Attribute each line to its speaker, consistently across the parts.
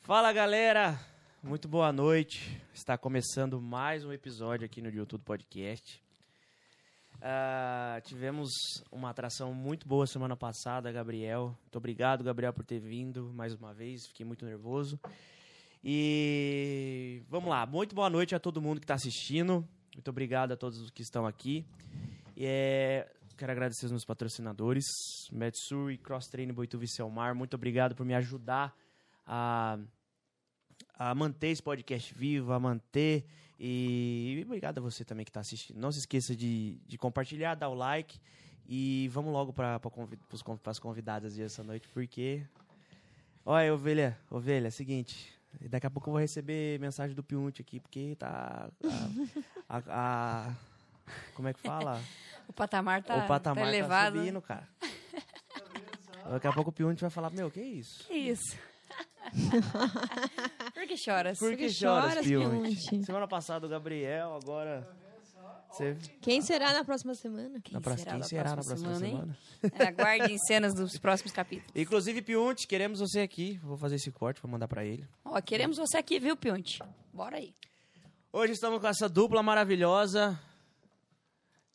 Speaker 1: Fala galera, muito boa noite. Está começando mais um episódio aqui no YouTube Podcast. Ah, tivemos uma atração muito boa semana passada, Gabriel. Muito obrigado, Gabriel, por ter vindo mais uma vez. Fiquei muito nervoso. E vamos lá, muito boa noite a todo mundo que está assistindo. Muito obrigado a todos os que estão aqui. E, é, quero agradecer os meus patrocinadores, Metsui, Cross Train, Boituva e Selmar. Muito obrigado por me ajudar a, a manter esse podcast vivo, a manter. E, e obrigado a você também que está assistindo. Não se esqueça de, de compartilhar, dar o like. E vamos logo para as convidadas dessa noite, porque Olha, ovelha, ovelha, é seguinte. Daqui a pouco eu vou receber mensagem do Piunte aqui, porque tá. A, a- a- como é que fala?
Speaker 2: O patamar tá,
Speaker 1: o patamar
Speaker 2: tá
Speaker 1: tá,
Speaker 2: elevado.
Speaker 1: subindo, cara. Daqui a pouco o Piunte vai falar: Meu, que isso?
Speaker 2: Que isso? Por que choras?
Speaker 1: Por que
Speaker 3: que
Speaker 1: choras,
Speaker 3: choras,
Speaker 1: Piunte?
Speaker 3: Piunte?
Speaker 1: Semana passada o Gabriel, agora. Você,
Speaker 3: Quem será na próxima semana?
Speaker 1: na próxima, quem será na próxima semana?
Speaker 2: hein? Aguardem cenas dos próximos capítulos.
Speaker 1: Inclusive, Piunte, queremos você aqui. Vou fazer esse corte, vou mandar pra ele.
Speaker 2: Ó, queremos você aqui, viu, Pionte? Bora aí.
Speaker 1: Hoje estamos com essa dupla maravilhosa.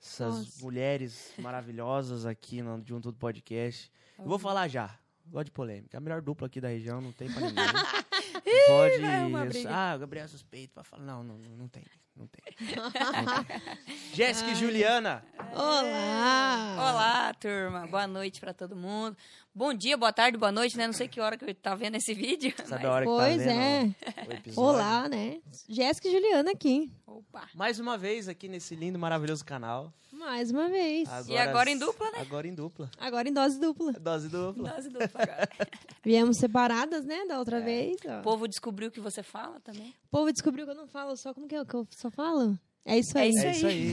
Speaker 1: Essas
Speaker 3: Nossa.
Speaker 1: mulheres maravilhosas aqui no De Um Tudo Podcast. Eu vou falar já. Gosto de polêmica. A melhor dupla aqui da região, não tem pra ninguém. né? Não
Speaker 2: vai arrumar
Speaker 1: Pode.
Speaker 2: briga.
Speaker 1: Ah, o Gabriel é suspeito pra falar. Não, não, não tem. Não tem. Jéssica e Juliana.
Speaker 3: Olá!
Speaker 2: Olá, turma. Boa noite pra todo mundo. Bom dia, boa tarde, boa noite, né? Não sei que hora que eu tá vendo esse vídeo.
Speaker 1: Sabe
Speaker 2: mas-
Speaker 1: a hora que tá
Speaker 3: Pois
Speaker 1: vendo
Speaker 3: é.
Speaker 1: o episódio?
Speaker 3: Olá, né? Jéssica e Juliana aqui.
Speaker 2: Opa.
Speaker 1: Mais uma vez aqui nesse lindo, maravilhoso canal.
Speaker 3: Mais uma vez.
Speaker 2: agora em dupla, né?
Speaker 1: Agora em dupla.
Speaker 3: Agora em dose dupla.
Speaker 1: Dose dupla.
Speaker 2: Dose dupla agora.
Speaker 3: Viemos separadas, né? Da
Speaker 1: É.
Speaker 3: outra vez. ó.
Speaker 2: O povo descobriu que você fala também.
Speaker 3: O povo descobriu que eu não falo só. Como que eu, que eu só falo? É isso aí.
Speaker 1: É isso aí.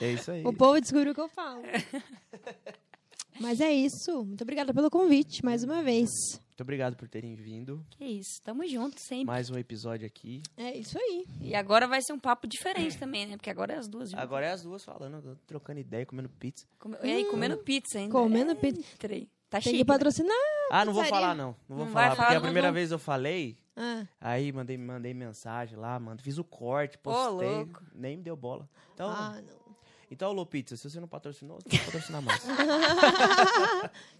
Speaker 1: É isso aí.
Speaker 3: O povo descobriu que eu falo. Mas é isso. Muito obrigada pelo convite, mais uma vez.
Speaker 1: Muito obrigado por terem vindo.
Speaker 2: Que isso. Tamo junto sempre.
Speaker 1: Mais um episódio aqui.
Speaker 3: É isso aí.
Speaker 2: E agora vai ser um papo diferente também, né? Porque agora é as duas. juntas.
Speaker 1: Agora é as duas falando, trocando ideia, comendo pizza.
Speaker 2: Come... E aí, Hum. comendo pizza ainda.
Speaker 1: É
Speaker 3: Comendo pizza.
Speaker 2: Entrei. Tá
Speaker 3: Tem
Speaker 2: chique.
Speaker 3: que
Speaker 2: né?
Speaker 3: patrocinar.
Speaker 1: Ah, não vou
Speaker 3: pizzaria.
Speaker 1: falar não. Não vou
Speaker 2: Não
Speaker 1: falar,
Speaker 2: vai
Speaker 1: porque
Speaker 2: falar,
Speaker 1: a primeira
Speaker 2: não.
Speaker 1: vez eu falei,
Speaker 3: Ah,
Speaker 1: aí mandei, mandei mensagem lá, mando, fiz o corte,
Speaker 2: Ô,
Speaker 1: postei,
Speaker 2: louco.
Speaker 1: nem me deu bola. Então,
Speaker 3: ah, não.
Speaker 1: então alô pizza, se você não patrocinou, você tem que patrocinar mais.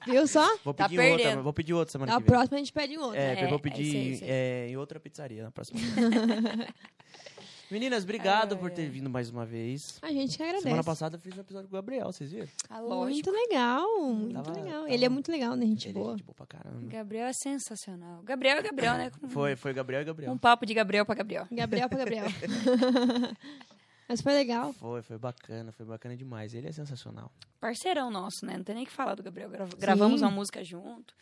Speaker 3: Viu só?
Speaker 1: Vou
Speaker 2: Tá
Speaker 1: pedir outra,
Speaker 2: perdendo.
Speaker 1: vou pedir outra semana
Speaker 3: Na
Speaker 1: que vem.
Speaker 3: próxima a gente pede um outro.
Speaker 1: É,
Speaker 2: É,
Speaker 1: eu vou
Speaker 2: é isso aí,
Speaker 1: pedir
Speaker 2: isso aí.
Speaker 1: é, em outra pizzaria na próxima. Meninas, obrigado por ter vindo mais uma vez.
Speaker 3: A gente que agradece.
Speaker 1: Semana passada eu fiz um episódio com o Gabriel, vocês viram?
Speaker 2: Ah,
Speaker 3: Muito legal, muito
Speaker 1: Tava-
Speaker 3: legal.
Speaker 1: tava-
Speaker 3: Ele é muito legal, né? Gente
Speaker 1: Ele é
Speaker 3: boa.
Speaker 1: gente boa pra caramba.
Speaker 2: Gabriel é sensacional. Gabriel é Gabriel, né? Com-
Speaker 1: Foi, foi Gabriel e Gabriel.
Speaker 2: Um papo de Gabriel pra Gabriel.
Speaker 3: Gabriel pra Gabriel. Mas foi legal.
Speaker 1: Foi, foi bacana, foi bacana demais. Ele é sensacional.
Speaker 2: Parceirão nosso, né? Não tem nem o que falar do Gabriel. Gra- gravamos uma música junto.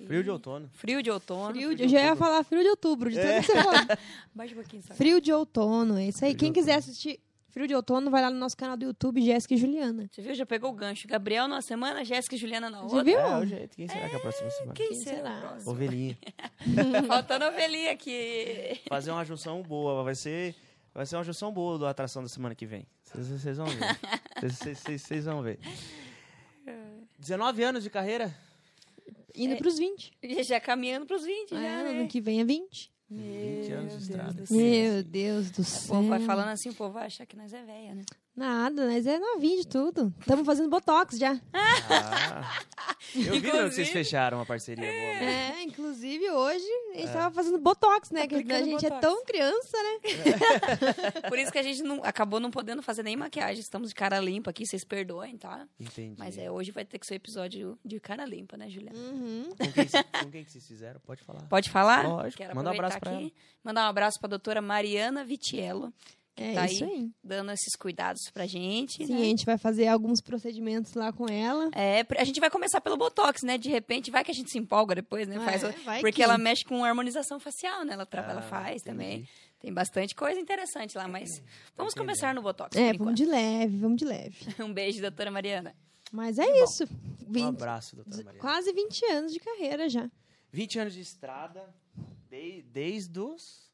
Speaker 2: E-
Speaker 1: Frio de outono.
Speaker 2: Frio de outono.
Speaker 3: Frio de, eu já ia falar frio de outubro, de tanto que você falou.
Speaker 2: Baixa um pouquinho, só.
Speaker 3: Frio de outono, é isso aí.
Speaker 1: Frio de
Speaker 3: Quem quiser assistir Frio de Outono, vai lá no nosso canal do YouTube, Jéssica e Juliana.
Speaker 2: Você viu? Já pegou o gancho. Gabriel numa semana, Jéssica e Juliana na
Speaker 3: Já
Speaker 2: outra.
Speaker 3: viu?
Speaker 1: É, o jeito. Quem será que é a próxima semana?
Speaker 2: Quem
Speaker 3: Quem será?
Speaker 2: será?
Speaker 1: Ovelhinha.
Speaker 2: Tá faltando ovelhinha aqui.
Speaker 1: Fazer uma junção boa. Vai ser, vai ser uma junção boa da atração da semana que vem. Vocês- Vocês vão ver. Vocês- Vocês vocês- vocês vão ver.
Speaker 2: É.
Speaker 1: 19 anos de carreira?
Speaker 3: Indo pros 20.
Speaker 2: E Já caminhando pros 20,
Speaker 3: É,
Speaker 2: já, né?
Speaker 3: ano é. que vem é 20.
Speaker 1: 20 anos de estrada.
Speaker 3: Meu Deus do
Speaker 2: O
Speaker 3: céu.
Speaker 2: povo vai falando assim, o povo vai achar que nós é velha, né?
Speaker 3: Nada, mas é novinho de tudo. Estamos fazendo Botox já.
Speaker 1: Ah, eu vi que vocês
Speaker 2: Inclusive.
Speaker 1: fecharam uma parceria boa. né?
Speaker 3: É, inclusive hoje a gente tava fazendo É. botox, né? que a
Speaker 2: Aplicando
Speaker 3: gente é
Speaker 2: botox.
Speaker 3: tão criança, né?
Speaker 2: Por isso que a gente não, acabou não podendo fazer nem maquiagem. Estamos de cara limpa aqui, vocês perdoem, tá?
Speaker 1: Entendi.
Speaker 2: Mas é, hoje vai ter que ser episódio de cara limpa, né, Juliana?
Speaker 3: Uhum.
Speaker 1: Com, quem, se- com quem que vocês fizeram? Pode falar.
Speaker 2: Pode falar?
Speaker 1: Lógico, manda um
Speaker 2: aproveitar
Speaker 1: abraço pra
Speaker 2: Mandar um abraço pra doutora Mariana Vitiello,
Speaker 3: É
Speaker 2: Tá
Speaker 3: isso
Speaker 2: aí.
Speaker 3: aí.
Speaker 2: dando esses cuidados pra gente.
Speaker 3: Sim,
Speaker 2: né?
Speaker 3: a gente vai fazer alguns procedimentos lá com ela.
Speaker 2: É, a gente vai começar pelo Botox, né? De repente, vai que a gente se empolga depois, né?
Speaker 3: É,
Speaker 2: Faz o-
Speaker 3: vai
Speaker 2: porque
Speaker 3: que-
Speaker 2: ela mexe com harmonização facial, né? Ela, tra- ela
Speaker 1: Ah, entendi.
Speaker 2: faz
Speaker 1: É,
Speaker 2: também. Tem bastante coisa interessante lá, mas vamos
Speaker 1: Entendi.
Speaker 2: começar no Botox.
Speaker 3: É,
Speaker 2: por
Speaker 3: vamos de leve, vamos de leve.
Speaker 2: enquanto. Um beijo, doutora Mariana.
Speaker 3: Mas é
Speaker 2: Tá
Speaker 3: isso.
Speaker 1: Um
Speaker 3: 20,
Speaker 1: abraço, doutora Maria.
Speaker 3: quase 20 anos de carreira já.
Speaker 1: 20 anos de estrada, de- desde os.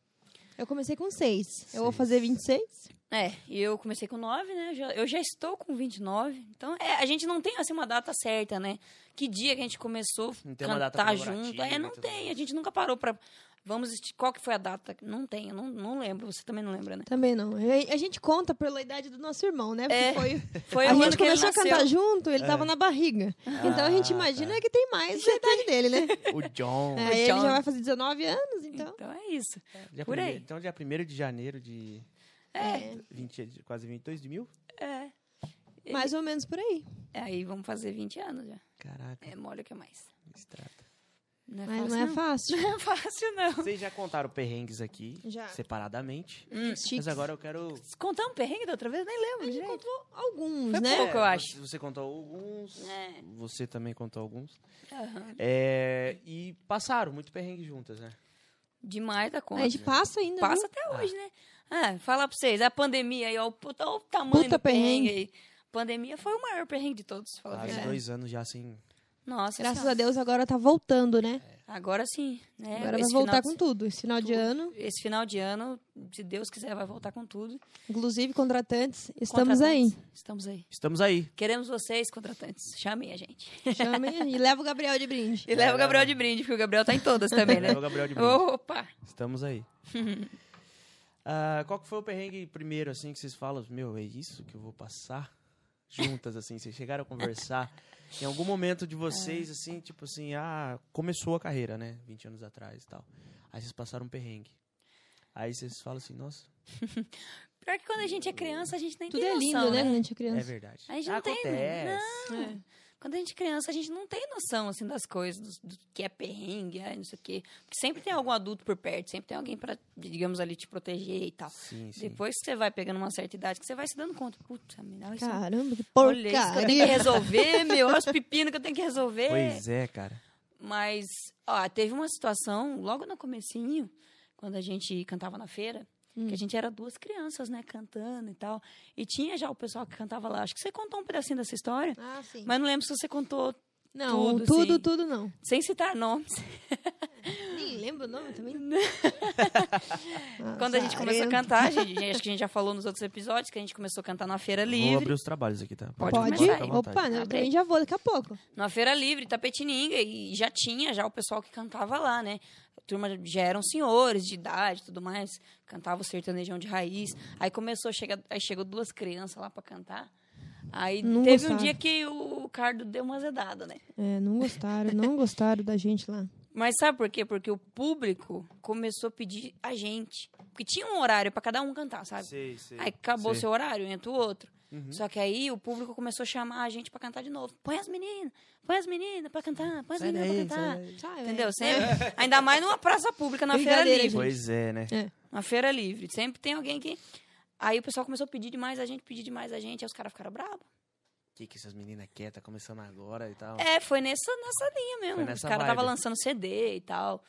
Speaker 3: Eu comecei com 6. Eu vou
Speaker 1: Seis.
Speaker 3: fazer 26.
Speaker 2: É, e eu comecei com 9, né? Eu já, eu já estou com 29. Então, é, a gente não tem assim uma data certa, né? que dia que a gente começou
Speaker 1: Não
Speaker 2: a
Speaker 1: tem uma data
Speaker 2: cantar
Speaker 1: comemorativa,
Speaker 2: junto. É, não
Speaker 1: tudo
Speaker 2: tem.
Speaker 1: mais.
Speaker 2: A gente nunca parou pra. Vamos. esti- Qual que foi a data? Não tem, eu não, não lembro. Você também não lembra, né?
Speaker 3: Também não. A- A gente conta pela idade do nosso irmão, né? Porque
Speaker 2: É.
Speaker 3: foi
Speaker 2: Foi
Speaker 3: a
Speaker 2: o
Speaker 3: gente
Speaker 2: ano que ele
Speaker 3: começou a
Speaker 2: nasceu. tá.
Speaker 3: cantar junto, ele tava na barriga. então a gente
Speaker 1: Ah,
Speaker 3: imagina que tem mais da idade dele, né?
Speaker 1: O John.
Speaker 3: É, ele
Speaker 2: Um John.
Speaker 3: já vai fazer 19 anos, então.
Speaker 2: Então é isso.
Speaker 1: Dia
Speaker 2: por
Speaker 1: primeiro-
Speaker 2: aí.
Speaker 1: Então, dia 1 de janeiro de
Speaker 3: É.
Speaker 1: 20, de quase 22 de mil?
Speaker 2: É.
Speaker 3: Mais ou menos por aí.
Speaker 2: Aí vamos fazer 20 anos já.
Speaker 1: Caraca,
Speaker 2: É mole o que mais.
Speaker 1: estrada.
Speaker 2: Não é
Speaker 3: Mas
Speaker 2: fácil,
Speaker 3: não é fácil.
Speaker 2: não. Não é fácil, não.
Speaker 1: Vocês já contaram perrengues aqui,
Speaker 3: Já.
Speaker 1: separadamente.
Speaker 3: Chiques.
Speaker 1: Mas agora eu quero...
Speaker 2: Contar um perrengue da outra vez? Nem lembro, gente.
Speaker 3: Alguns,
Speaker 2: Foi
Speaker 3: né?
Speaker 2: pouco. É eu acho.
Speaker 1: É, Você, você contou alguns,
Speaker 2: É.
Speaker 1: você também contou alguns.
Speaker 2: Aham.
Speaker 1: É, e passaram muito perrengue juntas, né?
Speaker 2: Demais da
Speaker 3: A
Speaker 2: conta.
Speaker 3: gente passa ainda. viu?
Speaker 2: é. Passa até hoje, né? Ah, falar pra vocês, a pandemia aí, ó, o, puta- ó o tamanho
Speaker 3: Puta
Speaker 2: do perrengue.
Speaker 3: perrengue.
Speaker 2: aí. Pandemia foi o maior perrengue de todos, falar a
Speaker 1: Quase
Speaker 2: verdade.
Speaker 1: dois anos já assim. sem...
Speaker 2: Nossa,
Speaker 3: Graças
Speaker 2: senhora.
Speaker 3: a Deus agora tá voltando, né?
Speaker 2: Agora sim, né?
Speaker 3: agora vai
Speaker 2: Esse
Speaker 3: voltar
Speaker 2: final
Speaker 3: com
Speaker 2: de-
Speaker 3: tudo. Esse final de
Speaker 2: tudo.
Speaker 3: ano,
Speaker 2: Esse final de ano, se Deus quiser, vai voltar com tudo.
Speaker 3: inclusive contratantes, estamos aí.
Speaker 2: Contratantes, Estamos aí.
Speaker 1: Estamos aí.
Speaker 2: Queremos vocês, contratantes. Chamem a gente.
Speaker 3: Chamem e leva o Gabriel de brinde.
Speaker 2: E leva o Gabriel de brinde, porque o Gabriel tá em todas também, né?
Speaker 1: É o Gabriel de Brito.
Speaker 2: Opa!
Speaker 1: Estamos aí. Ah, qual que foi o perrengue primeiro, assim, que vocês falam? Meu, é isso que eu vou passar? Juntas, assim, vocês chegaram a conversar. Em algum momento de
Speaker 2: É.
Speaker 1: vocês, assim, tipo assim, ah, começou a carreira, né? 20 anos atrás e tal. Aí vocês passaram um perrengue. Aí vocês falam assim, nossa,
Speaker 2: Pior que quando a gente é criança, a gente nem
Speaker 3: Tudo
Speaker 2: tem
Speaker 3: é lindo,
Speaker 2: noção,
Speaker 3: né?
Speaker 2: né?
Speaker 3: Quando a gente é
Speaker 1: é
Speaker 3: criança.
Speaker 1: verdade.
Speaker 2: A gente não tem-
Speaker 1: Acontece.
Speaker 2: Não. Quando a gente é criança, a gente não tem noção, assim, das coisas, do, do que é perrengue, ai, não sei o quê. Porque sempre tem algum adulto por perto, sempre tem alguém pra, digamos ali, te proteger e tal.
Speaker 1: Sim, sim.
Speaker 2: Depois que você vai pegando uma certa idade, que você vai se dando conta. Putz, menina, olha isso.
Speaker 3: É. Caramba, que
Speaker 2: Olha isso que eu tenho que
Speaker 3: porcaria.
Speaker 2: resolver, meu. Olha os pepinos que eu tenho que resolver.
Speaker 1: Pois é, cara.
Speaker 2: Mas, ó, teve uma situação logo no comecinho, quando a gente cantava na feira,
Speaker 3: Hum.
Speaker 2: que a gente era duas crianças, né, cantando e tal. E tinha já o pessoal que cantava lá. Acho que você contou um pedacinho dessa história,
Speaker 3: Ah, sim.
Speaker 2: mas não lembro se você contou
Speaker 3: não,
Speaker 2: tudo,
Speaker 3: tudo, tudo,
Speaker 2: sim.
Speaker 3: não.
Speaker 2: sem citar nomes.
Speaker 3: Nem lembro o nome também.
Speaker 2: Quando a
Speaker 3: Ah,
Speaker 2: gente começou a cantar, a gente- acho que a gente já falou nos outros episódios, que a gente começou a cantar na feira
Speaker 1: Vou
Speaker 2: livre.
Speaker 1: abrir os trabalhos aqui, tá?
Speaker 2: Pode
Speaker 3: Pode?
Speaker 2: começar aí.
Speaker 1: Fica à vontade.
Speaker 3: Opa, né,
Speaker 2: Abre
Speaker 3: eu também
Speaker 2: aí.
Speaker 3: já vou daqui a pouco.
Speaker 2: Na Feira Livre, Tapetininga, e já tinha já o pessoal que cantava lá, né? A turma já eram senhores de idade e tudo mais, cantava o sertanejão de raiz. Aí começou, chega, aí chegou duas crianças lá pra cantar. Aí
Speaker 3: Não
Speaker 2: teve um
Speaker 3: gostaram.
Speaker 2: dia que o Cardo deu uma azedada, né?
Speaker 3: É, não gostaram, não gostaram da gente lá.
Speaker 2: Mas sabe por quê? Porque o público começou a pedir a gente. Porque tinha um horário pra cada um cantar, sabe?
Speaker 1: Sei, sei.
Speaker 2: Aí acabou o
Speaker 1: sei.
Speaker 2: seu horário, entra o outro.
Speaker 1: Uhum.
Speaker 2: Só que aí o público começou a chamar a gente pra cantar de novo. Põe as meninas, põe as meninas pra cantar, põe as
Speaker 1: Sai
Speaker 2: meninas
Speaker 1: daí,
Speaker 2: pra cantar.
Speaker 1: sai daí.
Speaker 3: Sabe,
Speaker 2: Entendeu?
Speaker 3: é.
Speaker 2: Sempre. Ainda mais numa praça pública, na feira
Speaker 3: Brincadeira,
Speaker 2: livre.
Speaker 1: Pois é, né?
Speaker 2: Na feira livre. Sempre tem alguém que. Aí o pessoal começou a pedir demais a gente, pedir demais a gente. Aí os caras ficaram bravos.
Speaker 1: O que, que essas meninas querem? Tá começando agora e tal.
Speaker 2: É, foi nessa, nessa linha mesmo.
Speaker 1: Foi nessa
Speaker 2: os caras estavam
Speaker 1: vibe.
Speaker 2: lançando CD e tal.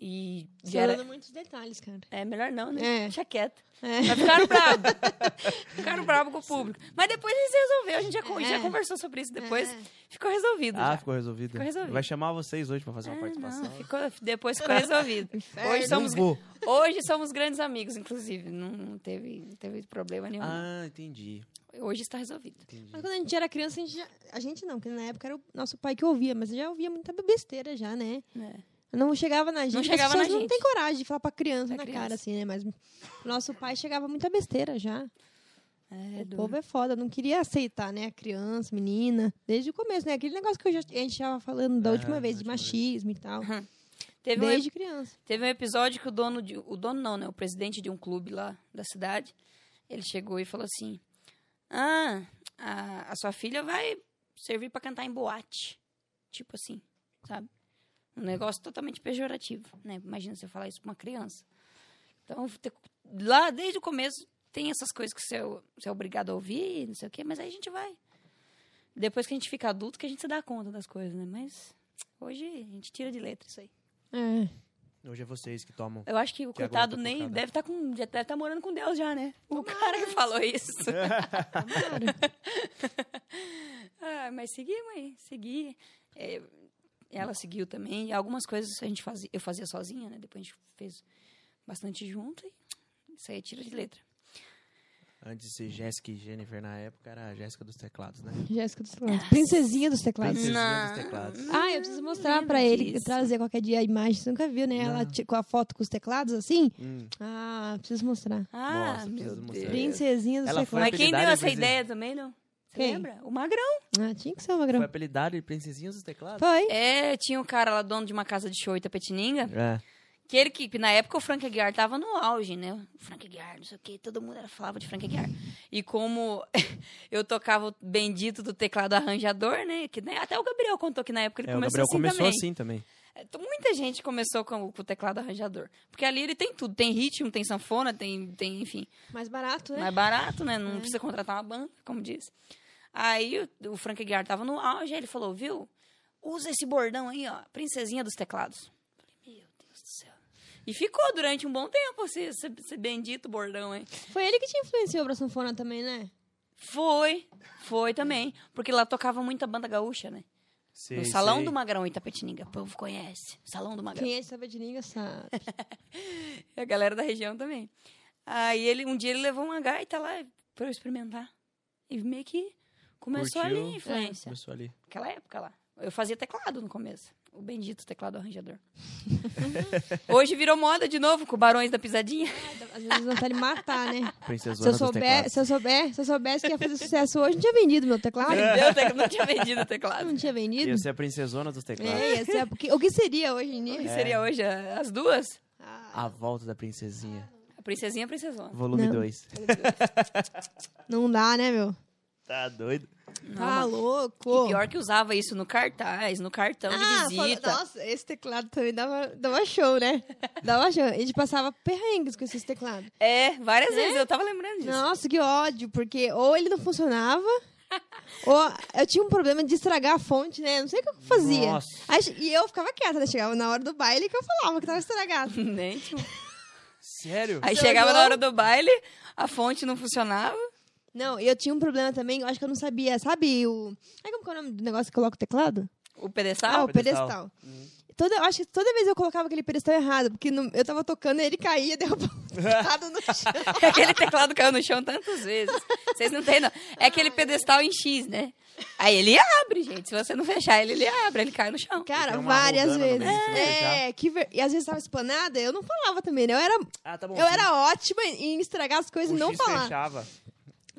Speaker 2: E.
Speaker 3: Você
Speaker 2: já era-
Speaker 3: falando é, muitos detalhes, cara.
Speaker 2: É melhor não, né?
Speaker 3: É.
Speaker 2: Deixa quieto.
Speaker 3: É.
Speaker 2: Mas ficaram bravos. ficaram bravos com o público. Mas depois eles resolveram. A gente já, con- já
Speaker 3: É.
Speaker 2: conversou sobre isso depois.
Speaker 3: É.
Speaker 2: Ficou resolvido.
Speaker 1: Ah,
Speaker 2: já.
Speaker 1: ficou resolvido.
Speaker 2: Ficou resolvido.
Speaker 1: Vai chamar vocês hoje pra fazer uma
Speaker 2: Ah,
Speaker 1: participação.
Speaker 2: não, ficou, depois ficou resolvido.
Speaker 3: é.
Speaker 2: Hoje
Speaker 1: Não
Speaker 2: somos,
Speaker 1: vou.
Speaker 2: Hoje somos grandes amigos, inclusive. Não, não teve, não teve problema nenhum.
Speaker 1: Ah, entendi.
Speaker 2: Hoje está resolvido.
Speaker 1: entendi.
Speaker 3: Mas quando a gente era criança, a gente, já- a gente não, porque na época era o nosso pai que ouvia, mas já ouvia muita besteira já, né?
Speaker 2: É.
Speaker 3: Não chegava na gente.
Speaker 2: Não chegava
Speaker 3: as pessoas
Speaker 2: na
Speaker 3: não
Speaker 2: gente.
Speaker 3: tem coragem de falar pra criança
Speaker 2: Pra
Speaker 3: na
Speaker 2: criança.
Speaker 3: cara, assim, né? Mas o nosso pai chegava muita besteira já. o povo é foda, não queria aceitar, né? A criança, menina, desde o começo, né? Aquele negócio que eu já, a gente tava falando da
Speaker 1: É,
Speaker 3: última vez,
Speaker 1: da
Speaker 3: de
Speaker 1: última vez.
Speaker 3: machismo e tal.
Speaker 2: Teve, um,
Speaker 3: desde criança.
Speaker 2: teve um episódio que o dono de, o dono não, né, o presidente de um clube lá da cidade, ele chegou e falou assim: "Ah, a, a sua filha vai servir pra cantar em boate". Tipo assim, sabe? Um negócio totalmente pejorativo, né? Imagina você falar isso pra uma criança. Então, te- lá desde o começo tem essas coisas que você é, o- você é obrigado a ouvir, não sei o quê, mas aí a gente vai. Depois que a gente fica adulto, que a gente se dá conta das coisas, né? Mas hoje a gente tira de letra isso aí.
Speaker 3: É.
Speaker 1: Hoje é vocês que tomam.
Speaker 2: Eu acho que o
Speaker 1: Que agora
Speaker 2: coitado
Speaker 1: tá
Speaker 2: nem
Speaker 1: focado.
Speaker 2: deve estar com, já deve tá morando com Deus já, né? O cara que falou isso.
Speaker 3: Claro.
Speaker 2: ah, mas seguimos aí, segui. É, ela seguiu também. E algumas coisas a gente fazia, eu fazia é sozinha, né? Depois a gente fez bastante junto e isso aí tira de letra.
Speaker 1: Antes de ser Jéssica e Jennifer na época, era a Jéssica dos teclados, né?
Speaker 3: Jéssica dos teclados. Princesinha dos teclados.
Speaker 1: Princesinha
Speaker 2: Não.
Speaker 1: dos teclados.
Speaker 3: Ah, eu preciso mostrar
Speaker 2: lembro
Speaker 3: pra ele,
Speaker 2: disso.
Speaker 3: trazer qualquer dia a imagem. Você nunca viu, né? Ela
Speaker 1: Não.
Speaker 3: ti- com a foto com os teclados assim?
Speaker 1: Hum.
Speaker 3: Ah, preciso mostrar.
Speaker 2: Ah,
Speaker 1: Nossa,
Speaker 2: meu
Speaker 1: preciso mostrar. É.
Speaker 2: Deus.
Speaker 3: Princesinha dos
Speaker 1: Ela foi
Speaker 2: Mas
Speaker 3: teclados.
Speaker 2: quem
Speaker 1: apelidada,
Speaker 2: deu essa
Speaker 1: inclusive.
Speaker 2: ideia também, não? Você
Speaker 3: Quem?
Speaker 2: lembra? O Magrão.
Speaker 3: Ah, tinha que ser uma
Speaker 1: Foi
Speaker 3: grama.
Speaker 1: apelidado de Princesinha dos teclados?
Speaker 3: Foi.
Speaker 2: É, tinha um cara lá, dono de uma casa de show em Tapetininga,
Speaker 1: É.
Speaker 2: que ele que, na época, o Frank Aguiar tava no auge, né? O Frank Aguiar, não sei o quê, todo mundo era, falava de Frank Aguiar. E como eu tocava o bendito do teclado arranjador, né? Que, né, Até o Gabriel contou que na época ele
Speaker 1: É, o
Speaker 2: começou
Speaker 1: Gabriel
Speaker 2: assim
Speaker 1: começou
Speaker 2: também.
Speaker 1: assim também.
Speaker 2: É, t- Muita gente começou com, o- com o teclado arranjador. Porque ali ele tem tudo. Tem ritmo, tem sanfona, tem, tem enfim.
Speaker 3: Mais barato, né?
Speaker 2: Mais barato, né? Não
Speaker 3: É.
Speaker 2: precisa contratar uma banda, como diz. Aí o, o Frank Aguiar tava no auge, aí ele falou, viu? Usa esse bordão aí, ó. Princesinha dos teclados. Falei, meu Deus do céu. E ficou durante um bom tempo esse, esse, esse bendito bordão, hein?
Speaker 3: Foi ele que te influenciou pra sanfona também, né?
Speaker 2: Foi, foi também. Porque lá tocava muita banda gaúcha, né?
Speaker 1: Sei,
Speaker 2: no Salão
Speaker 1: sei.
Speaker 2: do Magrão em Itapetininga. O povo conhece. Salão do Magrão.
Speaker 3: Quem é de saber de língua sabe.
Speaker 2: E a galera da região também. Aí ele, um dia ele levou uma gaita lá pra eu experimentar. E meio que começou
Speaker 1: Curtiu?
Speaker 2: ali a influência.
Speaker 1: Começou ali.
Speaker 2: Aquela época lá. Eu fazia teclado no começo. O bendito teclado arranjador. Hoje virou moda de novo com Barões da Pisadinha.
Speaker 3: Às vezes vontade de matar, né? Se
Speaker 1: Princesona
Speaker 3: eu, souber,
Speaker 1: dos teclados.
Speaker 3: se, eu souber, se eu soubesse que ia fazer sucesso hoje, não tinha vendido meu teclado.
Speaker 2: Vendeu o teclado, é não tinha vendido o
Speaker 3: Não
Speaker 2: teclado.
Speaker 3: tinha vendido.
Speaker 1: Ia ser a princesona dos teclados.
Speaker 3: É, ia ser- porque- o que seria hoje em
Speaker 2: O
Speaker 3: dia?
Speaker 2: que seria hoje? a- As duas?
Speaker 3: Ah,
Speaker 1: A volta da princesinha.
Speaker 2: A princesinha e a princesona.
Speaker 1: Volume
Speaker 3: Não.
Speaker 1: 2.
Speaker 3: não dá, né, meu?
Speaker 1: Tá doido?
Speaker 2: Não,
Speaker 3: Tá
Speaker 2: mano.
Speaker 3: louco.
Speaker 2: E pior que usava isso no cartaz, no cartão de
Speaker 3: fala-
Speaker 2: visita.
Speaker 3: Ah, nossa, esse teclado também dava, dava show, né? Dava show. A gente passava perrengues com esses teclados.
Speaker 2: É, várias vezes. Eu tava lembrando disso.
Speaker 3: Nossa, que ódio, porque ou ele não funcionava, ou eu tinha um problema de estragar a fonte, né? Não sei o que eu fazia.
Speaker 1: Nossa.
Speaker 3: Aí che- e eu ficava quieta, né? Chegava na hora do baile que eu falava que tava estragado.
Speaker 2: Nem tinha
Speaker 1: Sério?
Speaker 2: Aí
Speaker 3: Você
Speaker 2: chegava
Speaker 3: olhou?
Speaker 2: na hora do baile, a fonte não funcionava.
Speaker 3: Não, e eu tinha um problema também, eu acho que eu não sabia, sabe o... Ai, como que é o nome do negócio que coloca o teclado?
Speaker 2: O
Speaker 3: Ah,
Speaker 2: pedestal?
Speaker 3: o pedestal. Toda, eu acho que toda vez eu colocava aquele pedestal errado, porque no- eu tava tocando e ele caía, derrubava o teclado no chão.
Speaker 2: Aquele teclado caiu no chão tantas vezes. Vocês não têm, não. É aquele pedestal em X, né? Aí ele abre, gente. Se você não fechar ele, ele abre, ele cai no chão.
Speaker 3: Cara,
Speaker 1: tem uma
Speaker 3: várias
Speaker 1: rodana no
Speaker 3: vezes.
Speaker 1: meio, né? você não
Speaker 3: É, que ver- e às vezes tava esplanada, eu não falava também, né? Eu era,
Speaker 1: Ah, tá bom.
Speaker 3: eu era ótima em estragar as coisas
Speaker 1: o
Speaker 3: e não
Speaker 1: X
Speaker 3: falar.
Speaker 1: fechava.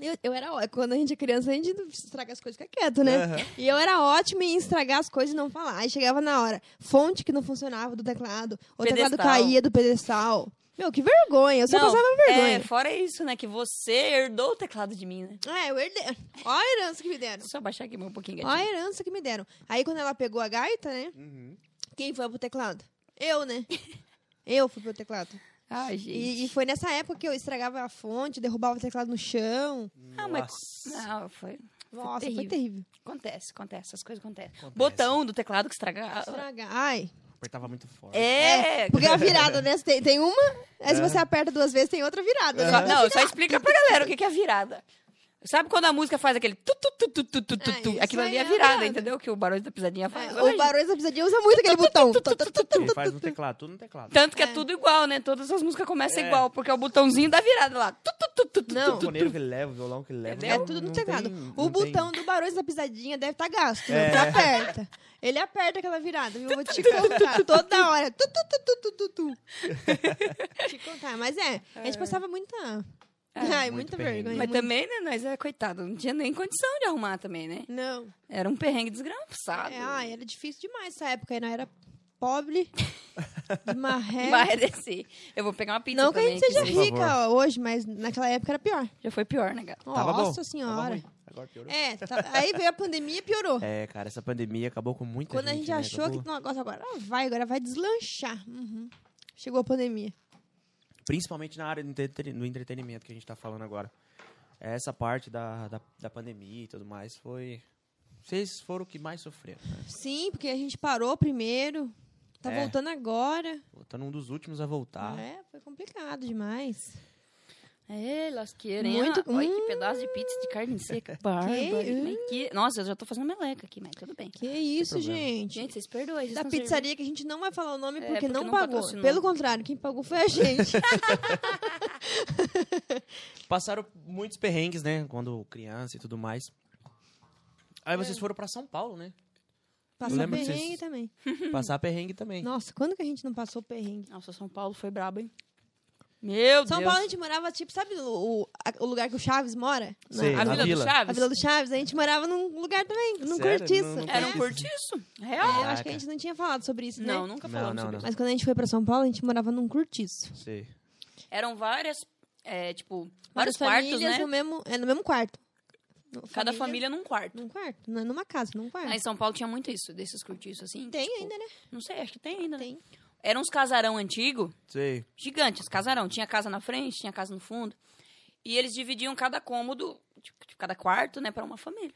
Speaker 3: Eu, eu era ó- Quando a gente é criança, a gente não estraga as coisas, fica quieto, né?
Speaker 1: Aham.
Speaker 3: E eu era ótima em estragar as coisas e não falar. Aí chegava na hora, fonte que não funcionava do teclado, o teclado
Speaker 2: Pedestal.
Speaker 3: caía do pedestal. Meu, que vergonha, eu só
Speaker 2: Não,
Speaker 3: passava
Speaker 2: É,
Speaker 3: vergonha.
Speaker 2: fora isso, né? Que você herdou o teclado de mim, né?
Speaker 3: É, eu herdei. Olha a herança que me deram.
Speaker 2: Deixa eu abaixar aqui um pouquinho.
Speaker 3: Olha
Speaker 2: gatinho.
Speaker 3: a herança que me deram. Aí quando ela pegou a gaita, né?
Speaker 1: Uhum.
Speaker 3: Quem foi pro teclado? Eu, né? Eu fui pro teclado.
Speaker 2: Ai, gente.
Speaker 3: E, e foi nessa época que eu estragava a fonte, derrubava o teclado no chão.
Speaker 2: Ah, mas-
Speaker 1: Nossa.
Speaker 2: Não, foi...
Speaker 3: Nossa, foi
Speaker 2: terrível.
Speaker 3: terrível.
Speaker 2: Acontece, acontece. Essas coisas acontecem.
Speaker 1: Acontece.
Speaker 2: Botão do teclado que estraga...
Speaker 3: Estragar. Ai.
Speaker 1: Apertava muito forte.
Speaker 2: É...
Speaker 3: Porque ah. é uma virada, né? Você Tem, tem uma, aí
Speaker 1: É.
Speaker 3: se você aperta duas vezes, tem outra virada. né?
Speaker 2: Só- não, só explica pra galera o que que é virada. Sabe quando a música faz aquele tu tu tu tu tu tu tu,
Speaker 3: Ah,
Speaker 2: tu?
Speaker 3: isso
Speaker 2: Aquilo
Speaker 3: aí
Speaker 2: ali é
Speaker 3: é
Speaker 2: virada,
Speaker 3: virada.
Speaker 2: entendeu? Que o barulho da pisadinha faz.
Speaker 3: É, O barulho da pisadinha usa muito aquele botão.
Speaker 1: Ele faz no teclado, tudo no teclado.
Speaker 2: Tanto que é.
Speaker 3: É.
Speaker 2: tudo igual, né? Todas as músicas começam
Speaker 1: É.
Speaker 2: igual, porque é o botãozinho da virada lá. Tu, tu, tu, tu, tu,
Speaker 3: Não.
Speaker 1: O
Speaker 2: tu, tu,
Speaker 1: maneiro que ele leva, o violão que ele leva.
Speaker 3: Então, É
Speaker 2: Não,
Speaker 3: tudo no
Speaker 1: não
Speaker 3: teclado.
Speaker 1: tem- não
Speaker 3: o
Speaker 1: tem-
Speaker 3: botão do barulho da pisadinha deve estar gasto, né?
Speaker 1: É.
Speaker 3: Porque aperta. Ele aperta aquela virada, viu? Eu vou te contar toda hora. Tu, tu, tu, tu, tu, tu, tu. te contar, mas é. A gente passava muita. Ai,
Speaker 1: Muito
Speaker 3: muita
Speaker 1: perrengue.
Speaker 3: vergonha.
Speaker 2: Mas
Speaker 3: muito-
Speaker 2: também, né? Nós é coitado, não tinha nem condição de arrumar também, né?
Speaker 3: Não.
Speaker 2: Era um perrengue desgraçado.
Speaker 3: É, ai, era difícil demais essa época. aí Não era pobre, de marré.
Speaker 2: Vai descer. Eu vou pegar uma pizza
Speaker 3: é. Não que a
Speaker 2: também.
Speaker 3: gente seja
Speaker 1: por favor.
Speaker 3: rica hoje, mas naquela época era pior.
Speaker 2: Já foi pior, né, gata?
Speaker 1: Tava bom,
Speaker 3: Nossa
Speaker 1: tava
Speaker 3: senhora.
Speaker 1: ruim. Agora piorou.
Speaker 3: É, tá- aí veio a pandemia e piorou.
Speaker 1: É, cara, essa pandemia acabou com muita
Speaker 3: Quando a gente
Speaker 1: né?
Speaker 3: achou
Speaker 1: Acabou-
Speaker 3: que o negócio agora ah, vai, agora vai deslanchar. Uhum. Chegou a pandemia.
Speaker 1: Principalmente na área do entreten- do entretenimento que a gente tá falando agora. É, Essa parte da, da, da pandemia e tudo mais foi... Vocês foram o que mais sofreram, né?
Speaker 3: Sim, porque a gente parou primeiro. Tá
Speaker 1: É.
Speaker 3: voltando agora.
Speaker 1: Voltando um dos últimos a voltar.
Speaker 3: É, foi complicado demais.
Speaker 2: É, lasqueira, hein?
Speaker 3: Muito-
Speaker 2: Olha que
Speaker 3: Hum.
Speaker 2: pedaço de pizza de carne seca. Bárbaro.
Speaker 3: Que-
Speaker 2: Mas que- Nossa, eu já tô fazendo meleca aqui, mas tudo bem.
Speaker 3: Que isso,
Speaker 1: problema.
Speaker 3: gente.
Speaker 2: Gente, vocês perdoem. Vocês
Speaker 3: Da
Speaker 2: não
Speaker 3: pizzaria que a gente não vai falar o nome
Speaker 2: É,
Speaker 3: porque,
Speaker 2: porque
Speaker 3: não,
Speaker 2: não
Speaker 3: pagou.
Speaker 2: patrocinou.
Speaker 3: Pelo contrário, quem pagou foi a gente.
Speaker 1: Passaram muitos perrengues, né? Quando criança e tudo mais.
Speaker 3: É.
Speaker 1: Aí vocês foram pra São Paulo, né?
Speaker 3: Passou
Speaker 1: lembro
Speaker 3: perrengue
Speaker 1: que vocês-
Speaker 3: também.
Speaker 1: Passar perrengue também.
Speaker 3: Nossa, quando que a gente não passou perrengue?
Speaker 2: Nossa, São Paulo foi brabo, hein? Meu
Speaker 3: São
Speaker 2: Deus.
Speaker 3: Paulo a gente morava, tipo, sabe o, o- a- o lugar que o Chaves mora?
Speaker 1: Sei,
Speaker 2: a
Speaker 1: na
Speaker 2: Vila,
Speaker 1: Vila.
Speaker 2: do Chaves?
Speaker 3: A Vila do Chaves, a gente morava num lugar também, num
Speaker 1: Sério?
Speaker 3: cortiço.
Speaker 1: Não- não
Speaker 2: Era
Speaker 1: É.
Speaker 2: um cortiço? Real?
Speaker 3: Eu acho que
Speaker 1: Caraca.
Speaker 3: a gente não tinha falado sobre isso,
Speaker 2: Não,
Speaker 3: né?
Speaker 2: nunca
Speaker 1: Não,
Speaker 2: falamos
Speaker 1: não,
Speaker 2: sobre
Speaker 1: não.
Speaker 3: Mas quando a gente foi pra São Paulo, a gente morava num cortiço.
Speaker 1: Sei.
Speaker 2: isso. Eram várias, é, tipo, vários quartos,
Speaker 3: famílias
Speaker 2: né?
Speaker 3: no mesmo, é, no mesmo quarto. No-
Speaker 2: Cada família num quarto.
Speaker 3: Num quarto, não é numa casa, num quarto.
Speaker 2: Aí em São Paulo tinha muito isso, desses cortiços, assim.
Speaker 3: Tem
Speaker 2: tipo,
Speaker 3: ainda, né?
Speaker 2: Não sei, acho que tem ainda, né?
Speaker 3: Tem.
Speaker 2: Eram uns casarão antigo,
Speaker 1: Sei.
Speaker 2: gigantes, casarão. Tinha casa na frente, tinha casa no fundo. E eles dividiam cada cômodo, tipo, tipo, cada quarto, né, pra uma família.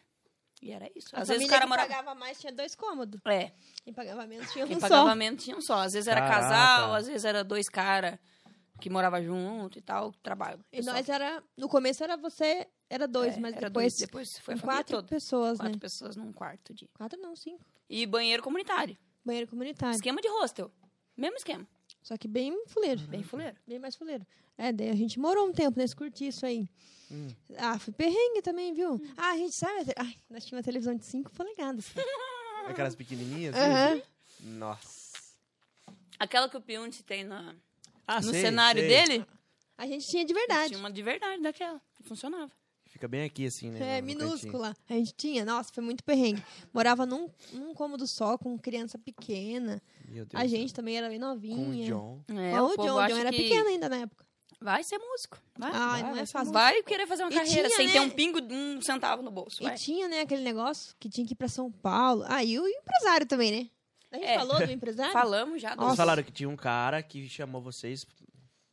Speaker 2: E era isso.
Speaker 3: A
Speaker 2: Às vezes o
Speaker 3: família
Speaker 2: cara
Speaker 3: que
Speaker 2: morava...
Speaker 3: pagava mais tinha dois cômodos.
Speaker 2: É,
Speaker 3: Quem pagava menos tinha
Speaker 2: Quem
Speaker 3: um
Speaker 2: pagava
Speaker 3: só.
Speaker 2: menos tinha um só. Às vezes era
Speaker 1: Caraca.
Speaker 2: casal, às vezes era dois caras que moravam junto e tal, trabalho.
Speaker 3: E nós era... No começo era você, era dois, mas
Speaker 2: um É, era
Speaker 3: depois...
Speaker 2: dois, depois foi a
Speaker 3: com
Speaker 2: família
Speaker 3: quatro
Speaker 2: toda.
Speaker 3: pessoas,
Speaker 2: Quatro
Speaker 3: né?
Speaker 2: pessoas num quarto de.
Speaker 3: Quatro não, cinco.
Speaker 2: E banheiro comunitário.
Speaker 3: Banheiro comunitário.
Speaker 2: Esquema de hostel. Mesmo esquema.
Speaker 3: Só que bem fuleiro.
Speaker 1: Uhum.
Speaker 2: Bem fuleiro.
Speaker 3: Bem mais fuleiro. É, daí a gente morou um tempo nesse cortiço aí.
Speaker 1: Hum.
Speaker 3: Ah, foi perrengue também, viu?
Speaker 2: Hum.
Speaker 3: Ah, a gente sabe. a te- Ai, nós tínhamos uma televisão de 5 polegadas.
Speaker 1: Aquelas pequenininhas?
Speaker 3: Aham.
Speaker 1: assim? Nossa.
Speaker 2: Aquela que o Piunte tem na,
Speaker 1: Ah,
Speaker 2: no
Speaker 1: sei,
Speaker 2: cenário
Speaker 1: sei.
Speaker 2: dele,
Speaker 3: A gente tinha de verdade.
Speaker 2: tinha uma de verdade daquela. que Funcionava.
Speaker 1: Fica bem aqui, assim, né? no-
Speaker 3: É,
Speaker 1: no
Speaker 3: minúscula. A gente tinha, nossa, foi muito perrengue. Morava num, num cômodo só, com criança pequena.
Speaker 1: cantinho. Meu Deus.
Speaker 3: A gente também era bem
Speaker 1: Com o
Speaker 3: novinha.
Speaker 1: John.
Speaker 2: É,
Speaker 3: Ah,
Speaker 2: o
Speaker 3: o
Speaker 2: povo
Speaker 3: John, o
Speaker 2: acha
Speaker 3: John era
Speaker 2: que
Speaker 3: pequeno ainda na época.
Speaker 2: Vai ser músico. Vai.
Speaker 3: Ai, não
Speaker 1: vai
Speaker 3: é
Speaker 1: ser
Speaker 3: fácil.
Speaker 2: Vai querer fazer uma
Speaker 3: E
Speaker 2: carreira
Speaker 3: tinha,
Speaker 2: sem
Speaker 3: né?
Speaker 2: ter um pingo, de um centavo no bolso.
Speaker 3: E
Speaker 2: vai.
Speaker 3: tinha, né, aquele negócio que tinha que ir pra São Paulo. Ah, e o empresário também, né? A gente
Speaker 2: É.
Speaker 3: falou do empresário?
Speaker 2: Falamos já do
Speaker 1: Vocês
Speaker 3: Nossa.
Speaker 1: falaram que tinha um cara que chamou vocês.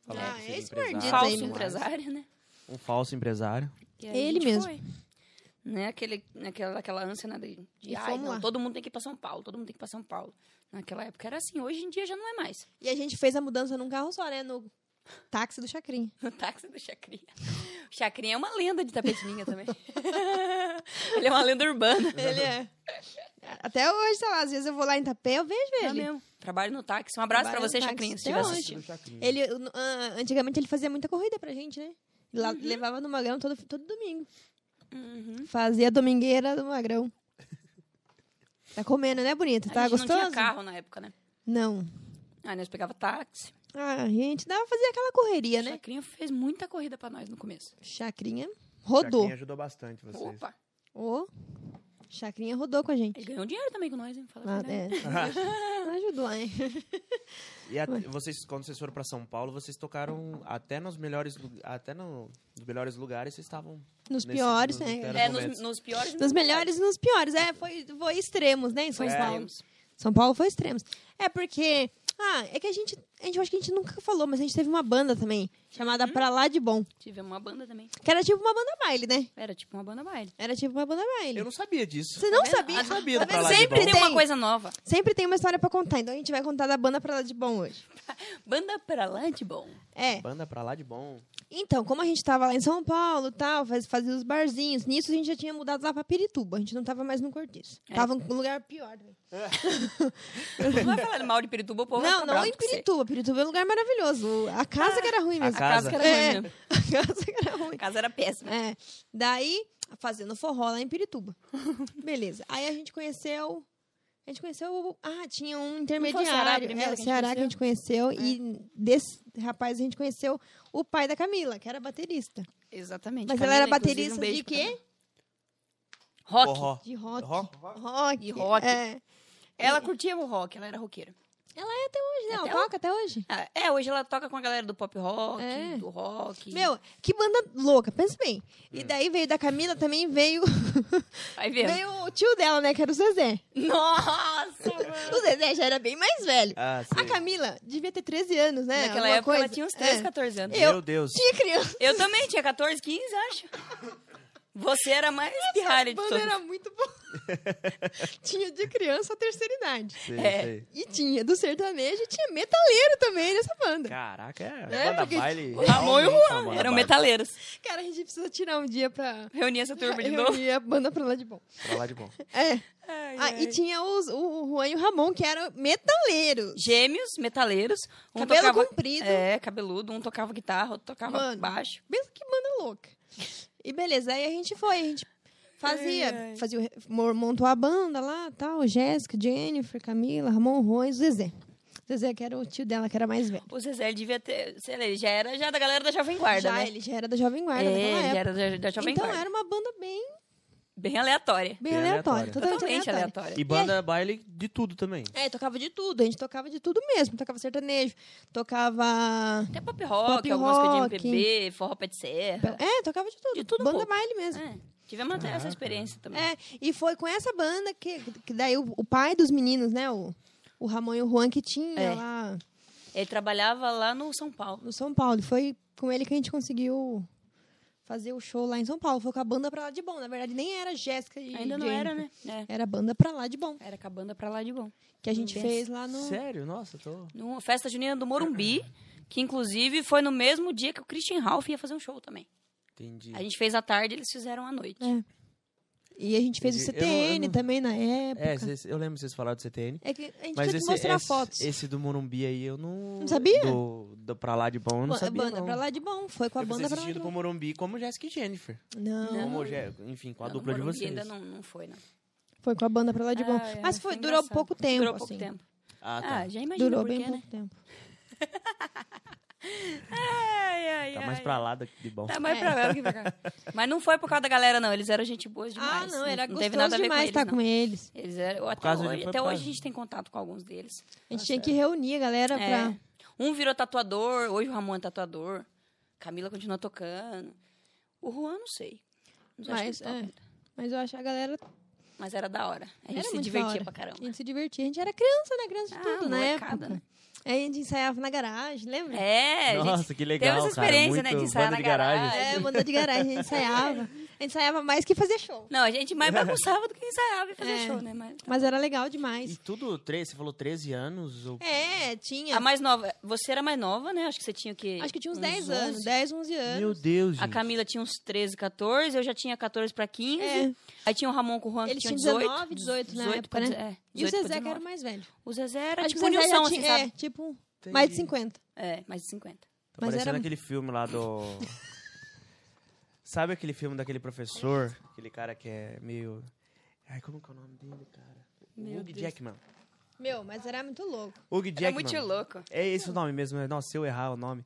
Speaker 1: Falando
Speaker 3: Ah,
Speaker 1: que vocês
Speaker 3: esse
Speaker 1: empresários e
Speaker 3: mordido
Speaker 1: tudo
Speaker 2: falso
Speaker 3: aí,
Speaker 1: mais.
Speaker 2: empresário, né?
Speaker 1: Um falso empresário.
Speaker 2: E aí a
Speaker 3: Ele
Speaker 2: gente
Speaker 3: mesmo.
Speaker 2: Foi. Né? Aquele, naquela, aquela ânsia né, de, de
Speaker 3: E
Speaker 2: ai,
Speaker 3: fomos
Speaker 2: não,
Speaker 3: lá."
Speaker 2: todo mundo tem que ir pra São Paulo, todo mundo tem que ir pra São Paulo. Naquela época era assim, hoje em dia já não é mais.
Speaker 3: E a gente fez a mudança num carro só, né? No táxi do Chacrinha.
Speaker 2: No táxi do Chacrinha. O Chacrinha é uma lenda de Tapetininga também. Ele é uma lenda urbana.
Speaker 3: Ele é. Até hoje, sei lá, às vezes eu vou lá em Itapé, eu vejo
Speaker 2: É
Speaker 3: ele.
Speaker 2: mesmo. Trabalho no táxi. Um abraço
Speaker 3: Trabalho
Speaker 2: pra você,
Speaker 3: no táxi
Speaker 2: Chacrinha, se
Speaker 3: até
Speaker 2: estiver
Speaker 3: hoje.
Speaker 2: assistindo.
Speaker 3: ele eu, n- ah, antigamente ele fazia muita corrida pra gente, né? Lá, Levava no Magrão todo, todo domingo.
Speaker 2: Uhum.
Speaker 3: Fazia a domingueira do Magrão. Tá comendo, né, bonita?
Speaker 2: a
Speaker 3: Tá
Speaker 2: gente
Speaker 3: gostoso?
Speaker 2: não tinha carro na época, né?
Speaker 3: Não.
Speaker 2: Aí nós pegava táxi.
Speaker 3: Ah, a gente dava pra fazer aquela correria,
Speaker 2: O
Speaker 3: né?
Speaker 2: Chacrinha fez muita corrida pra nós no começo.
Speaker 3: Chacrinha rodou.
Speaker 1: Quem ajudou bastante vocês.
Speaker 2: Opa!
Speaker 3: Ô, Chacrinha rodou com a gente.
Speaker 2: Ele ganhou dinheiro também com nós, hein? Fala a
Speaker 3: Ah,
Speaker 2: verdade.
Speaker 3: é. Não ajudou, hein?
Speaker 1: E a- vocês, quando vocês foram pra São Paulo, vocês tocaram até nos melhores, lu- até no, nos melhores lugares, vocês estavam.
Speaker 3: Nos
Speaker 1: Nesse-
Speaker 3: piores,
Speaker 1: nos
Speaker 3: né?
Speaker 1: piores
Speaker 2: É,
Speaker 1: momentos.
Speaker 2: nos, nos piores e
Speaker 3: Nos melhores e nos piores. É, foi, foi extremos, né, em São
Speaker 2: Foi
Speaker 3: Paulo.
Speaker 2: extremos.
Speaker 3: São Paulo foi extremos. É porque. Ah, é que a gente. A gente eu acho que a gente nunca falou, mas a gente teve uma banda também, chamada Pra Lá de Bom.
Speaker 2: Tivemos uma banda também.
Speaker 3: Que era tipo uma banda baile, né?
Speaker 2: Era tipo uma banda baile.
Speaker 3: Era tipo uma banda baile.
Speaker 1: Eu não sabia disso.
Speaker 3: Você não sabia?
Speaker 1: Eu não sabia do
Speaker 3: Tá
Speaker 1: pra
Speaker 3: vendo?
Speaker 1: lá
Speaker 2: Sempre
Speaker 1: de
Speaker 2: tem
Speaker 1: bom.
Speaker 2: uma coisa nova.
Speaker 3: Sempre tem uma história pra contar, então a gente vai contar da banda Pra Lá de Bom hoje.
Speaker 2: Banda pra lá de bom.
Speaker 3: É.
Speaker 1: Banda pra lá de bom.
Speaker 3: Então, como a gente tava lá em São Paulo e tal, faz- fazia os barzinhos, nisso a gente já tinha mudado lá pra Pirituba. A gente não tava mais no Cortiço.
Speaker 2: É.
Speaker 3: Tava num lugar pior também.
Speaker 2: Não vai falar mal de Pirituba, o povo vai
Speaker 3: Não,
Speaker 2: ficar
Speaker 3: não
Speaker 2: bravo
Speaker 3: em
Speaker 2: com você. Ah,
Speaker 3: Pirituba. Pirituba é um lugar maravilhoso. O- A casa que era ruim
Speaker 1: a
Speaker 3: mesmo.
Speaker 1: ca- Casa.
Speaker 2: A casa que era ruim né?
Speaker 3: É.
Speaker 2: mesmo.
Speaker 3: a casa que era ruim.
Speaker 2: A casa era péssima.
Speaker 3: É. Daí, fazendo forró lá em Pirituba. Beleza. Aí a gente conheceu. A gente conheceu. o- Ah, tinha um intermediário.
Speaker 2: Ceará
Speaker 3: é,
Speaker 2: primeiro
Speaker 3: o
Speaker 2: que a gente
Speaker 3: Ceará que a gente conheceu. E desse rapaz a gente conheceu o pai da Camila, que era baterista.
Speaker 2: Exatamente.
Speaker 3: Mas
Speaker 2: Camila,
Speaker 3: ela era
Speaker 2: inclusive,
Speaker 3: baterista
Speaker 2: um beijo
Speaker 3: de
Speaker 2: pra
Speaker 3: quê?
Speaker 2: Camila. Rock.
Speaker 1: Forró.
Speaker 3: De rock.
Speaker 1: Forró?
Speaker 3: Rock.
Speaker 2: De rock.
Speaker 3: É.
Speaker 2: Ela curtia o rock, ela era roqueira.
Speaker 3: Hoje não,
Speaker 2: Até
Speaker 3: toca até hoje.
Speaker 2: Ah, É, hoje ela toca com a galera do pop rock,
Speaker 3: É.
Speaker 2: do rock.
Speaker 3: Meu, que banda louca, pensa bem. E daí veio da Camila, também veio,
Speaker 2: vai ver.
Speaker 3: veio o tio dela, né, que era o Zezé.
Speaker 2: Nossa, mano.
Speaker 3: O Zezé já era bem mais velho.
Speaker 1: Ah,
Speaker 3: A
Speaker 1: sei.
Speaker 3: Camila devia ter 13 anos, né?
Speaker 2: Naquela
Speaker 3: Alguma
Speaker 2: época ela
Speaker 3: coisa.
Speaker 2: tinha uns 13,
Speaker 3: É.
Speaker 2: 14 anos.
Speaker 3: Eu-
Speaker 1: Meu Deus.
Speaker 3: Tinha criança.
Speaker 2: Eu também tinha 14, 15, acho. Você era mais pirralha
Speaker 3: A
Speaker 2: de
Speaker 3: banda
Speaker 2: todos.
Speaker 3: era muito boa. tinha de criança a terceira idade.
Speaker 4: Sei,
Speaker 2: É.
Speaker 4: sei.
Speaker 3: E tinha do sertanejo e tinha metaleiro também nessa banda.
Speaker 1: Caraca, é.
Speaker 3: É,
Speaker 1: banda
Speaker 3: porque
Speaker 1: baile.
Speaker 2: O Ramon e
Speaker 1: realmente é
Speaker 2: o
Speaker 1: uma
Speaker 2: Juan
Speaker 1: banda
Speaker 2: eram
Speaker 1: baile.
Speaker 2: metaleiros.
Speaker 3: Cara, a gente precisa tirar um dia pra
Speaker 2: Reunir essa turma de novo.
Speaker 3: reunir a banda pra lá de bom.
Speaker 4: Pra lá de bom.
Speaker 3: É.
Speaker 2: Ai,
Speaker 3: Ah,
Speaker 2: ai.
Speaker 3: e tinha os, o Juan e o Ramon, que eram metaleiros.
Speaker 2: Gêmeos, metaleiros. Um
Speaker 3: cabelo
Speaker 2: tocava...
Speaker 3: comprido.
Speaker 2: É, cabeludo. Um tocava guitarra, outro tocava
Speaker 3: Mano.
Speaker 2: baixo.
Speaker 3: Pensa que banda louca. E beleza, aí a gente foi, a gente
Speaker 2: Ai,
Speaker 3: fazia,
Speaker 2: ai.
Speaker 3: fazia o re- mo- montou a banda lá, tal, Jéssica, Jennifer, Camila, Ramon, Juan e Zezé. Zezé que era o tio dela, que era mais velho.
Speaker 2: O Zezé, ele devia ter... Sei lá, ele já era já da galera da Jovem Guarda,
Speaker 3: já,
Speaker 2: né?
Speaker 3: ele já era da Jovem
Speaker 2: É,
Speaker 3: Guarda naquela
Speaker 2: ele já
Speaker 3: época.
Speaker 2: era da, da Jovem
Speaker 3: Então
Speaker 2: Guarda.
Speaker 3: era uma banda bem,
Speaker 2: Bem aleatória.
Speaker 3: bem
Speaker 4: Bem
Speaker 3: aleatória.
Speaker 4: aleatória.
Speaker 3: Totalmente,
Speaker 2: Totalmente
Speaker 3: aleatória.
Speaker 2: aleatória.
Speaker 1: E banda baile de tudo também.
Speaker 3: É, tocava de tudo, a gente tocava de tudo mesmo. Tocava sertanejo, tocava.
Speaker 2: Até pop rock,
Speaker 3: Pop
Speaker 2: algumas coisas de
Speaker 3: rock.
Speaker 2: MPB, forró pé de serra.
Speaker 3: É, tocava de tudo.
Speaker 2: De tudo um
Speaker 3: Banda
Speaker 2: pouco.
Speaker 3: baile mesmo.
Speaker 2: É, tivemos até essa experiência também.
Speaker 3: É, e foi com essa banda que, que daí o, o pai dos meninos, né? O, o Ramon e o Juan que tinha
Speaker 2: É.
Speaker 3: lá
Speaker 2: Ele trabalhava lá no São Paulo.
Speaker 3: no São Paulo. E Foi com ele que a gente conseguiu fazer o show lá em São Paulo. Foi com a banda pra lá de bom. Na verdade, nem era Jéssica e
Speaker 2: Ainda não
Speaker 3: Jennifer.
Speaker 2: era, né? É.
Speaker 3: Era a banda pra lá de bom.
Speaker 2: Era com a banda pra lá de bom.
Speaker 3: Que a gente
Speaker 2: Yes.
Speaker 3: fez lá no.
Speaker 1: Sério? Nossa, tô...
Speaker 2: Numa festa junina do Morumbi, que inclusive foi no mesmo dia que o Christian Ralph ia fazer um show também.
Speaker 1: Entendi.
Speaker 2: A gente fez à tarde, eles fizeram à noite.
Speaker 3: É. E a gente fez o
Speaker 1: Entendi. Eu não- eu
Speaker 3: CTN
Speaker 1: não-
Speaker 3: também na época.
Speaker 1: É, cês- eu lembro vocês falaram do CTN.
Speaker 3: É que a
Speaker 1: Mas
Speaker 3: gente tinha que
Speaker 1: esse,
Speaker 3: mostrar
Speaker 1: esse,
Speaker 3: fotos.
Speaker 1: esse do Morumbi aí eu não...
Speaker 3: Não sabia?
Speaker 1: Do, do Pra Lá de Bom eu não
Speaker 3: Ba-
Speaker 1: sabia,
Speaker 3: banda
Speaker 1: não.
Speaker 3: pra lá de bom. Foi com a
Speaker 1: eu
Speaker 3: banda pra lá de
Speaker 1: assistindo pro
Speaker 3: bom.
Speaker 1: Morumbi como Jéssica e Jennifer.
Speaker 3: Não.
Speaker 2: Não.
Speaker 1: Como, Jé- enfim, com a
Speaker 2: Não,
Speaker 1: dupla
Speaker 2: no
Speaker 1: de
Speaker 2: Morumbi
Speaker 1: vocês.
Speaker 2: ainda não, não foi, não.
Speaker 3: Foi com a banda pra lá de bom.
Speaker 2: Ah, é,
Speaker 3: Mas foi, durou
Speaker 2: engraçado.
Speaker 3: pouco tempo.
Speaker 2: Durou pouco
Speaker 3: assim.
Speaker 2: tempo.
Speaker 1: Ah, tá.
Speaker 2: Ah, já imagina
Speaker 3: Durou
Speaker 2: por
Speaker 3: bem
Speaker 2: quê, né?
Speaker 3: pouco tempo.
Speaker 2: Ai, ai,
Speaker 1: tá
Speaker 2: ai,
Speaker 1: mais pra lá do que de bom.
Speaker 2: Tá mais
Speaker 3: É.
Speaker 2: pra lá do que pra cá. Mas não foi por causa da galera, não. Eles eram gente boa demais. né?
Speaker 3: Ah, não, era
Speaker 2: não
Speaker 3: gostoso
Speaker 2: teve nada a ver
Speaker 3: demais
Speaker 2: com eles,
Speaker 3: estar
Speaker 2: não.
Speaker 3: com eles.
Speaker 2: Eles eram, até
Speaker 1: causa de-
Speaker 2: hoje,
Speaker 1: foi
Speaker 2: até
Speaker 1: por
Speaker 2: hoje
Speaker 1: causa-
Speaker 2: a gente tem contato com alguns deles.
Speaker 3: A gente tinha que reunir a galera
Speaker 2: É.
Speaker 3: pra...
Speaker 2: Um virou tatuador, hoje o Ramon é tatuador. Camila continua tocando. O Juan, não sei. Não sei, acho que
Speaker 3: Mas,
Speaker 2: ele toca
Speaker 3: é.
Speaker 2: ainda.
Speaker 3: Mas eu acho que a galera...
Speaker 2: Mas era da hora. A gente
Speaker 3: Era
Speaker 2: se
Speaker 3: muito da
Speaker 2: divertia
Speaker 3: hora.
Speaker 2: pra caramba.
Speaker 3: A gente se divertia. A gente era criança, né? Criança de
Speaker 2: Ah,
Speaker 3: tudo, na
Speaker 2: molecada,
Speaker 3: época.
Speaker 2: né?
Speaker 3: Aí a gente ensaiava na garagem, lembra?
Speaker 2: É, a gente
Speaker 1: Nossa, que legal,
Speaker 2: teve essa
Speaker 1: cara,
Speaker 2: experiência, né,
Speaker 1: muito
Speaker 2: de ensaiar
Speaker 1: banda
Speaker 2: na
Speaker 1: de garagem.
Speaker 2: garagem.
Speaker 3: É, banda de garagem, a gente ensaiava. A gente ensaiava mais que fazer show.
Speaker 2: Não, a gente mais bagunçava do que ensaiava e fazia
Speaker 3: É.
Speaker 2: show, né? Mas...
Speaker 3: Mas era legal
Speaker 1: E
Speaker 3: demais.
Speaker 1: tudo, tre- você falou 13 anos? Ou...
Speaker 3: É, tinha...
Speaker 2: A mais nova, você era mais nova, né? Acho que você tinha que
Speaker 3: Acho que tinha uns 10
Speaker 2: 11.
Speaker 3: anos. 10, 11 anos.
Speaker 1: Meu Deus, gente.
Speaker 2: A Camila tinha uns 13, 14, eu já tinha 14 pra 15.
Speaker 3: É.
Speaker 2: Aí tinha o Ramon com o Juan, que
Speaker 3: Eles
Speaker 2: tinha
Speaker 3: tinham
Speaker 2: 18.
Speaker 3: 19, 18 na época,
Speaker 2: pra
Speaker 3: né?
Speaker 2: de- é,
Speaker 3: E o
Speaker 2: 18 pra
Speaker 3: Zezé, que
Speaker 2: 19.
Speaker 3: era o mais velho.
Speaker 2: O Zezé era
Speaker 3: Acho que
Speaker 2: tipo
Speaker 3: o Zezé já
Speaker 2: Nilson, assim,
Speaker 3: tinha...
Speaker 2: sabe?
Speaker 3: É, tipo,
Speaker 1: Entendi.
Speaker 3: mais de 50.
Speaker 2: É, mais de 50.
Speaker 1: Tá
Speaker 3: Mas
Speaker 1: parecendo
Speaker 3: era-
Speaker 1: aquele filme lá do... Sabe aquele filme daquele professor? Aquele cara que é meio... Ai, como que é o nome dele, cara?
Speaker 2: Meu
Speaker 1: Hugh
Speaker 2: Deus.
Speaker 1: Jackman.
Speaker 3: Meu, mas era muito louco.
Speaker 1: Hugh
Speaker 2: Era
Speaker 1: Jackman.
Speaker 2: muito louco.
Speaker 1: É esse o nome mesmo. né? Nossa, se eu errar o nome.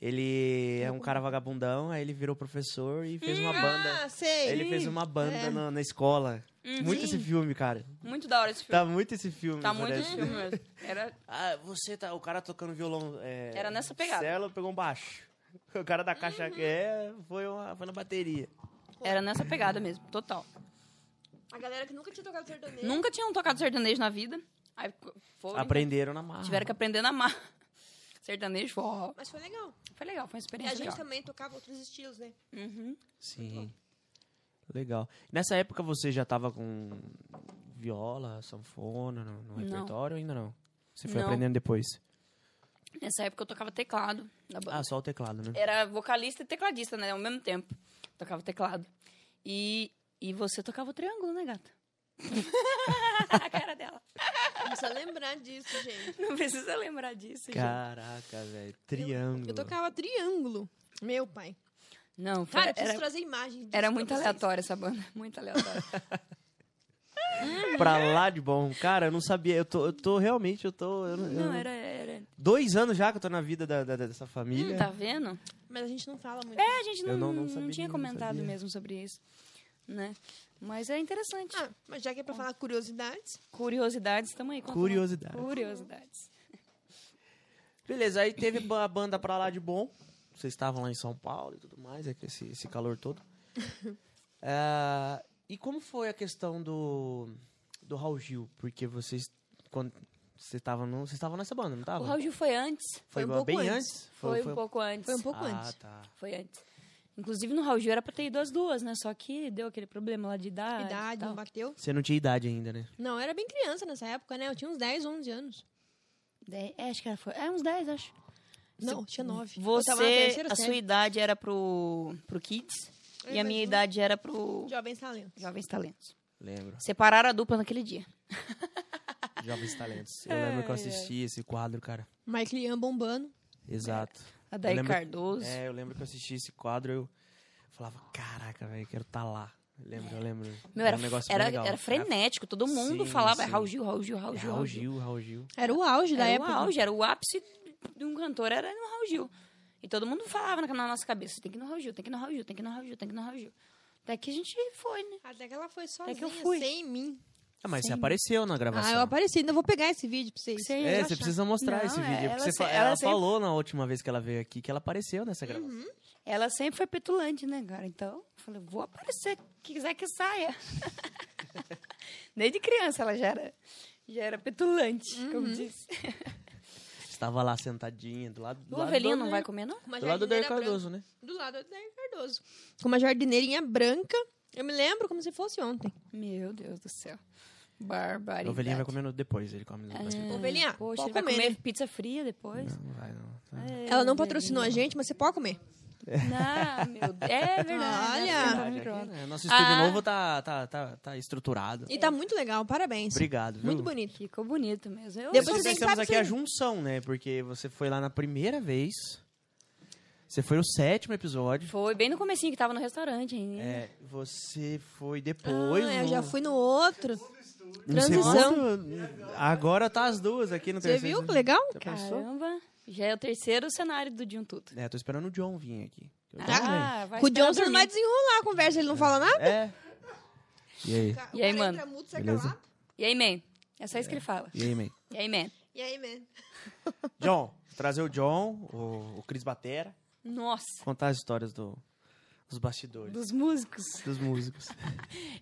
Speaker 1: Ele é um cara vagabundão, aí ele virou professor e fez uma banda.
Speaker 3: Ah, sei.
Speaker 1: Ele
Speaker 2: é.
Speaker 1: fez uma banda na, na escola. Muito esse filme, cara.
Speaker 2: Muito da hora esse filme.
Speaker 1: Tá muito esse filme.
Speaker 2: Uhum. Tá, muito
Speaker 1: parece.
Speaker 2: esse filme mesmo. Era,
Speaker 1: Ah, você tá. O cara tocando violão. é,
Speaker 2: Era nessa pegada. Uhum.
Speaker 1: Cello, pegou um baixo. O cara da caixa que é, foi, uma, foi na bateria.
Speaker 2: era nessa pegada mesmo, total.
Speaker 3: A galera que nunca tinha tocado sertanejo.
Speaker 2: Nunca tinham tocado sertanejo na vida. Aí foram,
Speaker 1: Aprenderam na marra.
Speaker 2: né? tiveram que aprender na mar. Sertanejo, forró.
Speaker 3: Mas foi legal.
Speaker 2: Foi legal, foi uma
Speaker 3: E a
Speaker 2: experiência
Speaker 3: gente
Speaker 2: é legal.
Speaker 3: também tocava outros estilos, né?
Speaker 2: Uhum.
Speaker 1: Sim. Legal. Nessa época você já tava com viola, sanfona no, no
Speaker 2: Não.
Speaker 1: repertório ou ainda não? Você foi
Speaker 2: Não.
Speaker 1: aprendendo depois.
Speaker 2: Nessa época eu tocava teclado na banda.
Speaker 1: Ah, só o teclado, né?
Speaker 2: Era vocalista e tecladista, né? Ao mesmo tempo. Tocava teclado. E, e você tocava o triângulo, né, gata? a cara dela.
Speaker 3: Não precisa lembrar disso, gente.
Speaker 2: Não precisa lembrar disso, gente.
Speaker 1: Caraca, velho. Triângulo.
Speaker 3: Eu tocava triângulo. Meu pai.
Speaker 2: Não, foi,
Speaker 3: Cara, eu preciso
Speaker 2: era,
Speaker 3: trazer imagens disso
Speaker 2: era
Speaker 3: pra
Speaker 2: muito
Speaker 3: vocês.
Speaker 2: aleatória essa banda. Muito aleatória.
Speaker 1: Pra lá de bom. Cara, eu não sabia. Eu tô, eu tô realmente, eu tô. eu não- eu
Speaker 2: Não, é.
Speaker 1: não-
Speaker 2: era... era...
Speaker 1: Dois anos já que eu tô na vida da- da- dessa família.
Speaker 2: Hum, tá vendo?
Speaker 3: Mas a gente não fala muito.
Speaker 2: É, a gente
Speaker 1: Eu
Speaker 2: não,
Speaker 1: não-
Speaker 2: não,
Speaker 1: não sabia,
Speaker 2: tinha
Speaker 1: não
Speaker 2: comentado
Speaker 1: sabia.
Speaker 2: mesmo sobre isso, né? Mas é interessante.
Speaker 3: Ah, mas já que é pra falar curiosidades,
Speaker 2: Curiosidades, também aí. conta
Speaker 1: Curiosidade.
Speaker 2: mais. Curiosidades.
Speaker 1: Beleza, aí teve ba- a banda pra lá de bom. Vocês estavam lá em São Paulo e tudo mais, é que esse, esse calor todo. Ah, e como foi a questão do, do Raul Gil? Porque vocês. Quando, vocês estavam no- vocês estavam nessa banda, não
Speaker 2: O
Speaker 1: estavam?
Speaker 2: Raul Gil foi antes.
Speaker 1: Foi,
Speaker 3: foi um pouco
Speaker 1: bem
Speaker 3: antes.
Speaker 1: antes?
Speaker 2: Foi, um pouco antes.
Speaker 3: foi um pouco
Speaker 1: ah,
Speaker 3: antes.
Speaker 1: tá.
Speaker 2: Foi antes. Inclusive no Raul Gil era pra ter ido as duas, né? Só que deu aquele problema lá de idade. e
Speaker 3: Idade,
Speaker 2: tal.
Speaker 3: não bateu.
Speaker 1: Você não tinha idade ainda, né?
Speaker 3: Não, eu era bem criança nessa época, né? Eu tinha uns 10, 11 anos.
Speaker 2: Dez- é, acho que era, foi. É, uns 10, acho.
Speaker 3: Não, eu tinha 9. eu tava na
Speaker 2: Você,
Speaker 3: terceira
Speaker 2: a sua
Speaker 3: série.
Speaker 2: idade era pro, pro Kids e a minha
Speaker 3: Imagina.
Speaker 2: idade era pro
Speaker 3: Jovens talentos.
Speaker 2: Jovens Talentos.
Speaker 1: Lembro.
Speaker 2: Separaram a dupla naquele dia.
Speaker 1: Jovens Talentos. Eu lembro que eu assisti esse quadro, cara.
Speaker 3: Mike Lian bombando.
Speaker 1: Exato.
Speaker 2: A Daí
Speaker 1: lembro-
Speaker 2: Cardoso.
Speaker 1: É, eu lembro que eu assisti esse quadro eu falava, caraca, velho, quero estar lá. Eu Lembro, eu lembro.
Speaker 2: É. Meu, era,
Speaker 1: um negócio bem
Speaker 2: era,
Speaker 1: legal.
Speaker 2: era frenético. Todo mundo
Speaker 1: Sim,
Speaker 2: falava é
Speaker 1: sim.
Speaker 2: Raul Gil, Raul Gil,
Speaker 1: É
Speaker 2: Raul Gil.
Speaker 1: Raul Gil, Raul Gil.
Speaker 3: Era o auge da
Speaker 2: Era
Speaker 3: época.
Speaker 2: o auge, era o ápice de um cantor, era no Raul Gil. E todo mundo falava na, na nossa cabeça, tem que ir no Raul Gil, tem que ir no Raul Gil, tem que ir no Raul Gil, tem que ir no Raul Gil. Até que a gente foi, né?
Speaker 3: Até que ela foi
Speaker 2: Até
Speaker 3: sozinha,
Speaker 2: que eu fui.
Speaker 3: sem mim.
Speaker 1: Ah, mas você apareceu na gravação.
Speaker 3: Ah, eu apareci. Ainda vou pegar esse vídeo pra vocês.
Speaker 2: Sim.
Speaker 1: É,
Speaker 2: Eu
Speaker 1: você
Speaker 2: achava.
Speaker 1: precisa mostrar
Speaker 2: Não,
Speaker 1: esse
Speaker 2: é,
Speaker 1: vídeo. porque
Speaker 2: ela
Speaker 1: você
Speaker 2: se-
Speaker 1: fa-
Speaker 2: ela
Speaker 1: ela
Speaker 2: sempre- Uhum.
Speaker 1: falou na última vez que ela veio aqui que ela apareceu nessa gravação.
Speaker 2: Ela sempre foi petulante, né, cara? Então, eu falei, vou aparecer, quem quiser que saia. Desde criança ela já era, já era petulante,
Speaker 3: Uhum.
Speaker 2: como disse.
Speaker 1: Estava lá sentadinha do lado do
Speaker 2: O
Speaker 1: lado
Speaker 2: ovelhinho
Speaker 1: do
Speaker 2: não vai comer, não?
Speaker 3: Uma
Speaker 1: Do lado do Dair
Speaker 3: jardineira
Speaker 1: Cardoso, né?
Speaker 3: branca. Do lado do Dair Cardoso. Com uma jardineirinha branca. Eu me lembro como se fosse ontem.
Speaker 2: Meu Deus do céu. Barbaridade.
Speaker 1: A ovelhinha vai comendo depois, ele come
Speaker 2: É.
Speaker 1: no
Speaker 3: Ô,
Speaker 1: basquete.
Speaker 3: Ovelhinha,
Speaker 2: Poxa,
Speaker 3: pode
Speaker 2: ele vai
Speaker 3: comer,
Speaker 2: comer
Speaker 3: né?
Speaker 2: pizza fria depois.
Speaker 1: Não vai, não.
Speaker 2: É,
Speaker 3: Ela não patrocinou a gente, mas você pode comer.
Speaker 2: Não, meu Deus. É verdade. né?
Speaker 3: Olha.
Speaker 2: Você
Speaker 1: Verdade,
Speaker 2: come
Speaker 1: aqui,
Speaker 2: pronto.
Speaker 1: né? Nosso estúdio
Speaker 2: Ah.
Speaker 1: novo tá, tá, tá, tá estruturado.
Speaker 3: E tá muito legal, parabéns.
Speaker 1: Obrigado, viu?
Speaker 3: Muito bonito.
Speaker 2: Ficou bonito mesmo. Eu
Speaker 3: Depois
Speaker 1: Nós
Speaker 3: você
Speaker 2: sei-
Speaker 1: fizemos
Speaker 3: sabe
Speaker 1: aqui
Speaker 3: se-
Speaker 1: a junção, né? Porque você foi lá na primeira vez. Você foi no sétimo episódio.
Speaker 2: Foi bem no comecinho que tava no restaurante ainda.
Speaker 1: É, você foi depois.
Speaker 3: Ah, eu
Speaker 1: no-
Speaker 3: já fui no outro.
Speaker 1: no
Speaker 3: transição.
Speaker 1: segundo- agora tá as duas aqui no
Speaker 3: Você
Speaker 1: terceiro.
Speaker 3: viu que legal?
Speaker 1: Já pensou?
Speaker 2: Caramba. Já é o terceiro cenário do Dium Tudo.
Speaker 1: É, tô esperando o John vir aqui. Eu
Speaker 2: Ah, vai
Speaker 3: Com o
Speaker 2: esperar
Speaker 3: Johnson não
Speaker 2: dormir.
Speaker 3: vai desenrolar a conversa, ele não fala nada.
Speaker 1: também. É. E aí?
Speaker 3: Ca-
Speaker 2: E aí,
Speaker 3: o cara
Speaker 2: mano?
Speaker 3: entra mudo, sai
Speaker 1: Beleza?
Speaker 3: calado.
Speaker 2: E aí, man? É só isso que ele fala.
Speaker 1: E aí, man?
Speaker 2: E aí, man?
Speaker 3: E aí, man?
Speaker 1: John, trazer o John, o, o Cris Batera,
Speaker 2: Nossa,
Speaker 1: contar as histórias do, dos bastidores,
Speaker 2: dos músicos.
Speaker 1: dos músicos.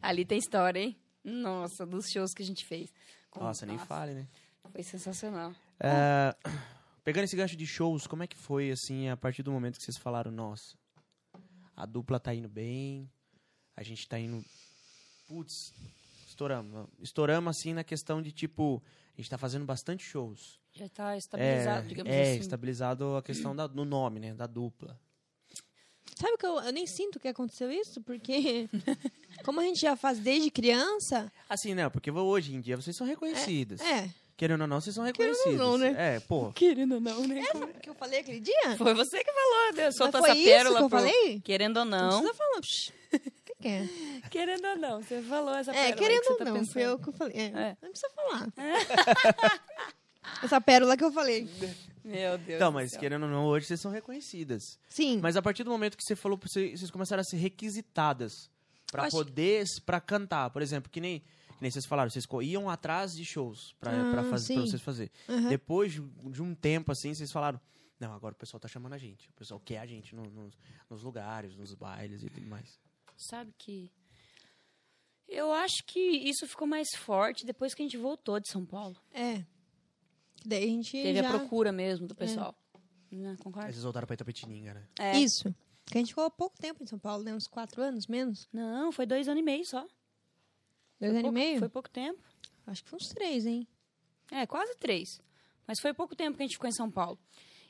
Speaker 2: Ali tem história, hein? Nossa, dos shows que a gente fez. Com-
Speaker 1: Nossa, nem fale, né?
Speaker 2: Foi sensacional.
Speaker 1: É, pegando esse gancho de shows, como é que foi, assim, a partir do momento que vocês falaram, nossa, a dupla tá indo bem, a gente tá indo. Putz, estouramos. Estouramos, assim, na questão de tipo, a gente tá fazendo bastante shows.
Speaker 2: Já tá estabilizado, digamos
Speaker 1: é,
Speaker 2: assim.
Speaker 1: estabilizado a questão da, no nome, né? Da dupla.
Speaker 3: Sabe que eu, eu nem sinto que aconteceu isso, porque como a gente já faz desde criança,
Speaker 1: Assim, né? Porque hoje em dia vocês são reconhecidas.
Speaker 3: é.
Speaker 1: Querendo ou não, vocês são
Speaker 3: Querendo
Speaker 1: reconhecidas.
Speaker 3: ou não, né?
Speaker 1: É, pô.
Speaker 2: Querendo ou não, né?
Speaker 3: O que eu falei aquele dia?
Speaker 2: Foi você que falou, né? Soltou
Speaker 3: Mas
Speaker 2: essa
Speaker 3: foi isso
Speaker 2: pérola
Speaker 3: que eu
Speaker 2: pro-
Speaker 3: falei?
Speaker 2: Querendo ou
Speaker 3: Não
Speaker 2: não.
Speaker 3: precisa falar. psh. O que, que é?
Speaker 2: Querendo ou não, você falou essa pérola
Speaker 3: É,
Speaker 2: aí
Speaker 3: querendo
Speaker 2: que você
Speaker 3: ou
Speaker 2: tá
Speaker 3: não,
Speaker 2: pensando.
Speaker 3: foi eu que eu falei. É,
Speaker 2: É.
Speaker 3: Não precisa falar. Essa pérola que eu falei.
Speaker 2: Meu Deus
Speaker 1: Então,
Speaker 2: do
Speaker 1: mas
Speaker 2: céu.
Speaker 1: querendo ou não, hoje vocês são reconhecidas.
Speaker 3: Sim.
Speaker 1: Mas a partir do momento que você falou, pra você- vocês começaram a ser requisitadas pra
Speaker 3: Eu acho-
Speaker 1: poder, pra cantar, por exemplo, que nem, que nem vocês falaram, vocês co- iam atrás de shows pra,
Speaker 3: Ah,
Speaker 1: pra, faz- pra
Speaker 3: sim.
Speaker 1: vocês fazer.
Speaker 3: Aham.
Speaker 1: Depois de, de um tempo assim, vocês falaram, não, agora o pessoal tá chamando a gente, o pessoal quer a gente no- nos- nos lugares, nos bailes e tudo mais.
Speaker 2: Sabe que. Eu acho que isso ficou mais forte depois que a gente voltou de é São Paulo.
Speaker 3: É. Daí a gente
Speaker 2: Teve
Speaker 3: já...
Speaker 2: a procura mesmo do pessoal. Né, concorda?
Speaker 1: Aí vocês voltaram pra Itapetininga, né?
Speaker 2: É.
Speaker 3: Isso. Porque a gente ficou pouco tempo em São Paulo, né? Uns quatro anos, menos.
Speaker 2: Não, foi dois anos e meio só.
Speaker 3: Dois anos e
Speaker 2: Pouco-
Speaker 3: meio?
Speaker 2: Foi pouco tempo.
Speaker 3: Acho que foi uns três, hein?
Speaker 2: É, quase três. Mas foi pouco tempo que a gente ficou em São Paulo.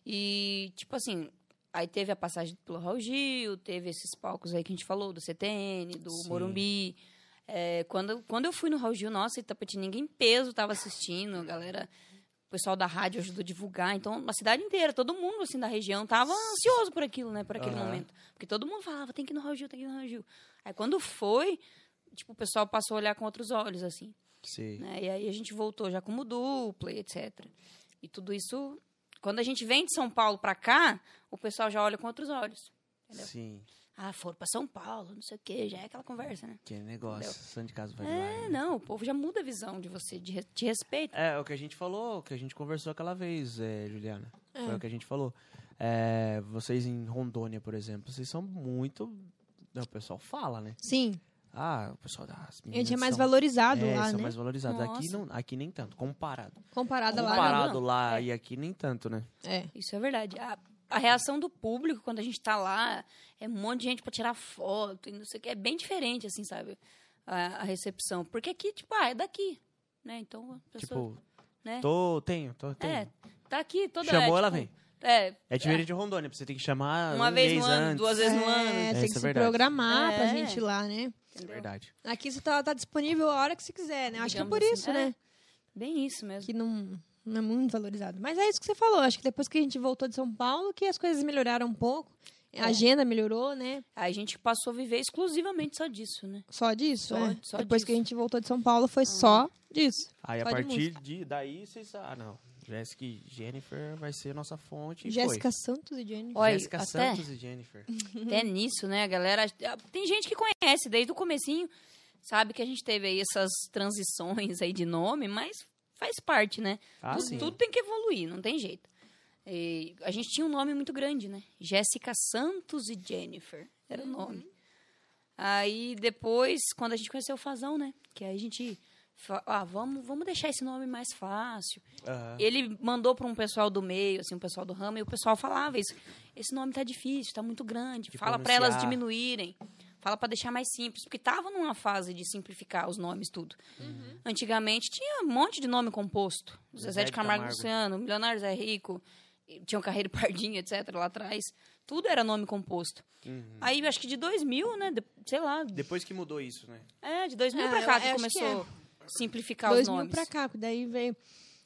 Speaker 2: E, tipo assim, aí teve a passagem pelo Raul Gil, teve esses palcos aí que a gente falou, do CTN, do
Speaker 1: Sim.
Speaker 2: Morumbi. É, quando, quando eu fui no Raul Gil, nossa, Itapetininga em peso tava assistindo, a galera... O pessoal da rádio ajudou a divulgar, então a cidade inteira, todo mundo assim da região tava ansioso por aquilo, né, por aquele
Speaker 1: Aham.
Speaker 2: momento. Porque todo mundo falava, tem que ir no Raul Gil, tem que ir no Raul Gil. Aí quando foi, tipo, o pessoal passou a olhar com outros olhos, assim
Speaker 1: Sim.
Speaker 2: né? E aí a gente voltou já como dupla, e etc. E tudo isso, quando a gente vem de São Paulo pra cá, o pessoal já olha com outros olhos. Entendeu?
Speaker 1: Sim.
Speaker 2: Ah, foram pra São Paulo, não sei o quê, já é aquela conversa, né?
Speaker 1: Que negócio.
Speaker 2: Entendeu?
Speaker 1: Santo de casa vai de né?
Speaker 2: É, não, o povo já muda a visão de você, de re- te respeita.
Speaker 1: É, o que a gente falou, o que a gente conversou aquela vez, é, Juliana. Foi o que a gente falou. É, vocês em Rondônia, por exemplo, vocês são muito. Não, o pessoal fala, né?
Speaker 3: Sim.
Speaker 1: Ah, o pessoal das
Speaker 3: A
Speaker 1: meninas.
Speaker 3: gente é mais
Speaker 1: são...
Speaker 3: valorizado
Speaker 1: é,
Speaker 3: lá,
Speaker 1: são
Speaker 3: né?
Speaker 1: mais valorizados. Aqui,
Speaker 2: Nossa.
Speaker 1: não, aqui nem tanto, comparado.
Speaker 3: Comparado lá. né?
Speaker 1: comparado
Speaker 2: não.
Speaker 1: lá
Speaker 2: É.
Speaker 1: e aqui nem tanto, né?
Speaker 3: É.
Speaker 2: Isso é verdade. A, a reação do público quando a gente tá lá é um monte de gente para tirar foto e não sei o que. É bem diferente, assim, sabe? A, a recepção. Porque aqui, tipo, ah, é daqui. Né? Então, a pessoa.
Speaker 1: Tipo,
Speaker 2: né?
Speaker 1: tô, tenho, tô, tenho.
Speaker 2: É, tá aqui toda
Speaker 1: Chamou,
Speaker 2: é,
Speaker 1: ela
Speaker 2: tipo,
Speaker 1: vem.
Speaker 2: É,
Speaker 1: É diferente de Rondônia, porque você tem que chamar
Speaker 2: uma
Speaker 1: um
Speaker 2: vez
Speaker 1: mês
Speaker 2: no ano,
Speaker 1: antes.
Speaker 2: duas vezes no ano.
Speaker 1: É,
Speaker 3: É, tem
Speaker 1: isso
Speaker 3: que
Speaker 1: é
Speaker 3: se
Speaker 1: verdade.
Speaker 3: programar pra
Speaker 2: É.
Speaker 3: gente ir lá, né?
Speaker 2: entendeu?
Speaker 1: É Verdade.
Speaker 3: Aqui você tá, tá disponível a hora que você quiser, né? Eu Acho que é por
Speaker 2: Digamos
Speaker 3: isso,
Speaker 2: assim, é.
Speaker 3: né?
Speaker 2: Bem isso mesmo.
Speaker 3: Que não, não é muito valorizado. Mas é isso que você falou. Acho que depois que a gente voltou de São Paulo, que as coisas melhoraram um pouco. A agenda melhorou, né?
Speaker 2: A gente passou a viver exclusivamente só disso, né?
Speaker 3: Só disso, Ah.
Speaker 2: Só-
Speaker 3: né?
Speaker 2: só
Speaker 3: depois
Speaker 2: disso.
Speaker 3: que a gente voltou de São Paulo, foi só disso.
Speaker 1: Aí a
Speaker 3: Só de
Speaker 1: partir
Speaker 3: música.
Speaker 1: de daí vocês. Ah, não. Jéssica e Jennifer vai ser nossa fonte. e foi.
Speaker 3: Jéssica Santos e Jennifer.
Speaker 2: Olha,
Speaker 1: Jéssica
Speaker 2: até-
Speaker 1: Santos e Jennifer.
Speaker 3: Uhum.
Speaker 2: Até nisso, né, galera? Tem gente que conhece desde o comecinho, sabe que a gente teve aí essas transições aí de nome, mas faz parte, né?
Speaker 1: Ah,
Speaker 2: tudo,
Speaker 1: sim.
Speaker 2: tudo tem que evoluir, não tem jeito. E a gente tinha um nome muito grande, né? Jéssica Santos e Jennifer era o
Speaker 3: Uhum.
Speaker 2: nome. Aí depois, quando a gente conheceu o Fazão, né? Que aí a gente. fa- Ah, vamos, vamos deixar esse nome mais fácil.
Speaker 1: Aham.
Speaker 2: Ele mandou para um pessoal do meio, assim, um pessoal do ramo, e o pessoal falava isso. Esse nome tá difícil, tá muito grande.
Speaker 1: De
Speaker 2: Fala para elas
Speaker 1: pronunciar.
Speaker 2: diminuírem. Fala para deixar mais simples, porque tava numa fase de simplificar os nomes tudo.
Speaker 3: Uhum.
Speaker 2: Antigamente tinha um monte de nome composto. Zezé de Camargo,
Speaker 1: Camargo.
Speaker 2: Luciano, Milionários é Rico, e tinha o Carreiro Pardinho, etc, lá atrás. Tudo era nome composto.
Speaker 1: Uhum.
Speaker 2: Aí acho que de 2000, né, de- sei lá,
Speaker 1: Depois que mudou isso, né?
Speaker 2: é, de 2000
Speaker 3: É,
Speaker 2: para
Speaker 3: eu
Speaker 2: cá
Speaker 3: acho que
Speaker 2: que começou a simplificar os
Speaker 3: 2000
Speaker 2: nomes.
Speaker 3: pra cá, que daí veio.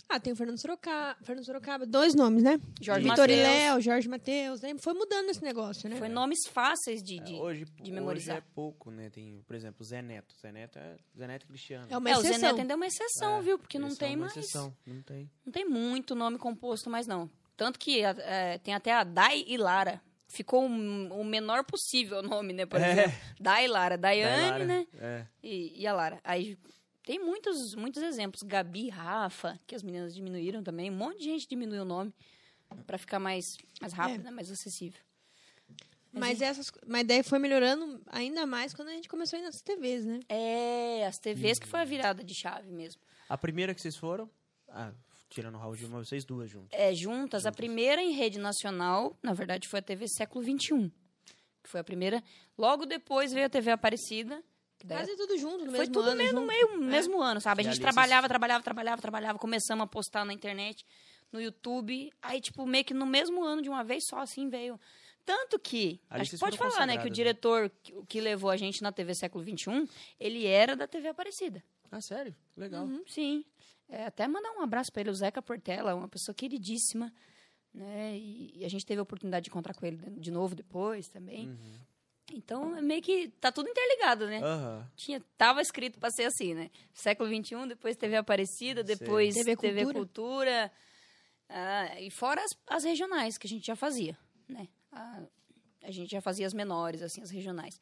Speaker 3: Ah, tem o Fernando Sorocaba, Fernando Sorocaba, dois nomes, né? Vitor e
Speaker 2: Mateus.
Speaker 3: Léo, Jorge Matheus, né? Foi mudando esse negócio, né?
Speaker 2: Foi nomes fáceis de, de-
Speaker 1: É, hoje,
Speaker 2: memorizar.
Speaker 1: hoje é pouco, né? Tem, por exemplo, Zé Neto. Zé Neto é Zé Neto e Cristiano.
Speaker 3: É uma
Speaker 2: é, o Zé
Speaker 3: exceção.
Speaker 2: Neto ainda é uma exceção,
Speaker 1: É,
Speaker 2: viu? Porque não
Speaker 1: Eles
Speaker 2: tem
Speaker 1: são uma
Speaker 2: mais.
Speaker 1: exceção, Não tem.
Speaker 2: Não tem muito nome composto mais, não. Tanto que a- é, tem até a Dai e Lara. Ficou um- o menor possível o nome, né? Por
Speaker 1: É.
Speaker 2: exemplo, Dai e Lara. Daiane,
Speaker 1: Dailara,
Speaker 2: né?
Speaker 1: É.
Speaker 2: E, e a Lara. Aí tem muitos, muitos exemplos. Gabi, Rafa, que as meninas diminuíram também. Um monte de gente diminuiu o nome pra ficar mais, mais rápido,
Speaker 3: É.
Speaker 2: né? mais acessível.
Speaker 3: Mas, essas, mas daí foi melhorando ainda mais quando a gente começou a ir nas TVs, né?
Speaker 2: É, as TVs que foi a virada de chave mesmo.
Speaker 1: A primeira que vocês foram. Ah, tirando o Raul Gil, mas vocês duas juntas.
Speaker 2: É, juntas, a primeira em rede nacional, na verdade, foi a TV Século XXI. Que foi a primeira. Logo depois veio a TV Aparecida. Que daí
Speaker 3: Quase tudo junto, no
Speaker 2: foi
Speaker 3: mesmo
Speaker 2: tudo
Speaker 3: ano,
Speaker 2: meio no
Speaker 3: junto. É.
Speaker 2: meio, mesmo ano, sabe? A
Speaker 1: E
Speaker 2: gente
Speaker 1: ali
Speaker 2: trabalhava,
Speaker 1: vocês-
Speaker 2: trabalhava, trabalhava, trabalhava. Começamos a postar na internet, no YouTube. Aí, tipo, meio que no mesmo ano, de uma vez só, assim, veio. Tanto que,
Speaker 1: Ali
Speaker 2: acho que
Speaker 1: vocês
Speaker 2: pode
Speaker 1: foram
Speaker 2: falar, né? Que o
Speaker 1: consagradas, né?
Speaker 2: diretor que, que levou a gente na TV Século XXI, ele era da TV Aparecida.
Speaker 1: Ah, sério? Legal.
Speaker 2: Uhum, sim. É, até mandar um abraço para ele, o Zeca Portela, uma pessoa queridíssima. Né? E, e a gente teve a oportunidade de encontrar com ele de- de novo depois também.
Speaker 1: Uhum.
Speaker 2: Então, é meio que tá tudo interligado, né?
Speaker 1: Aham.
Speaker 2: Tinha, tava escrito para ser assim, né? Século XXI, depois TV Aparecida,
Speaker 1: Sei.
Speaker 2: depois
Speaker 3: TV
Speaker 2: TV Cultura.
Speaker 3: Cultura.
Speaker 2: ah, e fora as, as regionais que a gente já fazia, né? A, a gente já fazia as menores, assim, as regionais.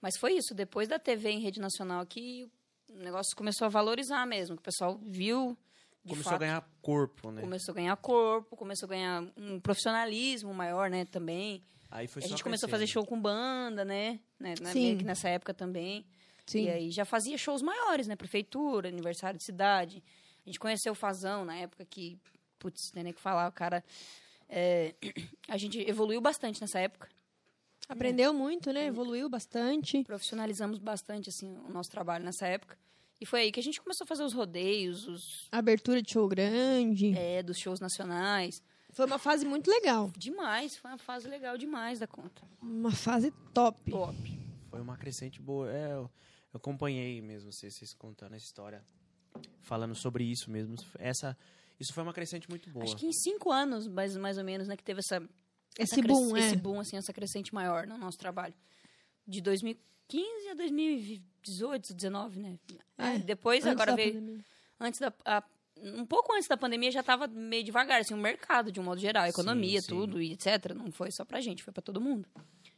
Speaker 2: Mas foi isso, depois da TV em rede nacional que o negócio começou a valorizar mesmo, que o pessoal viu, de
Speaker 1: Começou
Speaker 2: fato,
Speaker 1: a ganhar corpo, né?
Speaker 2: começou a ganhar corpo, começou a ganhar um profissionalismo maior, né, também.
Speaker 1: Aí foi
Speaker 2: a
Speaker 1: só
Speaker 2: gente começou
Speaker 1: crescendo.
Speaker 2: a fazer show com banda, né? né na-
Speaker 3: Sim.
Speaker 2: Meio que nessa época também.
Speaker 3: Sim.
Speaker 2: E aí já fazia shows maiores, né? Prefeitura, aniversário de cidade. A gente conheceu o Fazão na época que, putz, tem nem o que falar, o cara. é, a gente evoluiu bastante nessa época.
Speaker 3: Aprendeu muito,
Speaker 2: É.
Speaker 3: né? Evoluiu bastante.
Speaker 2: Profissionalizamos bastante, assim, o nosso trabalho nessa época. E foi aí que a gente começou a fazer os rodeios, os
Speaker 3: Abertura de show grande.
Speaker 2: é, dos shows nacionais.
Speaker 3: Foi uma fase muito legal.
Speaker 2: Demais, foi uma fase legal demais da conta.
Speaker 3: Uma fase top.
Speaker 2: Top.
Speaker 1: Foi uma crescente boa. É, eu, eu acompanhei mesmo vocês, vocês contando essa história, falando sobre isso mesmo. Essa, isso foi uma crescente muito boa.
Speaker 2: Acho que em cinco anos, mais, mais ou menos, né, que teve essa, essa
Speaker 3: Esse
Speaker 2: cres-
Speaker 3: boom, é.
Speaker 2: tá esse boom, assim, essa crescente maior no nosso trabalho. De 2015 a 2018, 19, né?
Speaker 3: É,
Speaker 2: É, depois,
Speaker 3: Antes
Speaker 2: agora
Speaker 3: da
Speaker 2: veio...
Speaker 3: pandemia.
Speaker 2: Antes da, a- um pouco antes da pandemia, já estava meio devagar, assim, o mercado, de um modo geral. A economia,
Speaker 1: sim.
Speaker 2: tudo, e etc. Não foi só pra gente, foi pra todo mundo.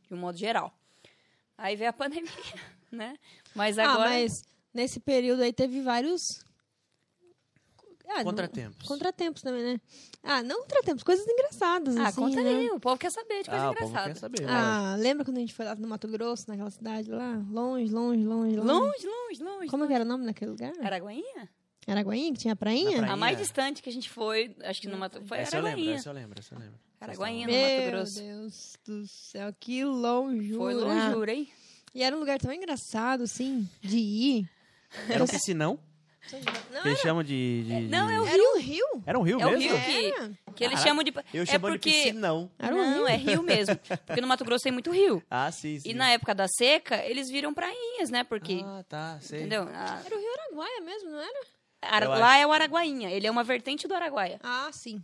Speaker 2: De um modo geral. Aí veio a pandemia, né? Mas agora...
Speaker 3: Ah, mas nesse período aí teve vários. Ah, não-
Speaker 1: Contratempos.
Speaker 3: Contratempos também, né? Ah, não contratempos, coisas engraçadas.
Speaker 2: Ah,
Speaker 3: assim,
Speaker 2: conta
Speaker 3: né?
Speaker 2: aí, o povo quer saber de coisa
Speaker 1: ah, o povo
Speaker 2: engraçada.
Speaker 1: quer saber. Ah,
Speaker 3: Ah, lembra quando a gente foi lá no Mato Grosso, naquela cidade lá? Longe, longe, longe, longe.
Speaker 2: Longe, longe, longe.
Speaker 3: Como que era o nome daquele lugar?
Speaker 2: Araguainha?
Speaker 3: Araguainha, que tinha a prainha?
Speaker 1: Na praia.
Speaker 2: A mais
Speaker 1: Rainha.
Speaker 2: distante que a gente foi, acho que no Mato Foi
Speaker 1: essa eu lembro,
Speaker 2: Araguainha.
Speaker 1: essa eu lembro, essa eu lembro.
Speaker 2: Araguainha.
Speaker 1: Vocês
Speaker 2: Mato
Speaker 3: Meu
Speaker 2: Grosso.
Speaker 3: Deus do céu, que longe.
Speaker 2: Foi longe, hein?
Speaker 3: E era um lugar tão engraçado, assim, de ir.
Speaker 1: estavam lá. Era um piscinão,
Speaker 3: Não,
Speaker 1: que eles chamam de... de-
Speaker 2: Não,
Speaker 1: de-
Speaker 2: é o
Speaker 3: era um rio.
Speaker 1: Era um rio
Speaker 2: É o
Speaker 1: mesmo?
Speaker 2: rio que, que eles
Speaker 1: Caraca,
Speaker 2: chamam de.
Speaker 1: Eu
Speaker 2: é
Speaker 1: chamo
Speaker 2: porque...
Speaker 1: de piscinão.
Speaker 3: Era um
Speaker 2: não,
Speaker 3: rio.
Speaker 2: é rio mesmo. Porque no Mato Grosso tem muito rio.
Speaker 1: Ah, sim, sim.
Speaker 2: E na época da seca, eles viram prainhas, né? Porque.
Speaker 1: Ah, tá, sei.
Speaker 2: entendeu? A-
Speaker 3: Era o rio Araguaia mesmo, não era?
Speaker 2: a-
Speaker 1: Eu
Speaker 2: lá é o Araguainha. Ele é uma vertente do Araguaia.
Speaker 3: Ah, sim.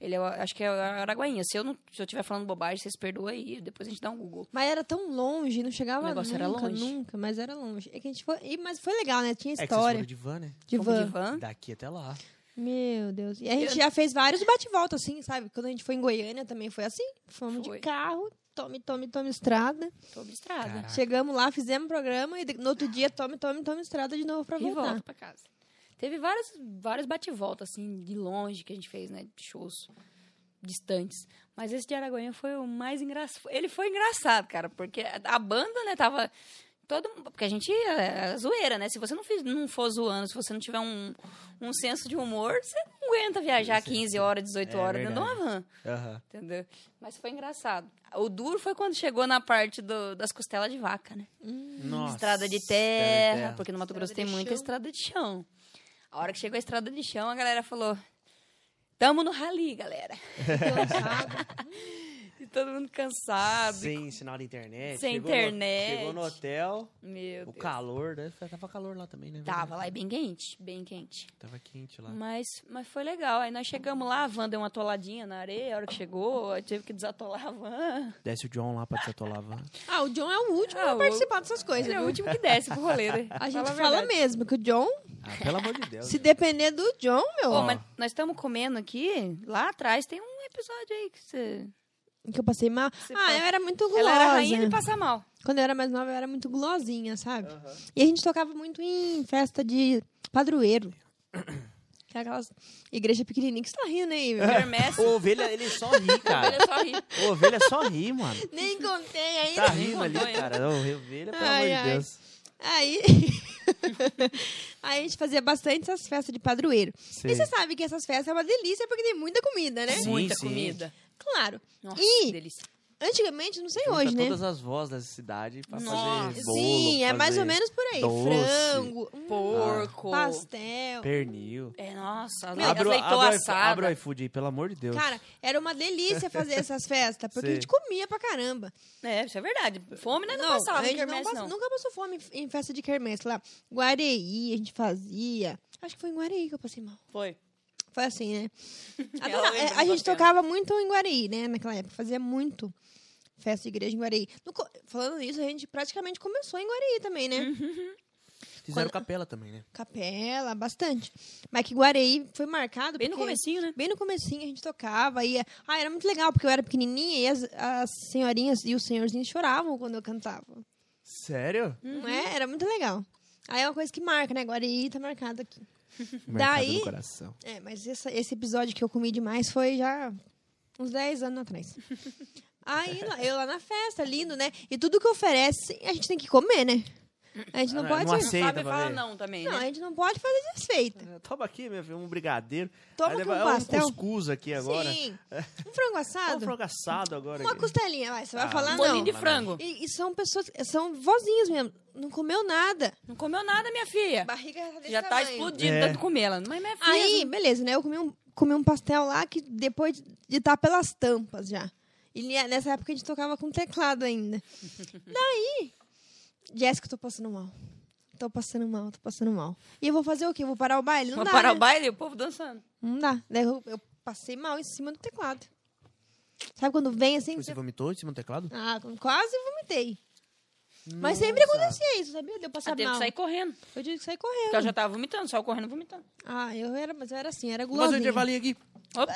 Speaker 2: Ele é, o- acho que é o Araguainha. Se eu não se eu estiver falando bobagem, vocês perdoam aí. Depois a gente dá um Google.
Speaker 3: Mas era tão longe, não chegava
Speaker 2: O negócio
Speaker 3: nunca,
Speaker 2: era longe.
Speaker 3: nunca, mas era longe. É que a gente foi, e- mas foi legal, né?
Speaker 1: É
Speaker 3: Tinha
Speaker 1: que vocês
Speaker 3: história
Speaker 1: foram de van, né?
Speaker 3: de
Speaker 2: Fomos
Speaker 3: van.
Speaker 2: de van.
Speaker 1: Daqui até lá.
Speaker 3: Meu Deus. E a gente já fez vários bate-volta assim, sabe? Quando a gente foi em Goiânia também foi assim, fomos
Speaker 2: Foi.
Speaker 3: de carro, tome, tome, tome estrada.
Speaker 2: Sobre estrada.
Speaker 1: Caraca.
Speaker 3: Chegamos lá, fizemos o programa e de- no outro dia tome, tome, tome estrada de novo pra
Speaker 2: E
Speaker 3: voltar.
Speaker 2: volta pra casa. Teve vários, vários bate-voltas, assim, de longe que a gente fez, né? De shows distantes. Mas esse de Araguainha foi o mais engraçado. Ele foi engraçado, cara, porque a a banda, né, tava. Todo, mundo- porque a gente é, é zoeira, né? Se você não, fiz- não for zoando, se você não tiver um, um senso de humor, você não aguenta viajar
Speaker 1: Sim, sim,
Speaker 2: 15
Speaker 1: sim.
Speaker 2: horas, 18
Speaker 1: É
Speaker 2: horas dentro de
Speaker 1: verdade.
Speaker 2: uma van,
Speaker 1: Aham.
Speaker 2: entendeu? Mas foi engraçado. O duro foi quando chegou na parte do- das costelas de vaca, né?
Speaker 1: Nossa.
Speaker 2: estrada de terra, porque no Mato
Speaker 3: Estrada
Speaker 2: Grosso
Speaker 3: de
Speaker 2: tem muita
Speaker 3: chão.
Speaker 2: estrada de chão. A hora que chegou a estrada de chão, a galera falou: Tamo no rally, galera. E todo mundo cansado.
Speaker 1: Sem sinal de internet.
Speaker 2: Sem
Speaker 1: chegou no-
Speaker 2: internet.
Speaker 1: chegou no hotel,
Speaker 2: Meu
Speaker 1: o
Speaker 2: Deus.
Speaker 1: calor, né? Tava calor lá também, né?
Speaker 2: Tava lá, é Ah. bem quente, bem quente.
Speaker 1: Tava quente
Speaker 3: Hum.
Speaker 1: lá.
Speaker 2: Mas, mas foi legal. Aí nós chegamos lá, a van deu uma atoladinha na areia, a hora que chegou, aí teve que desatolar a van.
Speaker 1: Desce o John lá pra desatolar a van.
Speaker 3: Ah, o John é o último
Speaker 2: Ah,
Speaker 3: a
Speaker 2: o-
Speaker 3: participar dessas coisas. né?
Speaker 2: Ele é o
Speaker 3: viu?
Speaker 2: último que desce pro rolê, né?
Speaker 3: A gente
Speaker 2: Fala
Speaker 3: fala
Speaker 2: verdade.
Speaker 3: mesmo que o John,
Speaker 1: Ah, pelo amor de Deus.
Speaker 3: se
Speaker 1: né?
Speaker 3: depender do John, meu,
Speaker 2: Ô, mas nós estamos comendo aqui, lá atrás tem um episódio aí que você...
Speaker 3: que eu passei mal.
Speaker 2: Você
Speaker 3: ah,
Speaker 2: passa-
Speaker 3: eu era muito gulosa.
Speaker 2: Ela era rainha de passar mal.
Speaker 3: Quando eu era mais nova, eu era muito gulosinha, sabe? E a gente tocava muito em festa de padroeiro. Que é aquelas igreja pequenininha que você tá rindo
Speaker 1: É.
Speaker 3: aí. meu?
Speaker 2: Quermesse.
Speaker 1: O ovelha, ele só ri, cara.
Speaker 2: Ele é só ri.
Speaker 1: O ovelha só ri, mano.
Speaker 3: Nem contei ainda.
Speaker 1: Tá rindo ali,
Speaker 2: vergonha.
Speaker 1: cara. O ovelha, pelo
Speaker 3: Ai,
Speaker 1: amor de
Speaker 3: ai.
Speaker 1: Deus.
Speaker 3: Aí... aí a gente fazia bastante essas festas de padroeiro.
Speaker 1: Sei.
Speaker 3: E você sabe que essas festas é uma delícia porque tem muita comida, né?
Speaker 1: Sim,
Speaker 2: Muita
Speaker 1: sim.
Speaker 2: comida.
Speaker 3: Claro.
Speaker 2: Nossa,
Speaker 3: Ih,
Speaker 2: que delícia.
Speaker 3: Antigamente, não sei
Speaker 1: Junta
Speaker 3: hoje, né?
Speaker 1: todas as vozes da cidade pra
Speaker 2: Nossa.
Speaker 1: fazer bolo.
Speaker 3: Sim, é mais ou
Speaker 1: fazer
Speaker 3: menos por aí.
Speaker 1: doce.
Speaker 3: Frango, hum,
Speaker 2: Porco.
Speaker 3: pastel.
Speaker 1: Pernil.
Speaker 2: É, nossa,
Speaker 1: Meu,
Speaker 2: abre,
Speaker 1: abre, o-
Speaker 2: azeitona
Speaker 1: abre, o iFo-
Speaker 2: assada.
Speaker 1: abre o iFood aí, pelo amor de Deus.
Speaker 3: Cara, era uma delícia fazer essas festas, porque a
Speaker 1: Sim.
Speaker 3: gente comia pra caramba.
Speaker 2: É, isso é verdade. Fome né, não, passava
Speaker 3: a
Speaker 2: em
Speaker 3: gente não
Speaker 2: quermesse,
Speaker 3: passa-
Speaker 2: não.
Speaker 3: nunca passou fome em em festa de quermesse lá. Guareí, a gente fazia. Acho que foi em Guareí que eu passei mal.
Speaker 2: Foi.
Speaker 3: Foi assim, né?
Speaker 2: Ela
Speaker 3: Adora-
Speaker 2: lembra
Speaker 3: a gente
Speaker 2: bacana.
Speaker 3: tocava muito em Guareí, né? Naquela época, fazia muito festa de igreja em Guareí. No co- Falando isso, a gente praticamente começou em Guareí também, né?
Speaker 2: Uhum.
Speaker 1: Fizeram
Speaker 3: quando-
Speaker 1: capela também, né?
Speaker 3: Capela, bastante. Mas que Guareí foi marcado
Speaker 2: Bem no
Speaker 3: porque-
Speaker 2: comecinho, né?
Speaker 3: Bem no comecinho a gente tocava e ah, era muito legal, porque eu era pequenininha e as, as senhorinhas e os senhorzinhos choravam quando eu cantava.
Speaker 1: Sério?
Speaker 3: Não é? Era muito legal. Aí é uma coisa que marca, né? Guareí tá marcado aqui.
Speaker 1: Mercado
Speaker 3: Daí-
Speaker 1: no coração.
Speaker 3: É, mas essa- esse episódio que eu comi demais foi já uns 10 anos atrás. Aí lá- eu lá na festa, lindo, né? E tudo que oferece, a gente tem que comer, né? A gente não
Speaker 1: Ah,
Speaker 3: pode.
Speaker 1: não aceita.
Speaker 2: Não sabe
Speaker 1: pra
Speaker 2: falar
Speaker 1: ver.
Speaker 2: não também,
Speaker 3: Não, a
Speaker 2: né?
Speaker 3: gente não pode fazer desfeita.
Speaker 1: É, Toma aqui, meu filho, um brigadeiro.
Speaker 3: Toma
Speaker 1: Aí
Speaker 3: aqui
Speaker 1: leva-
Speaker 3: um
Speaker 1: é
Speaker 3: pastel.
Speaker 1: cuscuz aqui agora.
Speaker 3: Sim. Um frango
Speaker 1: Toma um
Speaker 3: assado.
Speaker 1: frango assado agora.
Speaker 3: Uma
Speaker 1: aqui.
Speaker 3: costelinha, vai. Você vai
Speaker 1: Ah,
Speaker 3: falar
Speaker 2: Um
Speaker 1: Bolinho
Speaker 3: não.
Speaker 2: bolinho de
Speaker 1: Mas-
Speaker 2: frango.
Speaker 3: E, e são pessoas, são vozinhas mesmo. Não comeu nada.
Speaker 2: Não comeu nada, minha filha.
Speaker 3: Barriga desse
Speaker 2: Já tá
Speaker 3: tamanho.
Speaker 2: explodindo,
Speaker 1: É.
Speaker 2: tanto comer ela. Mas minha filha...
Speaker 3: Aí, beleza, né? Eu comi um, comi um pastel lá que depois de estar pelas tampas já. E ne- nessa época a gente tocava com teclado ainda. Daí, Jéssica, eu tô passando mal. Tô passando mal, tô passando mal. E eu vou fazer o quê? Eu Vou parar o baile? Não
Speaker 2: Vamos
Speaker 3: dá.
Speaker 2: parar
Speaker 3: né?
Speaker 2: o baile e o povo dançando.
Speaker 3: Não dá. Daí eu, eu passei mal em cima do teclado. Sabe quando vem assim?
Speaker 1: Você vomitou em cima do teclado?
Speaker 3: Ah, quase vomitei. Mas sempre acontecia isso, sabia? De eu passar
Speaker 2: Ela Ah, teve
Speaker 3: mal.
Speaker 2: que sair correndo.
Speaker 3: Eu tive que sair
Speaker 2: Porque ela
Speaker 3: correndo.
Speaker 2: já tava vomitando, saiu correndo vomitando.
Speaker 3: Ah, eu era, mas eu era assim, era
Speaker 1: Vou fazer um
Speaker 3: gulosinha.
Speaker 1: intervalinho aqui.
Speaker 2: Opa.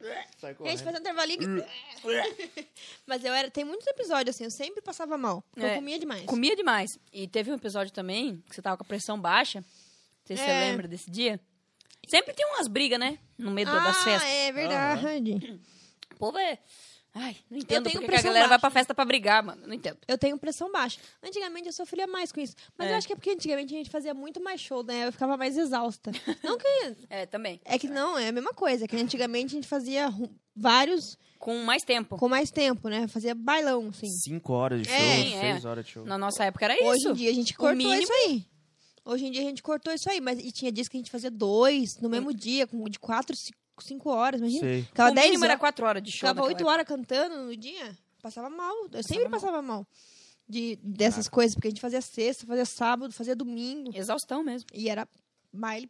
Speaker 1: Sai
Speaker 3: A gente
Speaker 2: né?
Speaker 1: correndo.
Speaker 3: fazia um intervalinho. que-
Speaker 2: Hum.
Speaker 3: Mas eu era. Tem muitos episódios assim, eu sempre passava mal. Porque
Speaker 2: É,
Speaker 3: eu comia demais.
Speaker 2: Comia demais. E teve um episódio também que você tava com a pressão baixa. Não sei se você
Speaker 3: É.
Speaker 2: lembra desse dia. Sempre tem umas brigas, né? No meio do- das festas.
Speaker 3: Ah, é verdade.
Speaker 2: O povo é. Ai, não entendo
Speaker 3: tenho
Speaker 2: porque que a
Speaker 3: pressão
Speaker 2: galera vai
Speaker 3: baixa.
Speaker 2: pra festa pra brigar, mano. Não entendo.
Speaker 3: Eu tenho pressão baixa. Antigamente eu sofria mais com isso. Mas
Speaker 2: É.
Speaker 3: eu acho que é porque antigamente a gente fazia muito mais show, né? Eu ficava mais exausta. não que.
Speaker 2: É, também.
Speaker 3: É que não, é a mesma coisa. É que antigamente a gente fazia ru- vários
Speaker 2: Com mais tempo.
Speaker 3: com mais tempo, né? Fazia bailão, assim.
Speaker 1: Cinco horas de show,
Speaker 3: É,
Speaker 2: é.
Speaker 1: seis horas de show.
Speaker 2: Na nossa época era
Speaker 3: Hoje
Speaker 2: isso.
Speaker 3: em dia a gente cortou
Speaker 2: mínimo-
Speaker 3: isso aí. Hoje em dia a gente cortou isso aí, mas e tinha dias que a gente fazia dois no mesmo dia, com de quatro, cinco, cinco horas, imagina.
Speaker 1: Sei.
Speaker 3: Ficava
Speaker 2: o
Speaker 3: 10
Speaker 2: mínimo
Speaker 3: horas,
Speaker 2: era 4 horas de show.
Speaker 3: ficava
Speaker 2: naquela
Speaker 3: oito horas cantando no dia, passava mal. Eu sempre
Speaker 2: mal.
Speaker 3: passava mal de, dessas coisas, porque a gente fazia sexta, fazia sábado, fazia domingo.
Speaker 2: época. Exaustão mesmo.
Speaker 3: E era baile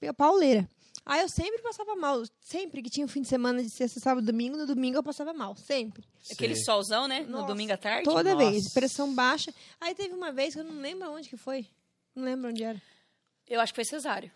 Speaker 3: pa- pauleira. Aí eu sempre passava mal. Sempre que tinha um fim de semana de sexta, sábado, domingo, no domingo eu passava mal. Sempre.
Speaker 2: Aquele
Speaker 1: Sei.
Speaker 2: solzão, né? no
Speaker 3: Nossa,
Speaker 2: domingo à tarde.
Speaker 3: Toda
Speaker 1: nossa.
Speaker 3: vez. Pressão baixa. Aí teve uma vez que eu não lembro onde que foi. Não lembro onde era.
Speaker 2: Eu acho que foi cesário.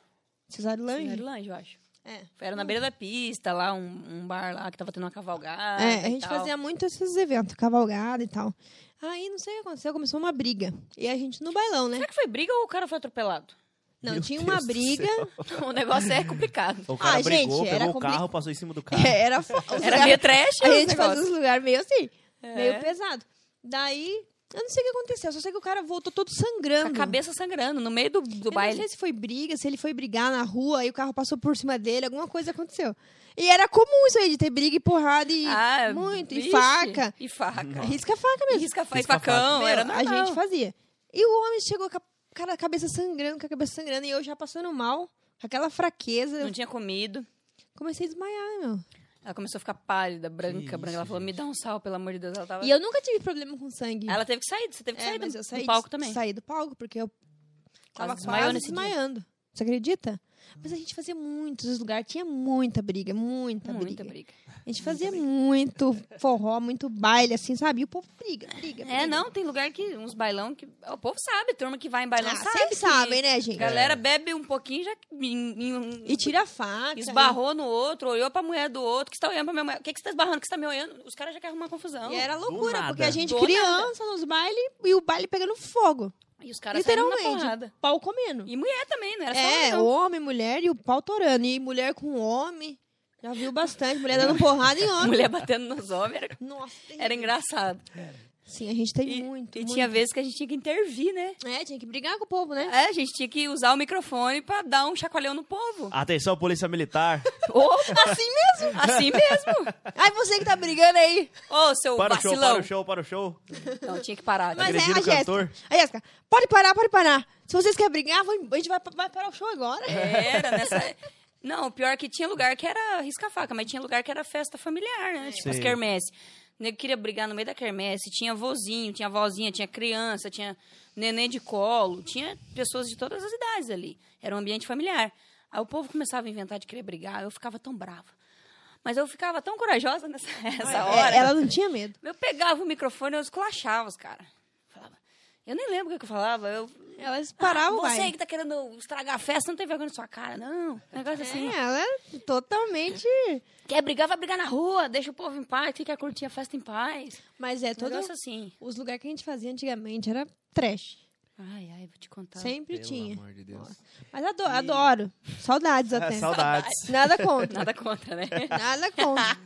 Speaker 3: Cesário
Speaker 2: Cesário
Speaker 3: Lange?
Speaker 2: Lange, eu acho.
Speaker 3: É.
Speaker 2: Era na beira da pista, lá, um, um bar lá que tava tendo uma cavalgada.
Speaker 3: É, a
Speaker 2: e
Speaker 3: gente
Speaker 2: tal.
Speaker 3: fazia muito esses eventos, cavalgada e tal. Aí, não sei o que aconteceu, começou uma briga. E a gente no bailão, né?
Speaker 2: Será que foi briga ou o cara foi atropelado?
Speaker 3: Não,
Speaker 1: Meu
Speaker 3: tinha
Speaker 1: Deus
Speaker 3: uma
Speaker 1: do
Speaker 3: briga.
Speaker 1: céu.
Speaker 2: o negócio é complicado.
Speaker 1: O cara
Speaker 3: Ah, gente,
Speaker 1: brigou,
Speaker 3: era
Speaker 1: pegou o
Speaker 3: complicado.
Speaker 1: carro, passou em cima do carro.
Speaker 3: É, Era, fo- os
Speaker 2: Era
Speaker 3: lugar-
Speaker 2: meio trash
Speaker 3: A
Speaker 2: os
Speaker 3: gente fazia
Speaker 2: negócios.
Speaker 3: uns lugares meio assim,
Speaker 2: É.
Speaker 3: meio pesado. Daí, eu não sei o que aconteceu, só sei que o cara voltou todo sangrando.
Speaker 2: Com a cabeça sangrando no meio do, do
Speaker 3: Eu não
Speaker 2: baile.
Speaker 3: sei se foi briga, se ele foi brigar na rua e o carro passou por cima dele, alguma coisa aconteceu. E era comum isso aí, de ter briga e porrada e
Speaker 2: Ah,
Speaker 3: muito,
Speaker 2: vixe,
Speaker 3: e faca.
Speaker 2: E faca.
Speaker 3: Risca a faca
Speaker 2: E
Speaker 3: mesmo.
Speaker 2: risca, fa- e
Speaker 1: Risca a
Speaker 2: facão,
Speaker 3: Meu,
Speaker 2: era
Speaker 3: a
Speaker 2: normal.
Speaker 3: gente fazia. E o homem chegou com a cara, a cabeça sangrando, com a cabeça sangrando, e eu já passando mal, com aquela fraqueza,
Speaker 2: Não
Speaker 3: eu
Speaker 2: tinha comido.
Speaker 3: comecei a desmaiar, meu.
Speaker 2: Ela começou a ficar pálida, branca,
Speaker 1: isso,
Speaker 2: branca. Ela falou, me dá um sal, pelo amor de Deus. Ela tava...
Speaker 3: E eu nunca tive problema com sangue.
Speaker 2: Ela teve que sair, você teve que
Speaker 3: É,
Speaker 2: sair do,
Speaker 3: mas eu saí
Speaker 2: do palco
Speaker 3: de-
Speaker 2: também.
Speaker 3: Saí do palco, porque eu tava
Speaker 2: desmaiou
Speaker 3: quase
Speaker 2: nesse dia.
Speaker 3: desmaiando. Você acredita? Mas a gente fazia muitos lugares, tinha muita briga, muita,
Speaker 2: Muita
Speaker 3: briga.
Speaker 2: briga.
Speaker 3: A gente fazia muito forró, muito baile, assim, sabe? E o povo briga, briga.
Speaker 2: É, não, tem lugar que uns bailão que... O povo sabe, turma que vai em bailão
Speaker 3: Ah,
Speaker 2: sabe.
Speaker 3: vocês
Speaker 2: que
Speaker 3: sabem, né, gente?
Speaker 1: É.
Speaker 2: Galera bebe um pouquinho, já em- um em-
Speaker 3: E tira a faca. né?
Speaker 2: esbarrou no outro, olhou pra mulher do outro, que você tá olhando pra minha mulher. O que, que você tá esbarrando? O que você tá me olhando? Os caras já querem arrumar confusão.
Speaker 3: E era loucura,
Speaker 1: nada.
Speaker 3: porque a gente
Speaker 2: Do
Speaker 3: criança nos bailes e o baile pegando fogo.
Speaker 2: E os caras saíram na
Speaker 3: literalmente.
Speaker 2: porrada.
Speaker 3: Pau comendo.
Speaker 2: E mulher também, não era só
Speaker 3: É,
Speaker 2: homem, não.
Speaker 3: homem, mulher e o pau torando. E mulher com homem. Já viu bastante. Mulher dando porrada em homem.
Speaker 2: Mulher batendo nos homens era,
Speaker 3: Nossa,
Speaker 2: era
Speaker 3: terrível.
Speaker 2: engraçado.
Speaker 3: Sim, a gente tem
Speaker 2: E,
Speaker 3: muito.
Speaker 2: e
Speaker 3: muito.
Speaker 2: tinha vezes que a gente tinha que intervir, né?
Speaker 3: É, tinha que brigar com o povo, né?
Speaker 2: É, a gente tinha que usar o microfone pra dar um chacoalhão no povo.
Speaker 1: Atenção, polícia militar.
Speaker 2: Ô,
Speaker 3: Assim mesmo.
Speaker 2: assim mesmo.
Speaker 3: Aí você que tá brigando aí.
Speaker 2: Ô, seu
Speaker 1: Para o show, para
Speaker 2: vacilão.
Speaker 1: o show, para o show.
Speaker 2: Não, tinha que parar.
Speaker 3: Mas
Speaker 2: Né?
Speaker 1: Agrediram
Speaker 3: é a
Speaker 1: o cantor.
Speaker 3: Jéssica. A Jéssica, pode parar, pode parar. Se vocês querem brigar, vão- a gente vai, vai parar o show agora.
Speaker 2: Era nessa... Não, o pior é que tinha lugar que era risca-faca, mas tinha lugar que era festa familiar, né? Tipo as
Speaker 1: Sim.
Speaker 2: quermesse. O nego queria brigar no meio da quermesse. Tinha vozinho, tinha vozinha, tinha criança, tinha neném de colo. Tinha pessoas de todas as idades ali. Era um ambiente familiar. Aí o povo começava a inventar de querer brigar. Eu ficava tão brava. Mas eu ficava tão corajosa nessa essa hora.
Speaker 3: É, ela não tinha medo.
Speaker 2: Eu pegava o microfone e eu esculachava os caras. Falava. Eu nem lembro o que eu falava. Eu...
Speaker 3: Elas paravam
Speaker 2: ah,
Speaker 3: o
Speaker 2: Você
Speaker 3: baile.
Speaker 2: que tá querendo estragar a festa, não tem vergonha na sua cara, não. Negócio assim.
Speaker 3: É, ela é totalmente...
Speaker 2: Quer brigar, vai brigar na rua, deixa o povo em paz, quem quer curtir a festa em paz.
Speaker 3: Mas é, todos
Speaker 2: Negócio assim.
Speaker 3: os lugares que a gente fazia antigamente era trash.
Speaker 2: Ai, ai, vou te contar.
Speaker 3: Sempre
Speaker 1: Pelo
Speaker 3: tinha.
Speaker 1: amor de Deus.
Speaker 3: Mas ado- adoro. tá Saudades
Speaker 1: Ah,
Speaker 3: até.
Speaker 1: saudades.
Speaker 3: Nada contra.
Speaker 2: Nada contra, né?
Speaker 3: Nada contra.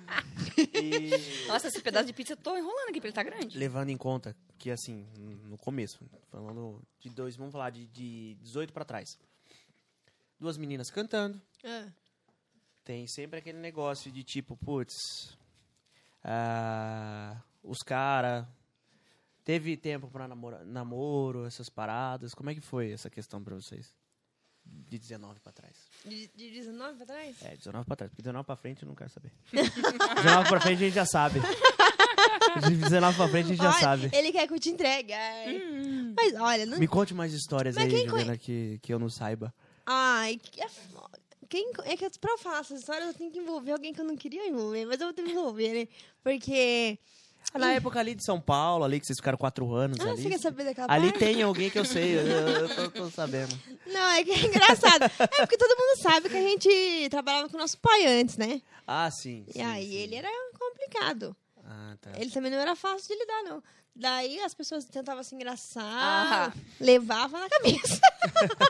Speaker 1: E
Speaker 2: Nossa, esse pedaço de pizza eu tô enrolando aqui, porque ele tá grande.
Speaker 1: levando em conta que, assim, no começo, falando de dois, vamos falar de, de 18 pra trás. Duas meninas cantando.
Speaker 3: Ah,
Speaker 1: Tem sempre aquele negócio de tipo, putz, ah, os cara teve tempo pra namora, namoro, essas paradas. Como é que foi essa questão pra vocês? De 19 pra trás.
Speaker 3: de, de 19 pra trás?
Speaker 1: É, 19 pra trás, porque 19 pra frente eu não quero saber. 19 pra frente a gente já sabe. De 19 pra frente a gente já
Speaker 3: Olha,
Speaker 1: sabe.
Speaker 3: Ele quer que eu te entregue. ai. Mas olha, não.
Speaker 1: Me conte mais histórias
Speaker 3: Mas
Speaker 1: aí,
Speaker 3: quem conhe-
Speaker 1: Juliana, que, que eu não saiba.
Speaker 3: Ai, que- é fo- quem, co- é que pra eu falar essas histórias eu tenho que envolver alguém que eu não queria envolver, mas eu vou ter que envolver, né? Porque.
Speaker 1: Na
Speaker 3: é
Speaker 1: época ali de São Paulo, ali que vocês ficaram quatro anos
Speaker 3: Ah,
Speaker 1: ali.
Speaker 3: você quer saber daquela
Speaker 1: Ali
Speaker 3: parte?
Speaker 1: tem alguém que eu sei, eu, eu tô, tô sabendo.
Speaker 3: Não, é que é engraçado. é porque todo mundo sabe que a gente trabalhava com nosso pai antes, né?
Speaker 1: Ah, sim.
Speaker 3: e
Speaker 1: sim,
Speaker 3: aí
Speaker 1: sim.
Speaker 3: ele era complicado.
Speaker 1: Ah, tá.
Speaker 3: Ele também não era fácil de lidar, não. Daí as pessoas tentavam se engraçar,
Speaker 2: Ah.
Speaker 3: levava na cabeça.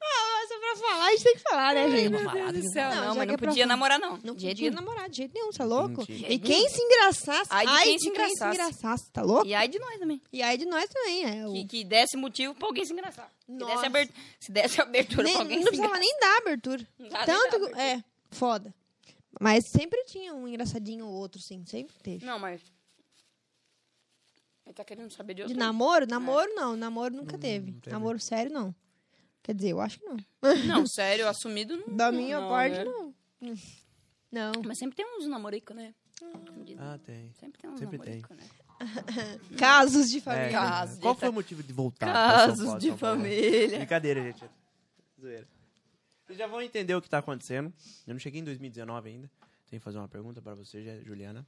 Speaker 3: ah, mas só pra pra falar, a gente tem que falar, né, gente?
Speaker 2: Uma falada do céu,
Speaker 3: Não,
Speaker 2: não,
Speaker 3: já
Speaker 2: mas
Speaker 3: que
Speaker 2: não
Speaker 3: é pra
Speaker 2: podia
Speaker 3: falar.
Speaker 2: namorar, não.
Speaker 3: Não
Speaker 2: De jeito
Speaker 3: podia
Speaker 2: nenhum.
Speaker 3: namorar de jeito nenhum, você é louco?
Speaker 1: Mentira.
Speaker 3: E quem se engraçasse...
Speaker 2: Ai, de quem se
Speaker 3: quem
Speaker 2: engraçasse.
Speaker 3: engraçasse, tá louco?
Speaker 2: E aí de nós também.
Speaker 3: E aí de nós também, né? O-
Speaker 2: Que, que desse motivo pra alguém se engraçar. Que
Speaker 3: Nossa.
Speaker 2: desse aber- Se desse abertura
Speaker 3: Nem-
Speaker 2: pra
Speaker 3: não
Speaker 2: alguém se
Speaker 3: precisava
Speaker 2: engraçar.
Speaker 3: nem dar abertura.
Speaker 2: Não dá nem
Speaker 3: Tanto...
Speaker 2: dar
Speaker 3: que- É, foda. Mas sempre tinha um engraçadinho ou outro, sim. Sempre teve.
Speaker 2: Não, mas... Ele tá querendo saber de
Speaker 3: De
Speaker 2: outro.
Speaker 3: namoro? Namoro, não. Namoro nunca teve.
Speaker 4: teve.
Speaker 3: Namoro sério, não. Quer dizer, eu acho que não.
Speaker 2: Não, sério, assumido não.
Speaker 3: Da minha
Speaker 2: não,
Speaker 3: parte,
Speaker 2: né?
Speaker 3: não. Não.
Speaker 2: Mas sempre tem uns namoricos, né? Como diz,
Speaker 1: Ah, tem.
Speaker 2: Sempre tem uns
Speaker 1: sempre
Speaker 2: namoricos, né?
Speaker 3: Casos de
Speaker 1: É,
Speaker 3: família.
Speaker 2: Casos
Speaker 1: Qual
Speaker 2: de
Speaker 1: foi
Speaker 2: fa-
Speaker 1: o motivo de voltar? pra São
Speaker 2: Casos
Speaker 1: Paulo,
Speaker 2: de
Speaker 1: São Paulo?
Speaker 2: família.
Speaker 1: Brincadeira, gente. Zoeira. Vocês já vão entender o que tá acontecendo. Eu não cheguei em 2019 ainda. Tenho que fazer uma pergunta pra você, Ju- Juliana.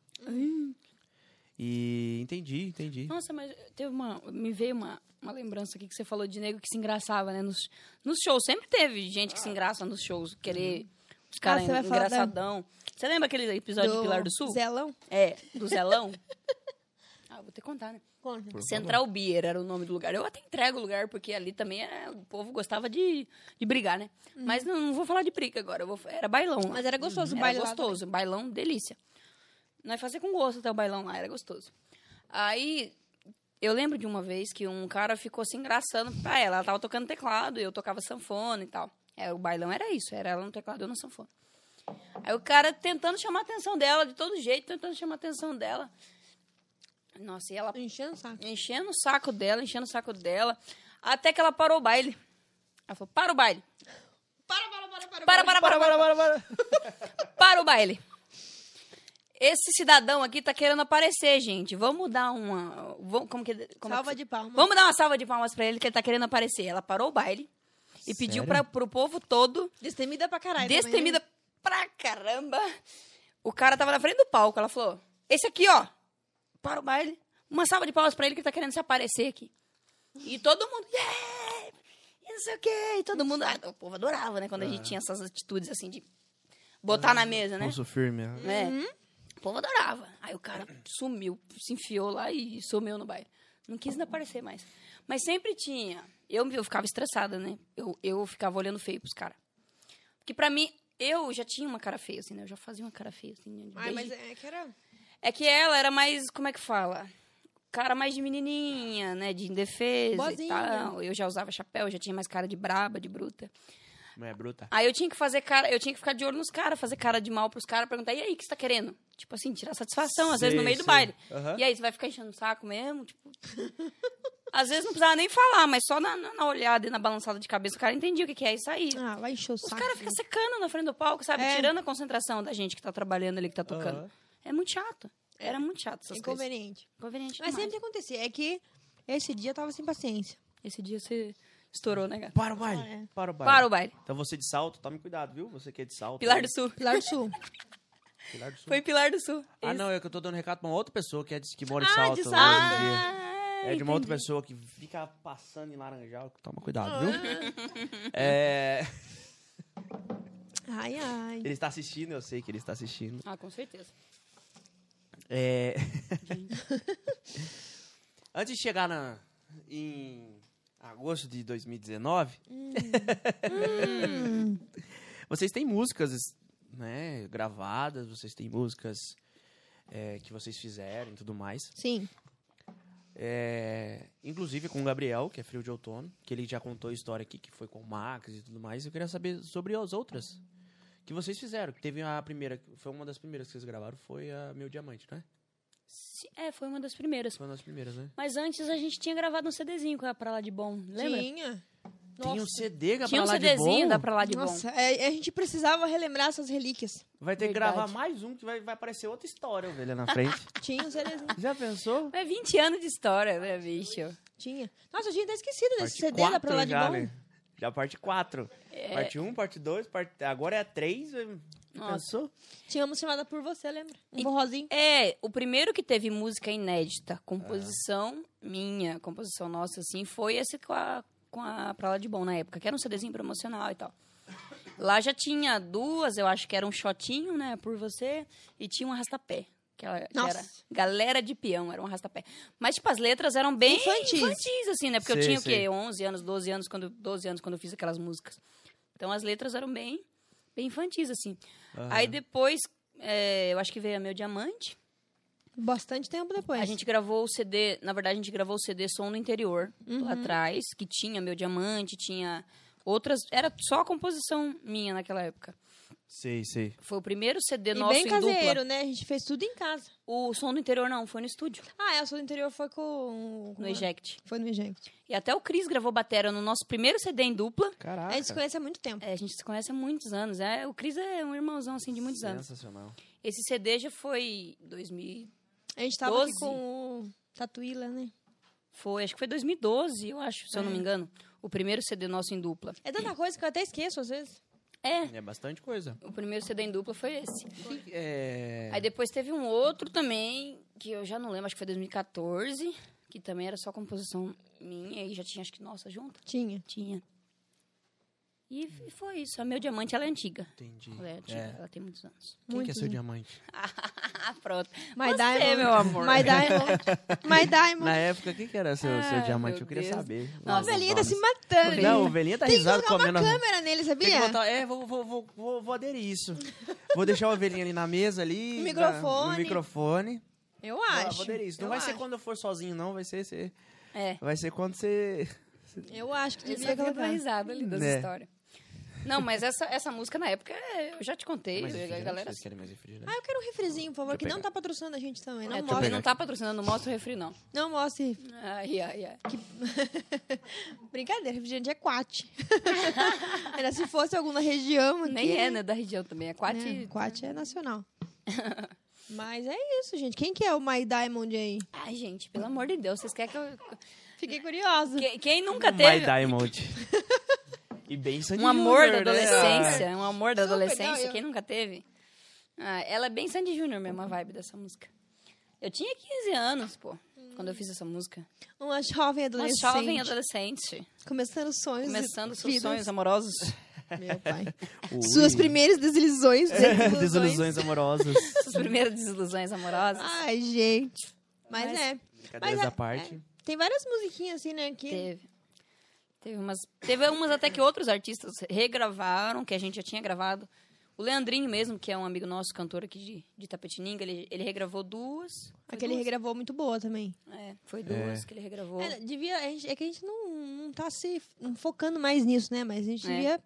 Speaker 1: E entendi, entendi.
Speaker 2: Nossa, mas teve uma. Me veio uma, uma lembrança aqui que você falou de nego que se engraçava, né? Nos, nos shows. Sempre teve gente que se engraça nos shows.
Speaker 1: Uhum.
Speaker 2: Aquele. Os caras
Speaker 3: você vai falar da-
Speaker 2: engraçadão. Você lembra aquele episódio de Pilar do Sul?
Speaker 3: Zelão?
Speaker 2: É, do Zelão? ah, vou ter que contar, né?
Speaker 3: Conta.
Speaker 2: Central Beer era o nome do lugar. Eu até entrego o lugar, porque ali também era- o povo gostava de, de brigar, né? Mas não, não vou falar de briga agora. eu vou- era bailão. lá.
Speaker 3: Uhum.
Speaker 2: Uhum.
Speaker 3: Mas era gostoso o
Speaker 2: Era
Speaker 3: baile lá
Speaker 2: gostoso. Bailão, delícia. Nós fazia com gosto até o bailão lá, era gostoso. Aí, eu lembro de uma vez que um cara ficou se engraçando pra ela. Ela tava tocando teclado, eu tocava sanfona e tal. É, o bailão era isso, era ela no teclado, eu na sanfona. Aí o cara tentando chamar a atenção dela, de todo jeito, tentando chamar a atenção dela. Nossa, e ela
Speaker 3: Enchendo o saco.
Speaker 2: enchendo o saco dela, enchendo o saco dela, até que ela parou o baile. Ela falou: para o baile. Para, para, para, para, para, para. Para o baile. Esse cidadão aqui tá querendo aparecer, gente. Vamos dar uma. Vamos, como que, como
Speaker 3: Salva
Speaker 2: que-
Speaker 3: de palmas.
Speaker 2: Vamos dar uma salva de palmas pra ele, que ele tá querendo aparecer. Ela parou o baile e pediu
Speaker 1: Sério?
Speaker 2: pra, pro povo todo
Speaker 3: Destemida pra caralho. também, né?
Speaker 2: destemida pra caramba. O cara tava na frente do palco. Ela falou: Esse aqui, ó, para o baile. Uma salva de palmas pra ele que ele tá querendo se aparecer aqui. E todo mundo, yeah! E não sei o quê. E todo mundo, ah, o povo adorava, né? Quando a gente tinha essas atitudes assim de botar na mesa, né?
Speaker 1: Pulso firme. ah.
Speaker 2: É.
Speaker 3: Uhum.
Speaker 2: O povo adorava. Aí o cara sumiu, se enfiou lá e sumiu no baile. Não quis nem aparecer mais. Mas sempre tinha. Eu, eu ficava estressada, né? Eu, eu ficava olhando feio pros caras. Porque pra mim, eu já tinha uma cara feia, assim, né? Eu já fazia uma cara feia, assim. né?
Speaker 3: Ai,
Speaker 2: Desde-
Speaker 3: mas é que era...
Speaker 2: É que ela era mais, como é que fala? Cara mais de menininha, né? De indefesa
Speaker 3: Boazinha.
Speaker 2: e tal. Eu já usava chapéu, já tinha mais cara de braba, de bruta.
Speaker 1: Não é bruta?
Speaker 2: Aí eu tinha que fazer cara, eu tinha que ficar de olho nos caras, fazer cara de mal pros caras, perguntar, e aí, o que você tá querendo? Tipo assim, tirar satisfação, às vezes no
Speaker 1: Sei,
Speaker 2: meio do
Speaker 1: sei.
Speaker 2: baile.
Speaker 1: Aham.
Speaker 2: E aí, você vai ficar enchendo o saco mesmo? Tipo... às vezes não precisava nem falar, mas só na, na- na olhada e na balançada de cabeça, o cara entendia o que, que é e saía.
Speaker 3: Ah, vai encher o
Speaker 2: Os
Speaker 3: saco.
Speaker 2: caras ficam secando na frente do palco, sabe?
Speaker 3: É.
Speaker 2: Tirando a concentração da gente que tá trabalhando ali, que tá tocando.
Speaker 1: Aham.
Speaker 2: É muito chato. Era muito chato essas coisas.
Speaker 3: Inconveniente.
Speaker 2: Inconveniente
Speaker 3: Mas
Speaker 2: demais.
Speaker 3: sempre acontecia. É que esse dia eu tava sem paciência.
Speaker 2: Esse dia você estourou, né, gata?
Speaker 1: Para o baile.
Speaker 3: É.
Speaker 1: Para o baile.
Speaker 2: Para o baile.
Speaker 1: Então você de salto, tome cuidado, viu? Você que é de salto.
Speaker 2: Pilar do Sul.
Speaker 3: Pilar do Sul.
Speaker 1: Pilar do Sul.
Speaker 2: Foi Pilar do Sul.
Speaker 1: Ah,
Speaker 2: Isso.
Speaker 1: não, é que eu tô dando recado pra uma outra pessoa que é de, que mora em
Speaker 3: Ah,
Speaker 1: salto.
Speaker 3: de
Speaker 1: hoje em
Speaker 3: Salto.
Speaker 1: dia.
Speaker 2: Ah,
Speaker 1: É de uma outra
Speaker 2: entendi.
Speaker 1: pessoa que fica passando em laranjal. Toma cuidado, viu? É,
Speaker 3: Ai, ai.
Speaker 1: ele está assistindo, eu sei que ele está assistindo.
Speaker 2: Ah, com certeza.
Speaker 1: É, Antes de chegar na, em agosto de 2019, vocês têm músicas né, gravadas, vocês têm músicas é, que vocês fizeram e tudo mais.
Speaker 3: Sim.
Speaker 1: É, inclusive com o Gabriel, que é Frio de Outono, que ele já contou a história aqui, que foi com o Max e tudo mais. Eu queria saber sobre as outras que vocês fizeram. que Teve a primeira, foi uma das primeiras que vocês gravaram, foi a Meu Diamante, né?
Speaker 2: Sim, É, foi uma das primeiras.
Speaker 1: Foi uma das primeiras, né?
Speaker 2: Mas antes a gente tinha gravado um CDzinho com a Pra Lá de Bom, lembra?
Speaker 3: Tinha.
Speaker 1: Tem um CD, Gabriel.
Speaker 2: Tinha um
Speaker 1: lá de
Speaker 2: CDzinho
Speaker 1: bom.
Speaker 2: da Pra Lá de Bom.
Speaker 3: Nossa, é- a gente precisava relembrar essas relíquias.
Speaker 1: Vai ter que
Speaker 2: Verdade.
Speaker 1: gravar mais um que vai, vai aparecer outra história, velho, na frente.
Speaker 3: Tinha um CDzinho.
Speaker 1: Já pensou?
Speaker 2: É 20 anos de história, né, bicho?
Speaker 3: Tinha. Nossa, eu tinha até esquecido
Speaker 1: Parte
Speaker 3: desse CD da
Speaker 1: quatro
Speaker 3: Pra Lá de
Speaker 1: já,
Speaker 3: Bom.
Speaker 1: né? Já parte 4.
Speaker 2: É.
Speaker 1: Parte 1, um, parte 2, parte... agora é a 3.
Speaker 2: Nossa.
Speaker 1: Pensou?
Speaker 3: Tínhamos chamada por você, lembra? Um borrozinho.
Speaker 2: É, o primeiro que teve música inédita, composição minha, composição nossa, assim, foi esse com a, com a Pra Lá de Bom na época, que era um CDzinho promocional e tal. Lá já tinha duas, eu acho que era um shotinho, né, por você, e tinha um arrastapé. Que, ela, que
Speaker 3: Nossa.
Speaker 2: era galera de peão, era um arrastapé. Mas, tipo, as letras eram bem
Speaker 3: Infantis.
Speaker 2: infantis, assim, né? Porque eu
Speaker 1: Sei,
Speaker 2: tinha o
Speaker 1: sei.
Speaker 2: quê? 11 anos, 12 anos, quando, 12 anos, quando eu fiz aquelas músicas. Então as letras eram bem, bem infantis, assim.
Speaker 1: Aham.
Speaker 2: Aí depois, é, eu acho que veio a Meu Diamante.
Speaker 3: Bastante tempo depois.
Speaker 2: A gente gravou o CD, na verdade, a gente gravou o CD Som no Interior,
Speaker 3: Uhum.
Speaker 2: lá atrás, que tinha Meu Diamante, tinha outras. Era só a composição minha naquela época.
Speaker 1: Sei, sei.
Speaker 2: Foi o primeiro CD
Speaker 3: e
Speaker 2: é nosso
Speaker 3: bem
Speaker 2: em
Speaker 3: caseiro,
Speaker 2: dupla.
Speaker 3: né? A gente fez tudo em casa.
Speaker 2: O Som no Interior não, foi no estúdio,
Speaker 3: Ah, é, a sua interior foi com... com
Speaker 2: no Eject.
Speaker 3: Foi no Eject.
Speaker 2: E até o Cris gravou batera no nosso primeiro CD em dupla.
Speaker 1: Caraca.
Speaker 3: A gente se conhece há muito tempo.
Speaker 2: É, a gente se conhece há muitos anos. É, o Cris é um irmãozão, assim, de
Speaker 1: é.
Speaker 2: muitos anos.
Speaker 1: Sensacional.
Speaker 2: Esse CD já foi 2000,
Speaker 3: A gente tava
Speaker 2: Doze.
Speaker 3: aqui com o Tatuíla, né?
Speaker 2: foi, acho que foi 2012, eu acho, se eu não
Speaker 3: Uhum.
Speaker 2: me engano, o primeiro CD nosso em dupla.
Speaker 3: É tanta coisa que eu até esqueço às vezes.
Speaker 2: É,
Speaker 1: É bastante coisa.
Speaker 2: o primeiro CD em dupla foi esse.
Speaker 1: É...
Speaker 2: Aí depois teve um outro também, que eu já não lembro, acho que foi 2014, que também era só composição minha e já tinha, acho que nossa junta,
Speaker 3: Tinha.
Speaker 2: tinha. E f- foi isso. A Meu Diamante, ela é antiga.
Speaker 1: Entendi.
Speaker 2: Ela é antiga,
Speaker 1: É.
Speaker 2: ela tem muitos anos.
Speaker 1: Quem que é
Speaker 3: Muito,
Speaker 1: seu
Speaker 3: né?
Speaker 1: diamante?
Speaker 2: Ah, pronto.
Speaker 3: My
Speaker 2: Você,
Speaker 3: Diamond.
Speaker 2: meu amor.
Speaker 3: My Diamond. My Diamond.
Speaker 1: Na época, quem que era seu, seu
Speaker 2: Ai,
Speaker 1: diamante?
Speaker 2: meu
Speaker 1: Eu queria
Speaker 2: Deus.
Speaker 1: saber.
Speaker 3: A
Speaker 2: Nossa,
Speaker 3: velhinha tá se
Speaker 1: Não,
Speaker 3: matando.
Speaker 1: Não, o velhinho tá
Speaker 3: Tem que
Speaker 1: risado
Speaker 3: colocar
Speaker 1: comendo.
Speaker 3: uma câmera nele,
Speaker 1: Tem que
Speaker 3: sabia?
Speaker 1: botar... É, vou, vou, vou, vou, vou aderir isso. vou deixar o ovelhinho ali na mesa, ali.
Speaker 3: No
Speaker 1: na-
Speaker 3: microfone.
Speaker 1: No microfone.
Speaker 3: Eu
Speaker 1: Ah,
Speaker 3: acho.
Speaker 1: vou aderir isso. Não
Speaker 3: eu
Speaker 1: vai ser
Speaker 3: acho.
Speaker 1: quando eu for sozinho, não. Vai ser, ser-
Speaker 2: É.
Speaker 1: vai ser quando você...
Speaker 3: Eu acho que
Speaker 2: Ele
Speaker 3: devia
Speaker 2: fica dando
Speaker 3: colocar.
Speaker 2: risada ali das
Speaker 1: Né.
Speaker 2: histórias. Não, mas essa, essa música na época é, eu já te contei,
Speaker 1: Mas
Speaker 2: a
Speaker 1: refrigerante?
Speaker 2: galera.
Speaker 1: Vocês querem mais refrigerante?
Speaker 3: Ah, eu quero um refrizinho, por favor,
Speaker 1: Deixa
Speaker 3: que
Speaker 1: eu
Speaker 3: não
Speaker 1: pegar.
Speaker 3: tá patrocinando a gente também. Não
Speaker 2: É,
Speaker 1: eu
Speaker 2: também
Speaker 3: mostre.
Speaker 1: pegar
Speaker 2: não tá patrocinando, não mostra o refri, não.
Speaker 3: Não mostre. refri.
Speaker 2: Ai, ai, ai.
Speaker 3: Brincadeira, refrigerante é quate. Era se fosse algum da região. aqui,
Speaker 2: Nem é, né? Da região também. É quate.
Speaker 3: né? Quate é nacional. Mas é isso, gente. Quem que é o My Diamond aí?
Speaker 2: Ai, gente, pelo amor de Deus, vocês querem que eu.
Speaker 3: Fiquei curiosa.
Speaker 2: Quem, quem nunca
Speaker 1: My
Speaker 2: teve
Speaker 1: Diamond. e bem Sandy
Speaker 2: um amor da
Speaker 1: Júnior, né?
Speaker 2: adolescência? Um amor da
Speaker 3: É. Super, não,
Speaker 2: adolescência,
Speaker 3: eu-
Speaker 2: quem nunca teve? Ah, ela é bem Sandy Júnior mesmo, a vibe dessa música. Eu tinha 15 anos, pô, quando eu fiz essa música.
Speaker 3: Uma jovem
Speaker 2: Uma
Speaker 3: adolescente.
Speaker 2: jovem adolescente,
Speaker 3: Começando sonhos. e
Speaker 2: começando seus
Speaker 3: vidas.
Speaker 2: sonhos amorosos.
Speaker 3: Meu pai.
Speaker 1: Ui.
Speaker 3: Suas primeiras desilusões. desilusões.
Speaker 1: Desilusões amorosas.
Speaker 2: Suas primeiras desilusões amorosas.
Speaker 3: Ai, gente. Mas,
Speaker 2: Mas-
Speaker 3: é.
Speaker 1: Brincadeiras
Speaker 3: Mas é-
Speaker 1: à parte.
Speaker 3: Tem várias musiquinhas assim, né? Que...
Speaker 2: Teve. Teve umas, teve umas até que outros artistas regravaram, que a gente já tinha gravado. O Leandrinho mesmo, que é um amigo nosso, cantor aqui de, de Tapetininga, ele, ele regravou duas. Foi
Speaker 3: Aquele
Speaker 2: duas?
Speaker 3: regravou muito boa também.
Speaker 2: É, foi duas que ele regravou.
Speaker 3: É, devia, a gente- é que a gente não, não tá se f- não focando mais nisso, né? Mas a gente
Speaker 2: É.
Speaker 3: devia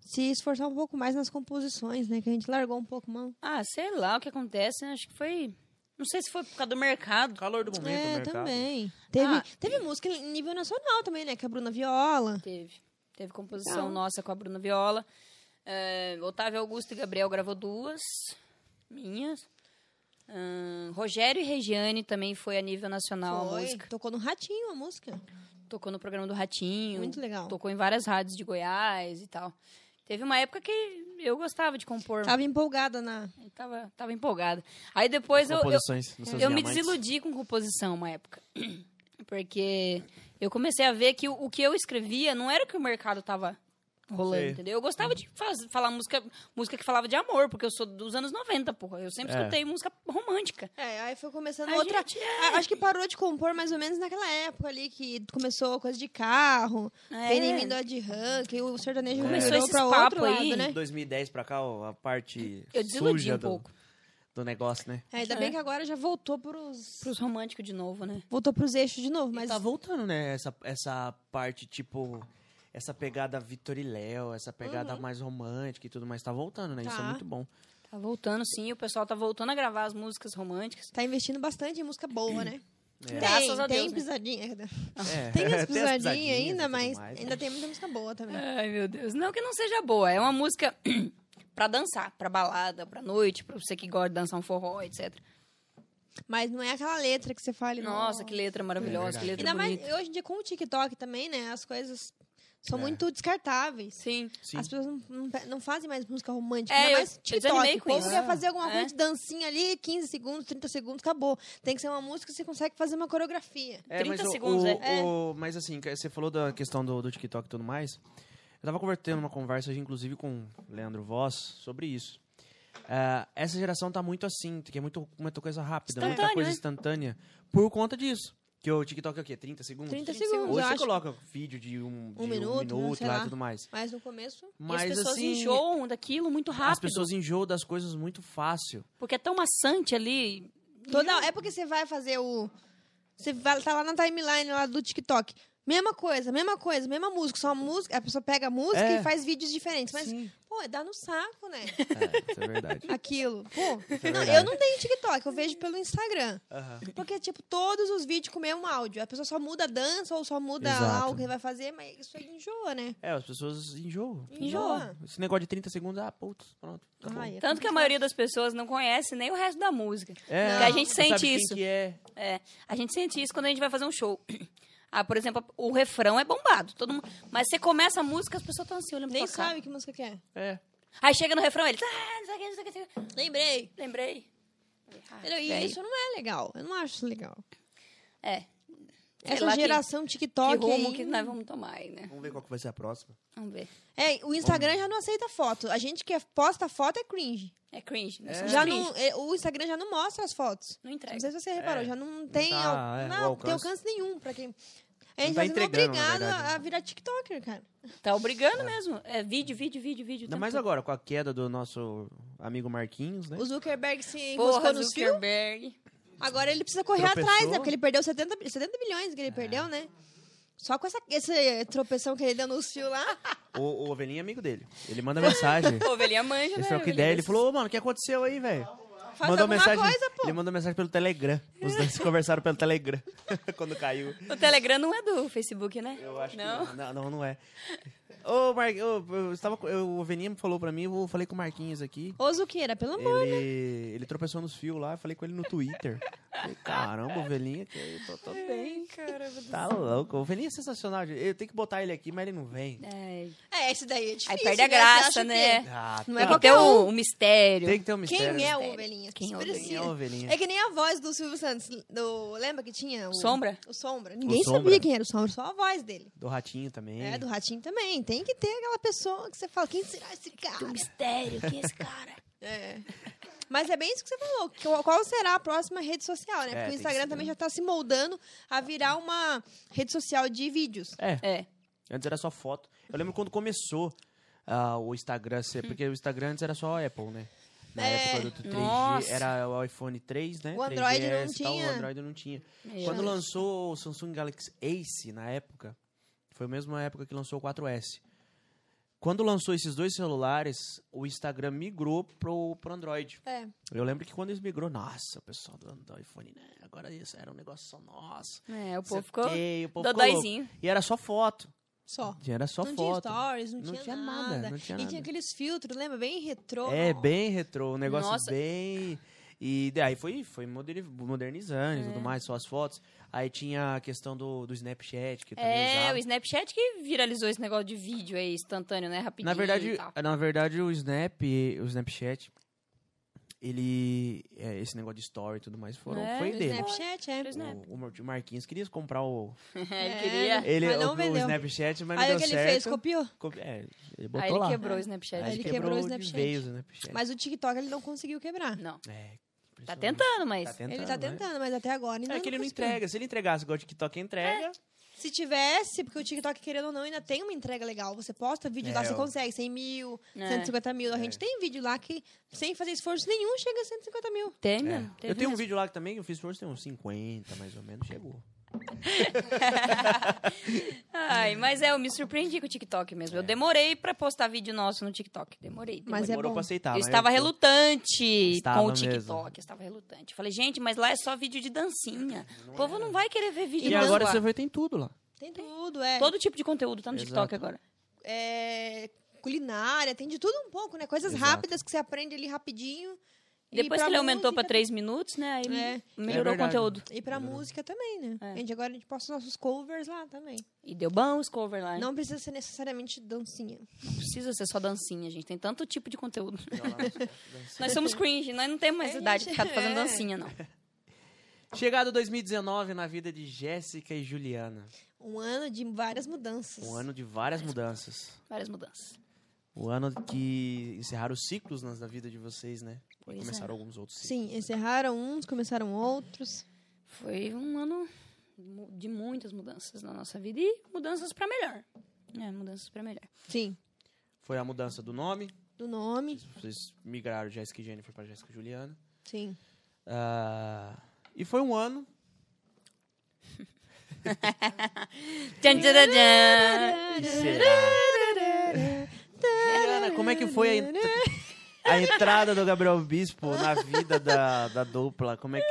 Speaker 3: se esforçar um pouco mais nas composições, né? Que a gente largou um pouco a mão.
Speaker 2: Ah, sei lá o que acontece, né? acho que foi... Não sei se foi por causa do mercado.
Speaker 1: Calor do momento,
Speaker 3: é,
Speaker 1: o mercado.
Speaker 3: também. Teve,
Speaker 2: Ah.
Speaker 3: teve música em nível nacional também, né? Que a Bruna Viola.
Speaker 2: Teve. Teve composição
Speaker 3: Não.
Speaker 2: nossa com a Bruna Viola. É, Otávio Augusto e Gabriel gravou duas. Minhas. Ahn, Rogério e Regiane também foi a nível nacional a
Speaker 3: Foi.
Speaker 2: música.
Speaker 3: Tocou no Ratinho a música.
Speaker 2: Tocou no programa do Ratinho.
Speaker 3: Muito legal.
Speaker 2: Tocou em várias rádios de Goiás e tal. Teve uma época que eu gostava de compor.
Speaker 3: Tava empolgada na.
Speaker 2: Eu tava, tava empolgada. Aí depois eu, eu,
Speaker 1: Composições nos seus
Speaker 2: eu me
Speaker 1: diamantes.
Speaker 2: desiludi com composição uma época. Porque eu comecei a ver que o, o que eu escrevia não era o que o mercado tava rolando,
Speaker 1: Sei.
Speaker 2: entendeu? Eu gostava de faz- falar música, música que falava de amor, porque eu sou dos anos 90, porra. Eu sempre
Speaker 1: É.
Speaker 2: escutei música romântica.
Speaker 3: É, aí foi começando
Speaker 2: A
Speaker 3: outra.
Speaker 2: gente-
Speaker 3: A- Acho que parou de compor mais ou menos naquela época ali que começou coisa de carro,
Speaker 2: É.
Speaker 3: Benjamin Dodge Rank, e o sertanejo
Speaker 2: Começou
Speaker 3: virou
Speaker 2: esses
Speaker 3: pra outro
Speaker 2: papo aí.
Speaker 3: lado,
Speaker 1: De
Speaker 3: né?
Speaker 1: 2010 pra cá, ó, a parte
Speaker 2: Eu desiludi
Speaker 1: suja
Speaker 2: um
Speaker 1: do,
Speaker 2: pouco
Speaker 1: do negócio, né?
Speaker 3: É, ainda
Speaker 2: É.
Speaker 3: bem que agora já voltou pros.
Speaker 2: pros românticos de novo, né?
Speaker 3: Voltou pros eixos de novo,
Speaker 1: Mas
Speaker 3: mas.
Speaker 1: tá voltando, né? Essa, essa parte, tipo... Essa pegada Vitor e Léo, essa pegada mais romântica e tudo mais, tá voltando, né? Isso é
Speaker 3: Tá.
Speaker 1: muito bom.
Speaker 2: Tá voltando, sim. O pessoal tá voltando a gravar as músicas românticas.
Speaker 3: Tá investindo bastante em música boa, né?
Speaker 1: É.
Speaker 2: Graças
Speaker 3: tem,
Speaker 2: a
Speaker 3: tem
Speaker 2: Deus, né?
Speaker 3: pisadinha.
Speaker 1: É,
Speaker 3: Tem as
Speaker 1: as
Speaker 3: pisadinhas
Speaker 1: pisadinhas e
Speaker 3: ainda,
Speaker 1: tudo
Speaker 3: mas
Speaker 1: mais, né?
Speaker 3: ainda tem muita música boa também.
Speaker 2: Ai, meu Deus. Não que não seja boa. É uma música pra dançar, pra balada, pra noite, pra você que gosta de dançar um forró, etc.
Speaker 3: Mas não é aquela letra que você fala.
Speaker 2: Nossa, que letra maravilhosa,
Speaker 1: É
Speaker 2: que letra
Speaker 3: Ainda mais
Speaker 2: bonita.
Speaker 3: hoje em dia com o TikTok também, né? As coisas são
Speaker 1: É.
Speaker 3: muito descartáveis.
Speaker 2: Sim.
Speaker 1: Sim.
Speaker 3: As pessoas não, não pe- não fazem mais música romântica.
Speaker 2: É,
Speaker 3: ainda
Speaker 2: eu-
Speaker 3: mais
Speaker 2: eu
Speaker 3: TikTok.
Speaker 2: desanimei
Speaker 3: O
Speaker 2: com
Speaker 3: povo
Speaker 2: isso.
Speaker 3: quer fazer alguma
Speaker 2: É.
Speaker 3: coisa de dancinha ali, 15 segundos, 30 segundos, acabou. Tem que ser uma música que você consegue fazer uma coreografia.
Speaker 1: Hum.
Speaker 2: 30
Speaker 1: o-
Speaker 2: segundos,
Speaker 1: o-
Speaker 2: é.
Speaker 1: o- mas assim, que você falou da questão do, do TikTok e tudo mais. Eu tava convertendo uma conversa, inclusive, com o Leandro Voss sobre isso. Ah, essa geração tá muito assim, que é muito, é muita coisa rápida, muita
Speaker 2: Instantâneo,
Speaker 1: coisa
Speaker 2: né?
Speaker 1: instantânea, por conta disso. Que o TikTok é o quê? 30 segundos?
Speaker 3: 30
Speaker 2: segundos,
Speaker 3: segundos, eu
Speaker 1: Hoje você
Speaker 3: acho.
Speaker 1: coloca vídeo de um, de um
Speaker 3: minuto,
Speaker 1: minuto,
Speaker 3: sei
Speaker 1: lá
Speaker 3: lá.
Speaker 1: e tudo mais.
Speaker 3: Mas no começo,
Speaker 1: Mas
Speaker 2: e as pessoas
Speaker 1: assim,
Speaker 2: enjoam daquilo muito rápido.
Speaker 1: as pessoas enjoam das coisas muito fácil.
Speaker 2: Porque é tão maçante ali.
Speaker 3: toda é porque você vai fazer o você vai, tá lá na timeline lá do TikTok. Mesma coisa, mesma coisa, mesma música, só música, a pessoa pega a música
Speaker 1: É.
Speaker 3: e faz vídeos diferentes, mas
Speaker 1: Sim.
Speaker 3: pô, dá no saco, né?
Speaker 1: É, isso é verdade.
Speaker 3: Aquilo. Pô,
Speaker 1: Isso é
Speaker 3: não,
Speaker 1: verdade.
Speaker 3: eu não tenho TikTok, eu vejo pelo Instagram.
Speaker 1: Aham.
Speaker 3: Porque, tipo, todos os vídeos com o mesmo áudio. A pessoa só muda a dança ou só muda lá
Speaker 1: Exato.
Speaker 3: o que vai fazer, mas isso aí enjoa, né?
Speaker 1: É, as pessoas enjoam.
Speaker 3: Enjoa.
Speaker 1: Esse negócio de 30 segundos, ah, putz, pronto. acabou.
Speaker 3: Ai, é
Speaker 2: Tanto que a maioria das pessoas não conhece nem o resto da música.
Speaker 1: É,
Speaker 3: Porque a
Speaker 2: gente
Speaker 1: não
Speaker 2: sente
Speaker 1: sabe quem
Speaker 2: isso.
Speaker 1: que é.
Speaker 2: É, a gente sente isso quando a gente vai fazer um show. Ah, por exemplo, o refrão é bombado. Todo mundo... Mas você começa a música, as pessoas estão assim, olhando pra
Speaker 3: Nem
Speaker 2: tua cara.
Speaker 3: sabe que música que é.
Speaker 1: É.
Speaker 2: Aí chega no refrão, eles... Ah, não sei o que, não sei o que, não sei o que.
Speaker 3: Lembrei.
Speaker 2: Lembrei. Ah,
Speaker 3: E
Speaker 2: velho.
Speaker 3: isso não é legal. Eu não acho isso legal.
Speaker 2: É. Sei
Speaker 3: Essa
Speaker 2: lá que-
Speaker 3: geração
Speaker 2: Que
Speaker 3: TikTok.
Speaker 2: rumo
Speaker 3: aí-
Speaker 2: que nós vamos tomar aí, né?
Speaker 1: Vamos ver qual que vai ser a próxima.
Speaker 2: Vamos ver.
Speaker 3: É, o Instagram já não aceita foto. A gente que posta foto é cringe.
Speaker 2: É cringe, né?
Speaker 1: É.
Speaker 2: Somos
Speaker 3: Já
Speaker 2: cringe.
Speaker 3: não, é, o Instagram já não mostra as fotos.
Speaker 2: Não
Speaker 3: Não
Speaker 2: entrega.
Speaker 3: sei se você reparou,
Speaker 1: É.
Speaker 3: já não tem,
Speaker 1: tá,
Speaker 3: al-
Speaker 1: é, o
Speaker 3: não, tem
Speaker 1: alcance.
Speaker 3: alcance nenhum pra quem. A gente
Speaker 1: tá
Speaker 3: tá sendo
Speaker 1: entregando, na
Speaker 3: obrigado
Speaker 1: verdade,
Speaker 3: a,
Speaker 1: né?
Speaker 3: a virar TikToker, cara.
Speaker 2: Tá obrigando mesmo. É vídeo, vídeo, vídeo, vídeo. tá
Speaker 1: Ainda
Speaker 2: o
Speaker 1: mais
Speaker 2: tempo
Speaker 1: agora, com a queda do nosso amigo Marquinhos, né?
Speaker 3: O Zuckerberg se
Speaker 2: todo.
Speaker 3: enroscou
Speaker 2: Porra,
Speaker 3: nos fios.
Speaker 2: Zuckerberg.
Speaker 3: Agora ele precisa correr
Speaker 1: Tropeçou. É.
Speaker 3: atrás, né? Porque ele perdeu 70, bi- 70 bilhões que ele perdeu, né? Só com essa, esse tropeção que ele deu nos fios lá.
Speaker 1: O, o Ovelhinho é amigo dele. Ele manda mensagem.
Speaker 2: Pô, velhinha manja, né?
Speaker 1: Eles trocam
Speaker 2: velhinha?
Speaker 1: ideia. Ele falou, ô, mano, é o que aconteceu aí, velho?
Speaker 3: Faz alguma coisa, pô.
Speaker 1: Ele mandou mensagem pelo Telegram. Os dois se conversaram pelo Telegram. Quando caiu.
Speaker 2: O Telegram não é do Facebook, né?
Speaker 1: Eu acho
Speaker 2: não.
Speaker 1: que não. Não, não, não é. Ô, Mar... ô, eu estava... com- eu- o Ovelhinho falou pra mim, eu falei com o Marquinhos aqui.
Speaker 3: Ô, Zuqueira, pelo amor.
Speaker 1: Ele, ele tropeçou nos fios lá, eu falei com ele no Twitter. Falei, Caramba, ovelhinha, que eu tô, tô bem.
Speaker 2: caramba.
Speaker 1: Tá louco. O ovelhinha é sensacional. gente. Eu tenho que botar ele aqui, mas ele não vem.
Speaker 2: É,
Speaker 3: É, esse daí é difícil.
Speaker 2: aí perde a
Speaker 3: né? Você
Speaker 2: graça,
Speaker 3: acha
Speaker 2: né?
Speaker 1: Ah,
Speaker 3: Não
Speaker 2: Tem
Speaker 3: é
Speaker 2: que
Speaker 3: qualquer
Speaker 2: ter
Speaker 3: um.
Speaker 2: o, o mistério.
Speaker 1: Tem que ter um
Speaker 3: que- Quem
Speaker 1: mistério.
Speaker 3: é
Speaker 1: né?
Speaker 3: o
Speaker 2: Mistério.
Speaker 3: ovelhinha?
Speaker 2: Quem é o
Speaker 1: Quem é
Speaker 3: Precisa.
Speaker 1: o ovelhinha?
Speaker 3: É que nem a voz do Silvio Santos. Do... Lembra que tinha? O...
Speaker 2: Sombra?
Speaker 3: O Sombra. Ninguém sabia
Speaker 1: Sombra.
Speaker 3: quem era o Sombra, só a voz dele.
Speaker 1: Do ratinho também.
Speaker 3: É, do Ratinho também. Tem que ter aquela pessoa que você fala, quem será esse cara?
Speaker 2: Um mistério, quem é esse cara?
Speaker 3: É. Mas é bem isso que você falou. que- Qual será a próxima rede social,
Speaker 1: É,
Speaker 3: né? Porque o
Speaker 1: tem que
Speaker 3: Instagram
Speaker 1: ser.
Speaker 3: também já tá se moldando a virar uma rede social de vídeos.
Speaker 1: É,
Speaker 2: É.
Speaker 1: antes era só foto. Eu lembro quando começou ah, o Instagram, ser-
Speaker 2: Hum.
Speaker 1: porque o Instagram antes era só Apple, né? Na
Speaker 3: É.
Speaker 1: época do 3G,
Speaker 2: Nossa.
Speaker 1: era o iPhone 3, né?
Speaker 3: O Android não
Speaker 1: 3GS e tal,
Speaker 3: tinha.
Speaker 1: O Android não tinha.
Speaker 2: Meu
Speaker 1: Quando
Speaker 2: Deus.
Speaker 1: lançou o Samsung Galaxy Ace, na época, foi a mesma época que lançou o 4S. Quando lançou esses dois celulares, o Instagram migrou pro, pro Android.
Speaker 3: É.
Speaker 1: Eu lembro que quando eles migrou, nossa, o pessoal do, do iPhone, né? Agora isso era um negócio só nosso.
Speaker 2: É,
Speaker 1: Sei
Speaker 2: o povo ficou
Speaker 1: quê, o povo ficou louco.
Speaker 2: dodóizinho.
Speaker 1: E era só foto.
Speaker 3: Só.
Speaker 1: E Era só
Speaker 3: não
Speaker 1: foto.
Speaker 3: tinha stories, não,
Speaker 1: Não
Speaker 3: tinha,
Speaker 1: tinha
Speaker 3: nada.
Speaker 1: nada, não tinha
Speaker 3: e
Speaker 1: nada.
Speaker 3: tinha aqueles filtros, lembra? Bem retrô.
Speaker 1: É, bem retrô, um negócio
Speaker 2: Nossa.
Speaker 1: bem. E daí foi, foi moderni- modernizando e tudo mais, só as fotos. Aí tinha a questão do, do Snapchat, que eu também
Speaker 2: É,
Speaker 1: usava.
Speaker 2: o Snapchat que viralizou esse negócio de vídeo aí, instantâneo, né? Rapidinho
Speaker 1: Na verdade,
Speaker 2: e tal.
Speaker 1: na verdade, o Snap, o Snapchat, ele. é, esse negócio de story e tudo mais foram,
Speaker 2: É,
Speaker 1: foi
Speaker 2: o
Speaker 1: dele.
Speaker 3: Snapchat, é.
Speaker 2: Era o Snap.
Speaker 1: O, o Mar- o Marquinhos queria comprar o.
Speaker 2: Ele
Speaker 3: É.
Speaker 2: queria...
Speaker 1: Ele,
Speaker 3: Mas não
Speaker 1: o, o
Speaker 3: vendeu.
Speaker 1: Snapchat, mas
Speaker 3: Aí
Speaker 1: não
Speaker 3: o que
Speaker 1: deu
Speaker 3: ele
Speaker 1: certo.
Speaker 3: fez? Copiou.
Speaker 1: Co- é, ele botou
Speaker 2: Aí ele
Speaker 1: lá.
Speaker 2: quebrou o Snapchat.
Speaker 1: Aí
Speaker 3: Ele
Speaker 1: ele
Speaker 3: quebrou
Speaker 1: quebrou,
Speaker 3: o
Speaker 1: de
Speaker 3: Snapchat.
Speaker 1: vez o Snapchat.
Speaker 3: Mas o TikTok ele não conseguiu quebrar.
Speaker 2: Não.
Speaker 1: É,
Speaker 2: Tá
Speaker 1: impressionante.
Speaker 2: tentando, mas...
Speaker 1: Tá tentando.
Speaker 3: ele tá
Speaker 1: né?
Speaker 3: tentando, mas até agora ainda
Speaker 1: É que ele não
Speaker 3: conseguiu.
Speaker 1: entrega. Se ele entregasse igual o TikTok entrega,
Speaker 3: Se tivesse, porque o TikTok, querendo ou não, ainda tem uma entrega legal. Você posta vídeo
Speaker 1: É,
Speaker 3: lá, você
Speaker 1: ó.
Speaker 3: consegue 100 mil,
Speaker 2: É.
Speaker 3: 150 mil. A
Speaker 1: É.
Speaker 3: gente tem vídeo lá que, sem fazer esforço nenhum, chega a 150 mil.
Speaker 2: Tem
Speaker 1: É.
Speaker 2: mesmo.
Speaker 1: Eu tenho um vídeo lá que também que eu fiz força, tem uns 50, mais ou menos, chegou.
Speaker 2: Ai, mas é, eu me surpreendi com o TikTok mesmo.
Speaker 1: É.
Speaker 2: Eu demorei pra postar vídeo nosso no TikTok. Demorei. demorei.
Speaker 3: Mas é
Speaker 1: Demorou
Speaker 3: bom.
Speaker 1: pra aceitar.
Speaker 2: eu
Speaker 1: mas
Speaker 2: estava
Speaker 1: tô-
Speaker 2: relutante
Speaker 1: Estava
Speaker 2: com o
Speaker 1: mesmo.
Speaker 2: TikTok. Eu estava relutante. Eu falei, gente, mas lá é só vídeo de dancinha. o povo não vai querer ver vídeo
Speaker 1: é. E
Speaker 2: de
Speaker 1: agora
Speaker 2: dança.
Speaker 1: você vai tem tudo lá.
Speaker 3: Tem tudo, é.
Speaker 2: Todo tipo de conteúdo tá no TikTok
Speaker 1: Exato.
Speaker 2: agora.
Speaker 3: é, culinária, tem de tudo um pouco, né? Coisas
Speaker 1: Exato.
Speaker 3: rápidas que você aprende ali rapidinho. E
Speaker 2: Depois
Speaker 3: pra
Speaker 2: que ele aumentou pra
Speaker 3: música-
Speaker 2: 3 minutos, né? Aí
Speaker 3: É.
Speaker 2: melhorou
Speaker 1: É
Speaker 2: o
Speaker 1: verdade.
Speaker 2: conteúdo.
Speaker 3: E pra música também, né?
Speaker 2: É.
Speaker 3: A gente agora a gente posta nossos covers lá também.
Speaker 2: E deu bom os cover lá. hein?
Speaker 3: Não precisa ser necessariamente dancinha.
Speaker 2: Não precisa ser só dancinha, gente. Tem tanto tipo de conteúdo. nós somos cringe, nós não temos mais
Speaker 3: É,
Speaker 2: idade de
Speaker 3: gente,
Speaker 2: ficar fazendo
Speaker 3: é.
Speaker 2: dancinha, não.
Speaker 1: Chegado 2019 na vida de Jéssica e Juliana.
Speaker 3: Um ano de várias mudanças.
Speaker 1: Um ano de várias mudanças.
Speaker 2: Várias mudanças.
Speaker 1: O ano que encerraram os ciclos nas- na vida de vocês, né?
Speaker 2: Pois
Speaker 1: e
Speaker 2: é.
Speaker 1: começaram alguns outros ciclos.
Speaker 3: Sim, encerraram uns, começaram outros.
Speaker 2: Foi é. um ano mu- de muitas mudanças na nossa vida e mudanças pra melhor. É, mudanças pra melhor.
Speaker 3: Sim.
Speaker 1: Foi a mudança do nome.
Speaker 3: Do nome.
Speaker 1: Vocês migraram Jéssica e Jennifer pra Jéssica e Juliana.
Speaker 3: Sim.
Speaker 1: Ah, e foi um ano.
Speaker 2: Tchan, tchan, tchan, tchan.
Speaker 1: E será? Juliana, como é que foi a, entra- a entrada do Gabriel Bispo na vida da, da dupla? Como é que...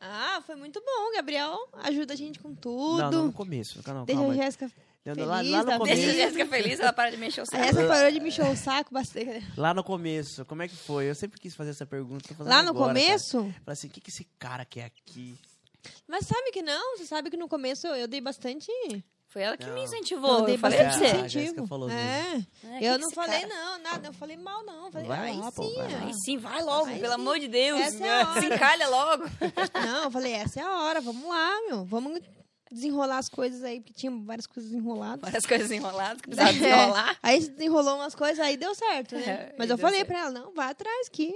Speaker 3: Ah, foi muito bom, Gabriel. Ajuda a gente com tudo.
Speaker 1: Não, não, no começo. Não,
Speaker 3: Deixa
Speaker 1: calma.
Speaker 3: a Jéssica.
Speaker 1: Não, lá,
Speaker 3: feliz
Speaker 1: lá
Speaker 3: da
Speaker 1: no
Speaker 2: Deixa
Speaker 3: vida.
Speaker 2: a
Speaker 1: começo,
Speaker 2: Jéssica feliz, ela para de mexer o
Speaker 3: A
Speaker 2: saco.
Speaker 3: Jéssica parou de me encher o saco bastante.
Speaker 1: lá no começo, como é que foi? Eu sempre quis fazer essa pergunta. tô fazendo
Speaker 3: Lá no
Speaker 1: agora, cara.
Speaker 3: começo.
Speaker 1: Falei assim, o que, que esse cara quer aqui?
Speaker 3: Mas sabe que não? Você sabe que no começo eu dei bastante.
Speaker 2: Foi ela que
Speaker 1: Não.
Speaker 2: me
Speaker 3: eu
Speaker 2: incentivou,
Speaker 3: dei
Speaker 2: eu falei pra
Speaker 1: bastante
Speaker 2: você.
Speaker 1: incentivo.
Speaker 3: incentivo.
Speaker 1: Ah, a Jéssica falou
Speaker 3: é.
Speaker 2: É, que
Speaker 3: Eu
Speaker 2: que
Speaker 3: não
Speaker 2: esse
Speaker 3: falei
Speaker 2: cara-
Speaker 3: não, nada. Eu falei mal não. Falei, "Ah,
Speaker 1: Vai
Speaker 3: aí
Speaker 1: lá, pô,
Speaker 3: sim.
Speaker 1: vai lá.
Speaker 3: ó.
Speaker 2: Aí sim, vai logo,
Speaker 3: Aí
Speaker 2: pelo
Speaker 3: sim.
Speaker 2: amor de Deus.
Speaker 3: Essa é a
Speaker 2: Se
Speaker 3: hora.
Speaker 2: encalha logo.
Speaker 3: Não, eu falei, essa é a hora, vamos lá, meu. Vamos desenrolar as coisas aí, porque tinha várias coisas enroladas. É,
Speaker 2: Várias coisas enroladas que precisava desenrolar.
Speaker 3: Aí se desenrolou umas coisas, aí deu certo, né?
Speaker 2: É,
Speaker 3: Mas
Speaker 2: aí
Speaker 3: eu
Speaker 2: deu
Speaker 3: falei
Speaker 2: certo.
Speaker 3: pra ela, não, vai atrás aqui.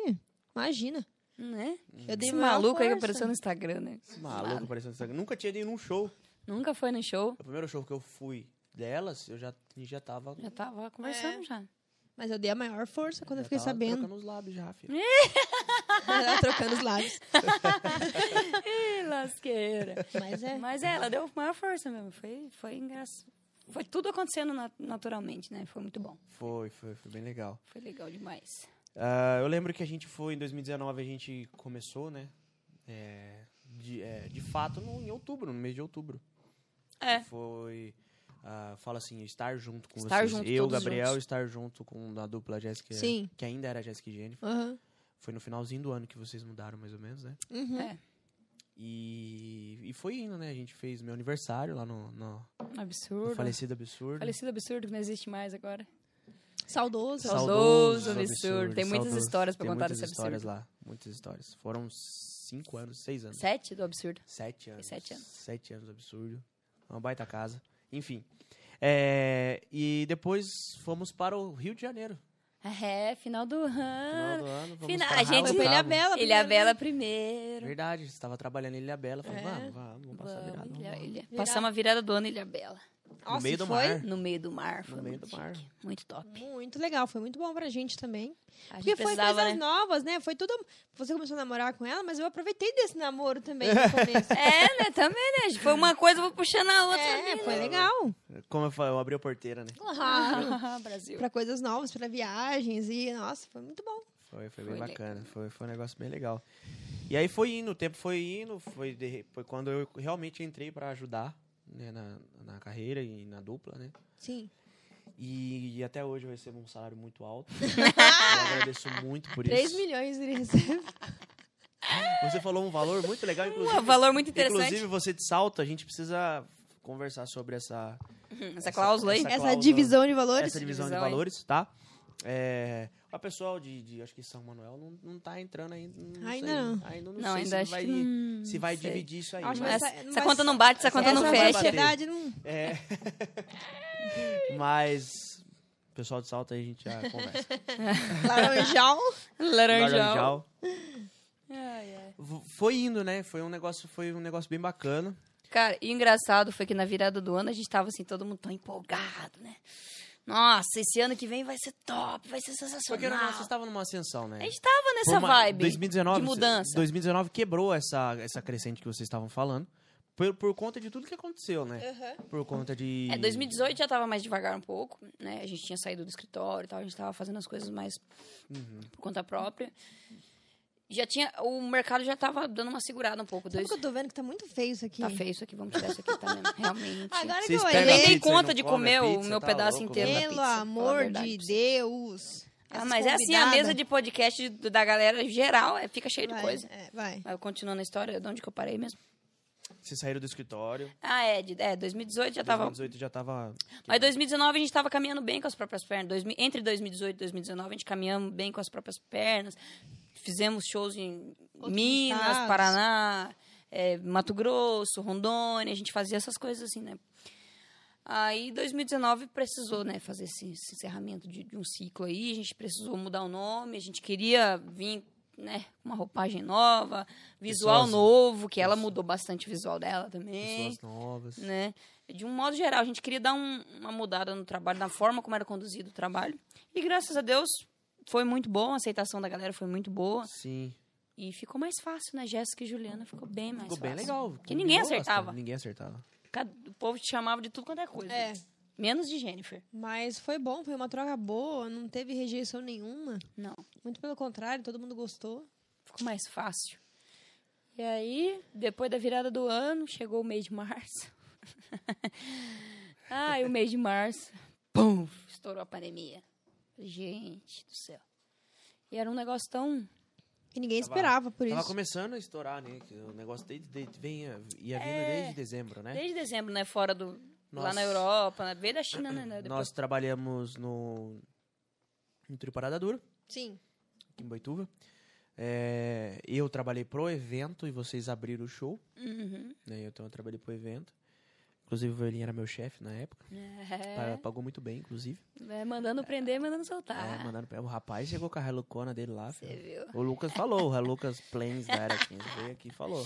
Speaker 3: Imagina.
Speaker 2: Né?
Speaker 3: Eu dei
Speaker 2: Esse
Speaker 3: maior
Speaker 2: maluco aí que
Speaker 3: força.
Speaker 2: apareceu no Instagram, né?
Speaker 1: Esse maluco apareceu no Instagram. tá- Nunca tinha ido num show.
Speaker 2: Nunca foi no show.
Speaker 1: O primeiro show que eu fui delas, eu já, já tava...
Speaker 2: Já tava conversando já.
Speaker 3: Mas eu dei a maior força quando eu
Speaker 1: já
Speaker 3: fiquei
Speaker 1: tava
Speaker 3: sabendo.
Speaker 1: trocando os lábios já, filho.
Speaker 3: ela trocando os lábios.
Speaker 2: Ih, lasqueira.
Speaker 3: Mas é.
Speaker 2: Mas é, ela deu maior força mesmo. Foi, foi engraçado. Foi tudo acontecendo na- naturalmente, né? Foi muito bom.
Speaker 1: Foi, foi, foi bem legal.
Speaker 2: Foi legal demais.
Speaker 1: Ah, eu lembro que a gente foi em 2019, a gente começou, né? É, de, é, de fato, no, em outubro, no mês de outubro.
Speaker 2: É.
Speaker 1: Foi. ah, fala assim, estar junto com
Speaker 2: Estar
Speaker 1: vocês.
Speaker 2: junto,
Speaker 1: eu,
Speaker 2: todos
Speaker 1: Gabriel,
Speaker 2: juntos.
Speaker 1: estar junto com a dupla Jéssica.
Speaker 3: Sim.
Speaker 1: Que ainda era Jéssica e Jennifer.
Speaker 3: Aham.
Speaker 1: Foi no finalzinho do ano que vocês mudaram, mais ou menos, né?
Speaker 3: Uhum.
Speaker 2: É.
Speaker 1: E, e foi indo, né? A gente fez meu aniversário lá no, no, no
Speaker 2: Absurdo.
Speaker 1: Falecido Absurdo.
Speaker 2: Falecido absurdo que não existe mais agora.
Speaker 3: Saudoso.
Speaker 2: Saudoso. absurdo. Tem muitas histórias pra
Speaker 1: Tem
Speaker 2: contar
Speaker 1: muitas
Speaker 2: desse
Speaker 1: histórias
Speaker 2: absurdo.
Speaker 1: lá. Muitas histórias. Foram cinco anos, seis anos.
Speaker 2: Sete do absurdo.
Speaker 1: Sete anos.
Speaker 2: sete anos.
Speaker 1: Sete anos, absurdo. Uma baita casa. Enfim. É, e depois fomos para o Rio de Janeiro.
Speaker 2: É, final do
Speaker 1: Final
Speaker 2: ano.
Speaker 1: do ano. Vamos
Speaker 2: Final-
Speaker 1: para
Speaker 2: a gente-
Speaker 3: Foi pra Ilha
Speaker 1: Rabotábulo.
Speaker 3: Bela.
Speaker 2: Ele é a Bela primeiro.
Speaker 1: Verdade, você estava trabalhando em Ilha Bela. Falei,
Speaker 3: É.
Speaker 1: vamos, vamos, vamos passar virada.
Speaker 2: Vamos,
Speaker 1: vamos
Speaker 2: Ilha-
Speaker 1: lá.
Speaker 2: Ilha- Passamos a é, virada do ano em Ilha Bela.
Speaker 1: No meio do
Speaker 3: foi?
Speaker 1: mar.
Speaker 2: No meio do mar. Foi
Speaker 1: No meio
Speaker 2: muito
Speaker 1: do mar.
Speaker 2: chique, Muito top.
Speaker 3: Muito legal, foi muito bom pra gente também.
Speaker 2: A
Speaker 3: Porque
Speaker 2: gente
Speaker 3: foi
Speaker 2: precisava,
Speaker 3: coisas
Speaker 2: né?
Speaker 3: novas, né? Foi tudo. Você começou a namorar com ela, mas eu aproveitei desse namoro também no começo.
Speaker 2: É, né? Também, né? Foi uma coisa, vou puxando a outra.
Speaker 3: é,
Speaker 2: ali,
Speaker 3: foi
Speaker 2: né?
Speaker 3: legal.
Speaker 1: Como eu falei, eu abri a porteira, né?
Speaker 3: Claro.
Speaker 2: Brasil.
Speaker 3: pra coisas novas, pra viagens e, nossa, foi muito bom.
Speaker 1: Foi, foi bem
Speaker 2: Foi
Speaker 1: bacana. Foi, foi um negócio bem legal. E aí foi indo, o tempo foi indo, foi, de- foi quando eu realmente entrei para ajudar né, na, na carreira e na dupla, né?
Speaker 3: Sim.
Speaker 1: E, até hoje eu recebo um salário muito alto. eu agradeço muito por
Speaker 3: 3
Speaker 1: isso.
Speaker 3: milhões ele recebe.
Speaker 1: Você falou um valor muito legal, inclusive.
Speaker 2: Um valor muito interessante.
Speaker 1: Inclusive, você de salto, a gente precisa conversar sobre essa,
Speaker 2: Hum, essa cláusula aí.
Speaker 1: Essa
Speaker 3: Essa
Speaker 1: cláusula-
Speaker 3: divisão de valores.
Speaker 1: essa divisão de
Speaker 2: Divisão, hein?
Speaker 1: valores, tá? É, a pessoal de, de, acho que São Manuel, não, não tá entrando ainda. Não
Speaker 3: Ainda
Speaker 1: sei,
Speaker 3: não.
Speaker 1: Ainda não,
Speaker 2: Não,
Speaker 1: sei
Speaker 2: ainda
Speaker 1: se
Speaker 2: acho
Speaker 1: vai,
Speaker 2: que não
Speaker 1: se vai
Speaker 2: sei.
Speaker 1: dividir isso aí.
Speaker 3: Acho
Speaker 1: mas-
Speaker 2: Mas
Speaker 3: Essa-
Speaker 2: essa
Speaker 3: mas-
Speaker 2: conta não bate, essa conta
Speaker 3: Essa é
Speaker 2: não
Speaker 1: vai
Speaker 2: fecha.
Speaker 1: bater.
Speaker 3: sociedade não.
Speaker 1: É. Mas. o Pessoal de salto aí a gente já conversa.
Speaker 3: tá Laranjal.
Speaker 2: Laranjal.
Speaker 1: Laranjal.
Speaker 2: Ai, ai.
Speaker 1: V- Foi indo, né? Foi um negócio, foi um negócio bem bacana.
Speaker 2: Cara, e o engraçado foi que na virada do ano a gente tava assim, todo mundo tão empolgado, né? Nossa, esse ano que vem vai ser top, vai ser
Speaker 1: Porque era,
Speaker 2: sensacional.
Speaker 1: vocês estavam numa ascensão, né?
Speaker 2: A gente tava
Speaker 1: Foi
Speaker 2: nessa
Speaker 1: uma-
Speaker 2: vibe
Speaker 1: 2019,
Speaker 2: de mudança.
Speaker 1: 2019 quebrou essa, essa crescente que vocês estavam falando. Por, por conta de tudo que aconteceu, né? Por conta de.
Speaker 2: É, 2018 já tava mais devagar um pouco, né? A gente tinha saído do escritório e tal, a gente tava fazendo as coisas mais
Speaker 1: Uhum.
Speaker 2: por conta própria. Já tinha, o mercado já tava dando uma segurada um pouco.
Speaker 3: Sabe
Speaker 2: Dois,
Speaker 3: o que eu tô vendo que tá muito feio isso aqui?
Speaker 2: tá feio isso aqui, vamos tirar isso aqui, tá mesmo? Realmente.
Speaker 3: Agora
Speaker 1: Vocês
Speaker 3: que eu
Speaker 1: pegam
Speaker 2: Eu
Speaker 1: a pizza
Speaker 2: nem dei
Speaker 1: e
Speaker 3: olhei.
Speaker 2: conta
Speaker 1: não
Speaker 2: de
Speaker 1: come a
Speaker 2: comer o
Speaker 1: pizza,
Speaker 2: meu
Speaker 1: tá
Speaker 2: pedaço
Speaker 1: louco,
Speaker 2: inteiro da
Speaker 1: velho.
Speaker 2: pizza.
Speaker 3: Pelo
Speaker 2: pra falar a
Speaker 3: amor
Speaker 2: verdade
Speaker 3: de
Speaker 2: pra você.
Speaker 3: Deus.
Speaker 2: Ah,
Speaker 3: Essas
Speaker 2: mas é assim, a
Speaker 3: convidadas.
Speaker 2: mesa de podcast do- da galera geral é, fica cheia de
Speaker 3: Vai,
Speaker 2: coisa.
Speaker 3: é, vai.
Speaker 2: Mas Continuando a história, de onde que eu parei mesmo?
Speaker 1: Vocês saíram do escritório.
Speaker 2: Ah, é, de, é 2018 já tava
Speaker 1: 2018 já tava.
Speaker 2: Mas 2019 a gente estava caminhando bem com as próprias pernas. Dois mi- entre 2018 e 2019 a gente caminhamos bem com as próprias pernas. Fizemos shows em
Speaker 3: Outros
Speaker 2: Minas,
Speaker 3: estados.
Speaker 2: Paraná, eh, Mato Grosso, Rondônia. A gente fazia essas coisas assim, né? Aí 2019 precisou, né, fazer esse, esse encerramento de, de um ciclo aí. A gente precisou mudar o nome. A gente queria vir né, uma roupagem nova, visual
Speaker 1: Pessoas-
Speaker 2: novo, que ela
Speaker 1: Isso.
Speaker 2: mudou bastante o visual dela também,
Speaker 1: Pessoas novas.
Speaker 2: né? De um modo geral, a gente queria dar um- uma mudada no trabalho, na forma como era conduzido o trabalho. E graças a Deus foi muito bom, a aceitação da galera foi muito boa
Speaker 1: Sim.
Speaker 2: e ficou mais fácil, né? Jéssica e Juliana ficou bem mais
Speaker 1: Ficou
Speaker 2: fácil.
Speaker 1: bem legal.
Speaker 2: Que ninguém
Speaker 1: combinou
Speaker 2: acertava.
Speaker 1: bastante, Ninguém acertava.
Speaker 2: Cada- o povo te chamava de tudo quanto é coisa.
Speaker 3: É,
Speaker 2: Menos de Jennifer.
Speaker 3: mas foi bom, foi uma troca boa, não teve rejeição nenhuma.
Speaker 2: Não.
Speaker 3: Muito pelo contrário, todo mundo gostou.
Speaker 2: Ficou mais fácil. E aí, depois da virada do ano, chegou o mês de março. Ai, o mês de março. Pum! Estourou a pandemia. Gente do céu. E era um negócio tão.
Speaker 3: E ninguém
Speaker 1: Tava-
Speaker 3: esperava por
Speaker 1: Tava
Speaker 3: isso.
Speaker 1: começando a estourar, né? que O negócio desde, desde, vem, ia vindo
Speaker 2: É.
Speaker 1: desde dezembro, né?
Speaker 2: Desde dezembro, né? Fora do. Lá
Speaker 1: Nós-
Speaker 2: na Europa, né, veio da China, né? né, Depois
Speaker 1: Nós trabalhamos no, no Trio Parada Dura,
Speaker 3: Sim.
Speaker 1: aqui em Boituva. É, eu trabalhei pro evento e vocês abriram o show.
Speaker 2: Uhum.
Speaker 1: né? Então eu trabalhei pro evento. Inclusive o Violinha era meu chefe na época. pa-
Speaker 2: É,
Speaker 1: Pagou muito bem, inclusive.
Speaker 2: vai mandando prender, mandando soltar.
Speaker 1: É, mandaram pra- O rapaz chegou com a relucona dele lá.
Speaker 2: Você
Speaker 1: filho.
Speaker 2: Ah. viu?
Speaker 1: O Lucas falou, o Lucas Plains da Era 15 veio aqui e falou.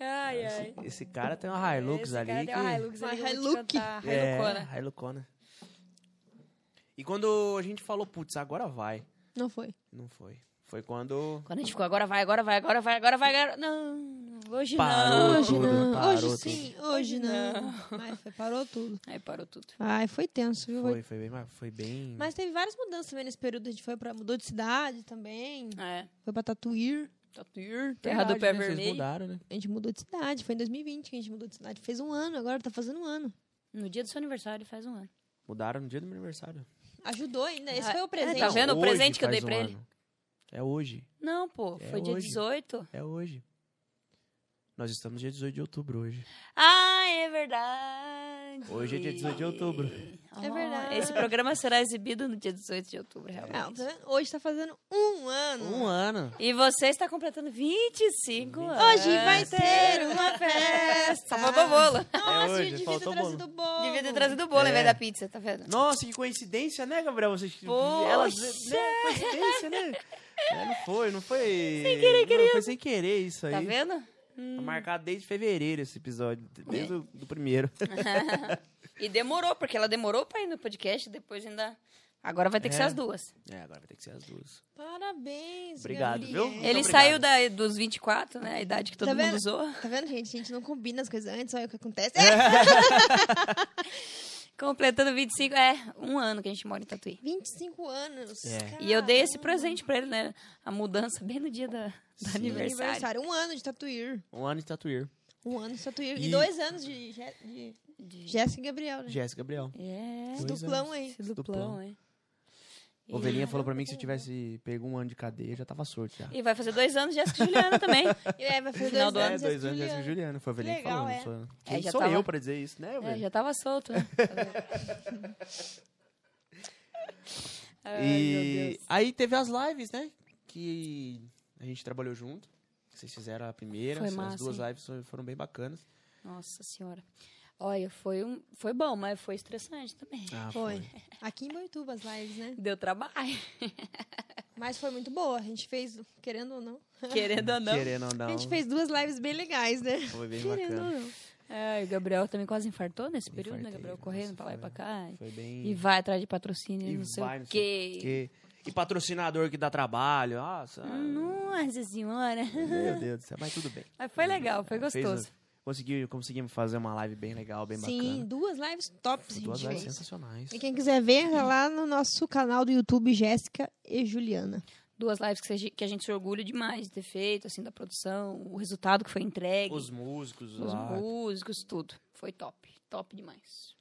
Speaker 2: Ai, ai.
Speaker 1: Esse, esse cara tem uma Hilux
Speaker 2: Esse
Speaker 1: ali que...
Speaker 2: cara tem uma Hilux ali,
Speaker 3: Uma
Speaker 2: eu vou te
Speaker 3: Hilux.
Speaker 2: cantar,
Speaker 1: É,
Speaker 2: Hilucona.
Speaker 1: Hilux-ona. E quando a gente falou, putz, agora vai.
Speaker 3: Não foi.
Speaker 1: Não foi. Foi quando...
Speaker 2: Quando a gente ficou, agora vai, agora vai, agora vai, agora vai, agora... Não, hoje
Speaker 1: Parou
Speaker 2: não.
Speaker 3: hoje
Speaker 1: tudo,
Speaker 3: não.
Speaker 1: parou
Speaker 3: hoje
Speaker 1: tudo.
Speaker 3: sim, hoje,
Speaker 2: Hoje
Speaker 3: não. Mas foi, parou tudo.
Speaker 2: Aí parou tudo.
Speaker 3: Ai, foi tenso, viu?
Speaker 1: Foi, foi bem... mas Foi bem...
Speaker 3: Mas teve várias mudanças também nesse período. A gente foi pra, mudou de cidade também.
Speaker 2: É,
Speaker 3: Foi pra Tatuir.
Speaker 2: Tatuir, Terra
Speaker 1: Verdade,
Speaker 2: do Pé
Speaker 1: né? Vocês
Speaker 2: Vermelho.
Speaker 1: mudaram, né?
Speaker 3: A gente mudou de cidade. Foi em 2020 que a gente mudou de cidade. Fez um ano, agora tá fazendo um ano.
Speaker 2: No dia do seu aniversário, faz um ano.
Speaker 1: Mudaram no dia do meu aniversário.
Speaker 3: Ajudou ainda. Esse
Speaker 2: Ah,
Speaker 3: foi o presente.
Speaker 2: Tá vendo o
Speaker 1: Hoje
Speaker 2: presente que eu
Speaker 1: faz
Speaker 2: dei pra
Speaker 1: um
Speaker 2: ele?
Speaker 1: ano. É hoje.
Speaker 2: Não, pô,
Speaker 1: É
Speaker 2: foi dia
Speaker 1: hoje.
Speaker 2: 18.
Speaker 1: É hoje. Nós estamos dia 18 de outubro hoje.
Speaker 2: Ah, é verdade.
Speaker 1: Hoje é dia 18 de outubro.
Speaker 2: Ah,
Speaker 3: verdade.
Speaker 2: Esse programa será exibido no dia 18 de outubro,
Speaker 3: Ah,
Speaker 2: realmente.
Speaker 3: tá vendo? Hoje tá fazendo um ano.
Speaker 1: Um ano.
Speaker 2: E você está completando 25 anos.
Speaker 3: Hoje vai ter uma festa.
Speaker 2: Só faltou bolo.
Speaker 3: Nossa,
Speaker 1: É hoje,
Speaker 3: eu devia ter
Speaker 1: faltou
Speaker 3: trazido bolo.
Speaker 2: Devia ter trazido o bolo ao
Speaker 1: É.
Speaker 2: invés da pizza, tá vendo?
Speaker 1: Nossa, que coincidência, né, Gabriel? Vocês
Speaker 2: Poxa!
Speaker 1: elas, né? Coincidência, né? É, não foi, não foi. Sem querer, querido. Foi sem querer isso aí.
Speaker 2: Tá vendo?
Speaker 1: Tá marcado desde fevereiro esse episódio, desde o do primeiro.
Speaker 2: E demorou, porque ela demorou pra ir no podcast, depois ainda. Agora vai ter que ser
Speaker 1: É.
Speaker 2: as duas.
Speaker 1: É, agora vai ter que ser as duas.
Speaker 3: Parabéns,
Speaker 1: Obrigado,
Speaker 3: Gabriel.
Speaker 1: viu? Muito
Speaker 2: Ele
Speaker 1: obrigado.
Speaker 2: saiu da, dos 24, né? A idade que todo
Speaker 3: Tá
Speaker 2: mundo
Speaker 3: vendo?
Speaker 2: usou.
Speaker 3: Tá vendo, gente? A gente não combina as coisas antes, olha o que acontece.
Speaker 1: É.
Speaker 3: É,
Speaker 2: Completando 25, é, um ano que a gente mora em Tatuí.
Speaker 3: 25 anos.
Speaker 1: É.
Speaker 2: E eu dei esse
Speaker 3: Caramba. um
Speaker 2: presente pra ele, né? A mudança bem no dia da, do
Speaker 1: Sim.
Speaker 2: aniversário.
Speaker 3: Um ano de tatuir.
Speaker 1: Um ano de tatuir.
Speaker 3: Um ano de tatuir. E,
Speaker 1: E-
Speaker 3: dois anos de, Je- de
Speaker 2: De-
Speaker 3: Jéssica e Gabriel, né?
Speaker 1: Jéssica Gabriel.
Speaker 2: É,
Speaker 3: Esse
Speaker 1: Dois
Speaker 3: duplão aí.
Speaker 2: esse duplão,
Speaker 1: duplão.
Speaker 2: hein? E-
Speaker 1: Ovelhinha falou pra mim que se eu tivesse pego um ano de cadeia, eu já tava sorte já.
Speaker 2: E vai fazer dois anos Jéssica e Juliana também.
Speaker 3: E é, vai fazer
Speaker 2: Final
Speaker 3: dois
Speaker 2: do
Speaker 1: É,
Speaker 3: anos.
Speaker 1: dois anos
Speaker 3: Jéssica
Speaker 1: Jéssica
Speaker 3: e
Speaker 1: e Juliana. Foi a Velhinha que
Speaker 3: Legal,
Speaker 1: falou. não
Speaker 3: é.
Speaker 1: sou-
Speaker 2: É,
Speaker 1: Quem
Speaker 2: já
Speaker 1: sou
Speaker 2: tava-
Speaker 1: eu pra dizer isso, né,
Speaker 2: É,
Speaker 1: velho?
Speaker 2: já tava solto, né? Ai, meu Deus.
Speaker 1: E aí teve as lives, né? Que a gente trabalhou junto. que Vocês fizeram a primeira,
Speaker 2: Foi
Speaker 1: as
Speaker 2: massa,
Speaker 1: duas
Speaker 2: hein?
Speaker 1: lives fo- foram bem bacanas.
Speaker 2: Nossa senhora. Olha, foi, um, foi bom, mas foi estressante também.
Speaker 1: Ah,
Speaker 3: Foi. Aqui em Boituba as lives, né?
Speaker 2: Deu trabalho,
Speaker 3: Mas foi muito boa. A gente fez, querendo ou não,
Speaker 2: querendo ou não.
Speaker 1: Querendo ou não.
Speaker 3: a gente fez duas lives bem legais, né?
Speaker 1: Foi bem
Speaker 3: Querendo ou
Speaker 1: bacana.
Speaker 3: não.
Speaker 2: Ai, É, o Gabriel também quase infartou nesse período, né,
Speaker 1: Infartei,
Speaker 2: Gabriel?
Speaker 1: nossa,
Speaker 2: Correndo pra lá e pra
Speaker 1: foi-
Speaker 2: cá.
Speaker 1: Foi
Speaker 2: E
Speaker 1: bem.
Speaker 2: vai atrás de patrocínio,
Speaker 1: e
Speaker 2: não sei
Speaker 1: vai,
Speaker 2: o
Speaker 1: não
Speaker 2: quê.
Speaker 1: quê. E patrocinador que dá trabalho. Nossa.
Speaker 2: Hum. Nossa senhora.
Speaker 1: Meu Deus do céu. Mas tudo bem.
Speaker 2: Mas foi legal, foi
Speaker 1: Fez-
Speaker 2: gostoso.
Speaker 1: Consegui, conseguimos fazer uma live bem legal, bem
Speaker 3: Sim,
Speaker 1: bacana.
Speaker 3: duas lives tops a
Speaker 1: Duas
Speaker 3: gente
Speaker 1: lives
Speaker 3: fez.
Speaker 1: sensacionais.
Speaker 3: E quem quiser ver, tá lá no nosso canal do YouTube, Jéssica e Juliana.
Speaker 2: Duas lives que, seja- que a gente se orgulha demais de ter feito, assim, da produção, o resultado que foi entregue,
Speaker 1: Os
Speaker 2: os,
Speaker 1: músicos lá.
Speaker 2: músicos, tudo. Foi top, top demais.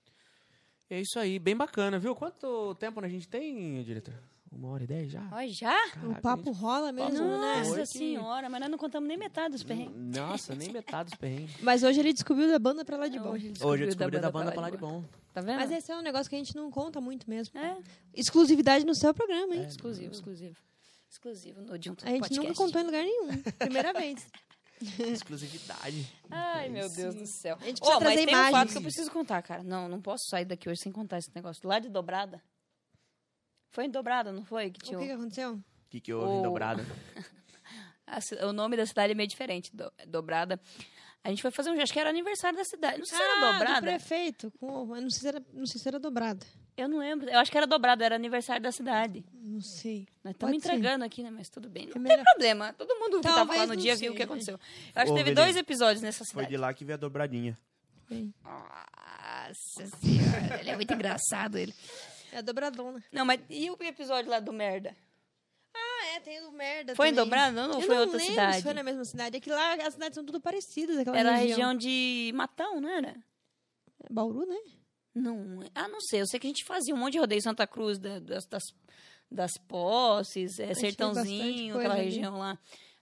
Speaker 1: É isso aí, bem bacana, viu? Quanto tempo a gente tem, diretor? Uma hora e dez já?
Speaker 2: Ó, já?
Speaker 1: Caraca,
Speaker 3: o um papo rola
Speaker 1: papo
Speaker 3: mesmo, né?
Speaker 1: foi
Speaker 2: Nossa
Speaker 1: que-
Speaker 2: senhora, mas nós não contamos nem metade dos
Speaker 1: gente-
Speaker 2: perrengues.
Speaker 1: Nossa, nem metade dos perrengues.
Speaker 3: Mas hoje ele descobriu da banda pra lá de
Speaker 2: É,
Speaker 3: bom.
Speaker 2: Hoje, ele
Speaker 1: Hum, tá Hoje eu descobri
Speaker 2: descobriu
Speaker 1: da banda
Speaker 2: pra lá
Speaker 1: Palar de Bom.
Speaker 2: Tá vendo?
Speaker 3: Mas esse é um negócio que a gente não conta muito mesmo.
Speaker 2: É,
Speaker 3: Exclusividade no seu programa, hein?
Speaker 1: É.
Speaker 2: exclusivo, exclusivo. Exclusivo no de um
Speaker 3: A gente
Speaker 2: podcast.
Speaker 3: nunca contou em lugar nenhum. Primeira vez.
Speaker 1: Exclusividade.
Speaker 2: Ai, meu Deus do céu. A gente
Speaker 3: gente
Speaker 2: mas
Speaker 3: precisa trazer
Speaker 2: tem um fato
Speaker 3: imagens.
Speaker 2: que eu preciso contar, cara. Não, não posso sair daqui hoje sem contar esse negócio. Lá de Dobrada. Foi em Dobrada, não foi? Que
Speaker 3: O que,
Speaker 2: tinha
Speaker 3: que
Speaker 2: o-
Speaker 3: aconteceu?
Speaker 1: O que, que houve em
Speaker 2: Oh.
Speaker 1: dobrada?
Speaker 2: A ci- o nome da cidade é meio diferente. do- dobrada. A gente foi fazer um. Acho que era aniversário da cidade. Não sei se
Speaker 3: Ah,
Speaker 2: era
Speaker 3: do
Speaker 2: dobrada.
Speaker 3: prefeito. Com, eu não sei, se era, não sei se era dobrado.
Speaker 2: Eu não lembro. Eu acho que era dobrada, era aniversário da cidade.
Speaker 3: Não sei.
Speaker 2: Nós estamos
Speaker 3: Pode ser.
Speaker 2: entregando aqui, né? Mas tudo bem. Não
Speaker 3: É
Speaker 2: tem
Speaker 3: melhor.
Speaker 2: problema. Todo mundo que tava
Speaker 3: Talvez
Speaker 2: lá no
Speaker 3: não
Speaker 2: dia viu o que
Speaker 3: seja.
Speaker 2: aconteceu. Eu acho
Speaker 1: Ô,
Speaker 2: que teve
Speaker 1: Belém.
Speaker 2: dois episódios nessa
Speaker 1: Foi
Speaker 2: cidade.
Speaker 1: de lá que veio a dobradinha.
Speaker 2: Nossa senhora, ele é muito engraçado ele.
Speaker 3: É a dobradona.
Speaker 2: Não, mas e o episódio lá do merda?
Speaker 3: Ah, é, tem o merda
Speaker 2: Foi em
Speaker 3: também.
Speaker 2: Dobrado ou não
Speaker 3: Eu
Speaker 2: foi
Speaker 3: não
Speaker 2: outra
Speaker 3: lembro
Speaker 2: cidade?
Speaker 3: se foi na mesma cidade. É que lá as cidades são tudo parecidas. Aquela
Speaker 2: Era a
Speaker 3: região.
Speaker 2: região de Matão, não era?
Speaker 3: É Bauru, né?
Speaker 2: Não, é- ah, não sei. Eu sei que a gente fazia um monte de rodeio em Santa Cruz, da- das, das, das posses, é,
Speaker 3: Acho que tem bastante
Speaker 2: Sertãozinho,
Speaker 3: coisa
Speaker 2: aquela
Speaker 3: ali.
Speaker 2: região lá.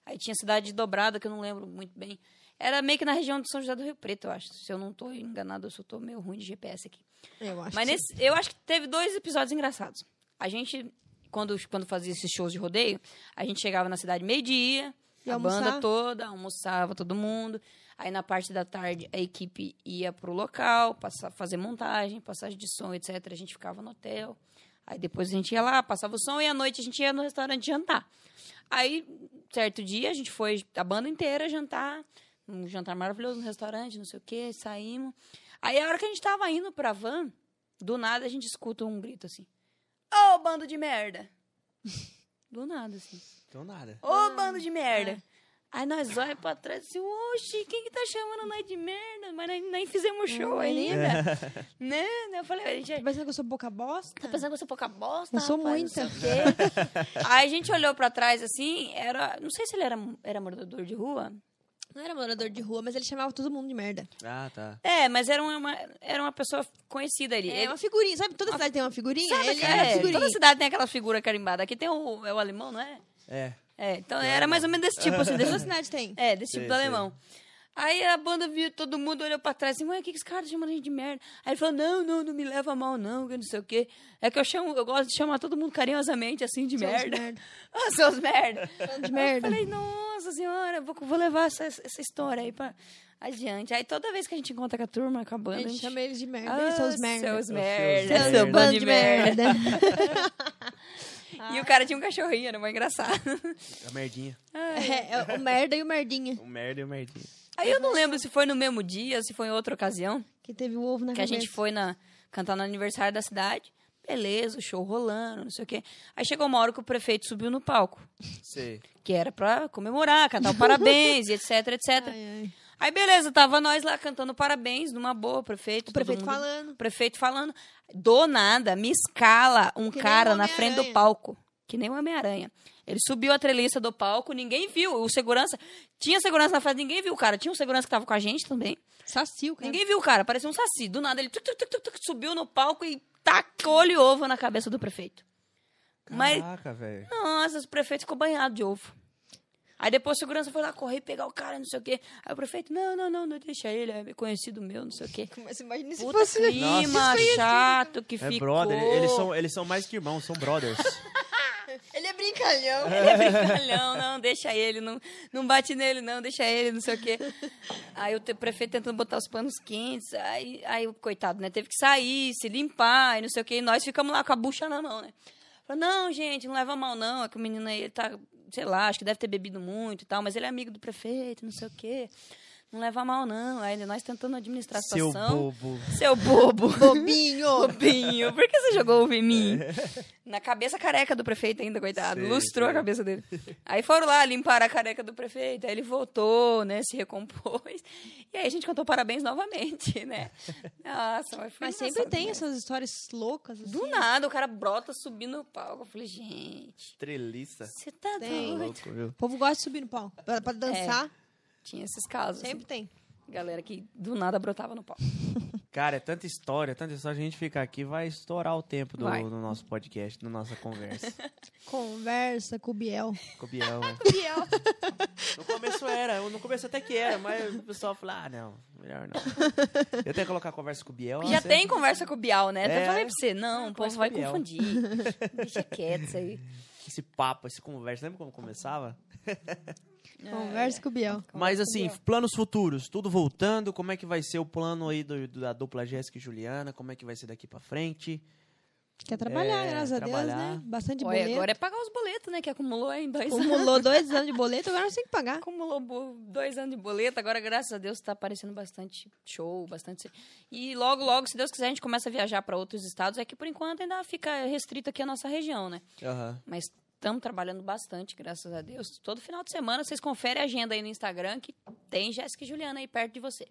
Speaker 2: Aí tinha cidade de dobrada, que eu não lembro muito bem. Era meio que na região de São José do Rio Preto, eu acho. Se eu não tô enganado, eu só tô meio ruim de GPS aqui.
Speaker 3: Eu acho.
Speaker 2: Mas
Speaker 3: que-
Speaker 2: nesse, eu acho que teve dois episódios engraçados. A gente, quando, quando fazia esses shows de rodeio, a gente chegava na cidade meio-dia,
Speaker 3: E
Speaker 2: a
Speaker 3: almoçar.
Speaker 2: banda toda, almoçava todo mundo. Aí na parte da tarde a equipe ia pro local, passa, fazer montagem, passagem de som, etc. A gente ficava no hotel. Aí depois a gente ia lá, passava o som e à noite a gente ia no restaurante jantar. Aí, certo dia, a gente foi a banda inteira jantar, um jantar maravilhoso no restaurante, não sei o quê, saímos. Aí a hora que a gente tava indo pra van, do nada a gente escuta um grito assim: Ô, bando de merda! Do nada, assim.
Speaker 1: Então nada.
Speaker 2: Ô, bando de merda! Ah, é. Aí nós olhamos pra trás e assim, oxe, quem que tá chamando nós de merda? Mas nós nem fizemos show
Speaker 3: mas nem-
Speaker 2: ainda. né? Eu falei, a gente
Speaker 3: Tá pensando que eu sou boca bosta?
Speaker 2: Tá pensando que eu sou pouca bosta?
Speaker 3: Eu sou
Speaker 2: rapaz,
Speaker 3: muita.
Speaker 2: Não sei o quê. Aí a gente olhou pra trás assim, era. Não sei se ele era, era morador de rua.
Speaker 3: Não era morador de rua, mas ele chamava todo mundo de merda.
Speaker 1: Ah, tá.
Speaker 2: É, mas era uma, era uma pessoa conhecida ali.
Speaker 3: É
Speaker 2: Ele-
Speaker 3: uma figurinha. Sabe, toda cidade tem uma figurinha?
Speaker 2: sabe,
Speaker 3: ele
Speaker 2: cara,
Speaker 3: era
Speaker 2: é,
Speaker 3: figurinha.
Speaker 2: toda cidade tem aquela figura carimbada. Aqui tem o, é o alemão, não é?
Speaker 1: É.
Speaker 2: É, então era mais ou menos desse tipo, assim,
Speaker 3: Toda
Speaker 2: desse,
Speaker 3: cidade tem.
Speaker 2: é, desse tipo
Speaker 1: Sei,
Speaker 2: do
Speaker 1: sei.
Speaker 2: alemão. Aí a banda viu, todo mundo olhou pra trás assim, ué, o que, que esse cara tá chamando a gente de merda? Aí ele falou, não, não, não me leva a mal, não, que não sei o quê. É que eu chamo, eu gosto de chamar todo mundo carinhosamente, assim, de
Speaker 3: Seus
Speaker 2: merda. Ah, seus merda.
Speaker 3: de merda.
Speaker 2: Eu falei, nossa senhora, vou, vou levar essa, essa história aí pra adiante. Aí toda vez que a gente encontra com a turma, com a
Speaker 3: A
Speaker 2: banda,
Speaker 3: gente chama eles de merda.
Speaker 2: ah,
Speaker 3: eles são os merda. É
Speaker 2: Seus merda.
Speaker 1: Seus
Speaker 2: seu
Speaker 1: merda.
Speaker 2: bando de merda.
Speaker 3: merda.
Speaker 2: E o cara tinha um cachorrinho, era mais engraçado.
Speaker 1: A merdinha.
Speaker 3: É, é o merda e o merdinha.
Speaker 1: O merda e o merdinha.
Speaker 2: Aí eu não lembro se foi no mesmo dia, se foi em outra ocasião.
Speaker 3: Que teve o ovo na
Speaker 2: que a
Speaker 3: cabeça.
Speaker 2: gente foi na cantar no aniversário da cidade. Beleza, o show rolando, não sei o quê. Aí chegou uma hora que o prefeito subiu no palco,
Speaker 1: Sei.
Speaker 2: que era pra comemorar, cantar o parabéns, e etc, etc.
Speaker 3: Ai, ai.
Speaker 2: Aí beleza, tava nós lá cantando parabéns, numa boa, prefeito. todo
Speaker 3: O prefeito
Speaker 2: mundo-
Speaker 3: falando.
Speaker 2: O prefeito falando. Do nada, me escala um
Speaker 3: Que nem o
Speaker 2: cara na
Speaker 3: Homem-Aranha.
Speaker 2: frente do palco. Que nem o Homem-Aranha. Ele subiu a treliça do palco, ninguém viu. O segurança. Tinha segurança na frente, ninguém viu o cara. Tinha um segurança que tava com a gente também.
Speaker 3: Saci, o cara.
Speaker 2: Ninguém viu o cara, parecia um saci. Do nada ele tuc, tuc, tuc, tuc, tuc, subiu no palco e tacou-lhe ovo na cabeça do prefeito. Mas
Speaker 1: Caraca, velho.
Speaker 2: nossa, o prefeito ficou banhado de ovo. Aí depois a segurança foi lá correr, pegar o cara, não sei o quê. Aí o prefeito, não, não, não, não deixa ele, é conhecido meu, não sei o quê.
Speaker 3: Mas imagina se
Speaker 2: Puta
Speaker 3: fosse... assim.
Speaker 2: clima chato que
Speaker 1: É
Speaker 2: ficou.
Speaker 1: brother. Eles são, eles são mais que irmãos, são brothers.
Speaker 3: Ele é brincalhão.
Speaker 2: Ele é brincalhão, não, deixa ele, não, não bate nele, não, deixa ele, não sei o quê. Aí o te- prefeito tentando botar os panos quentes, aí, aí o coitado, né, teve que sair, se limpar e não sei o quê, e nós ficamos lá com a bucha na mão, né. Falou, não, gente, não leva a mal, não, é que o menino aí, ele tá, sei lá, acho que deve ter bebido muito e tal, mas ele é amigo do prefeito, não sei o quê. Não leva a mal, não. Aí nós tentando administrar a
Speaker 1: Seu
Speaker 2: situação.
Speaker 1: bobo.
Speaker 2: Seu bobo.
Speaker 3: Bobinho.
Speaker 2: Bobinho, por que você jogou ovo em mim? Na cabeça careca do prefeito ainda, coitado.
Speaker 1: Sei,
Speaker 2: Lustrou
Speaker 1: sei.
Speaker 2: a cabeça dele. Aí foram lá limpar a careca do prefeito. Aí ele voltou, né? Se recompôs. E aí a gente cantou parabéns novamente, né? Nossa, mas foi
Speaker 3: Mas sempre
Speaker 2: engraçado
Speaker 3: tem
Speaker 2: demais.
Speaker 3: essas histórias loucas. Assim.
Speaker 2: Do nada, o cara brota subindo no palco. Eu falei, gente,
Speaker 1: Treliça.
Speaker 2: você tá
Speaker 3: Tem.
Speaker 2: doido?
Speaker 1: Louco, viu?
Speaker 3: O povo gosta de subir no pau. Pra, pra dançar,
Speaker 2: Tinha esses casos. assim.
Speaker 3: É, sempre tem.
Speaker 2: Galera que do nada brotava no palco.
Speaker 1: Cara, é tanta história, tanta história. A gente ficar aqui vai estourar o tempo do,
Speaker 2: Vai.
Speaker 1: do nosso podcast, da nossa conversa.
Speaker 3: Conversa com o Biel.
Speaker 1: Com o Biel, né?
Speaker 3: Biel.
Speaker 1: No começo era, no começo até que era, mas o pessoal falou, ah, não, melhor não. Eu tenho que colocar a conversa com o Biel.
Speaker 2: Já
Speaker 1: você-
Speaker 2: tem conversa com o Bial, né?
Speaker 1: É.
Speaker 2: Até falei pra você, não,
Speaker 1: Ah,
Speaker 2: o
Speaker 1: conversa
Speaker 2: povo vai
Speaker 1: com o Bial.
Speaker 2: confundir. Deixa quieto isso aí.
Speaker 1: Esse papo, esse conversa, lembra como começava?
Speaker 3: Conversa com o Biel.
Speaker 1: Mas assim, planos futuros, tudo voltando, como é que vai ser o plano aí do- do- da dupla Jéssica e Juliana, como é que vai ser daqui pra frente?
Speaker 3: Quer trabalhar,
Speaker 1: É,
Speaker 3: graças a Deus,
Speaker 1: trabalhar.
Speaker 3: né? Bastante
Speaker 2: Olha,
Speaker 3: boleto.
Speaker 2: agora é pagar os boletos, né? Que acumulou em
Speaker 3: é
Speaker 2: dois anos.
Speaker 3: Acumulou dois anos de boleto, agora não tem que pagar.
Speaker 2: Acumulou bo- dois anos de boleto. Agora, graças a Deus, tá aparecendo bastante show, bastante... E logo, logo, se Deus quiser, a gente começa a viajar para outros estados. É que, por enquanto, ainda fica restrito aqui a nossa região, né?
Speaker 1: Aham.
Speaker 2: Mas estamos trabalhando bastante, graças a Deus. Todo final de semana, vocês conferem a agenda aí no Instagram, que tem Jéssica e Juliana aí perto de você.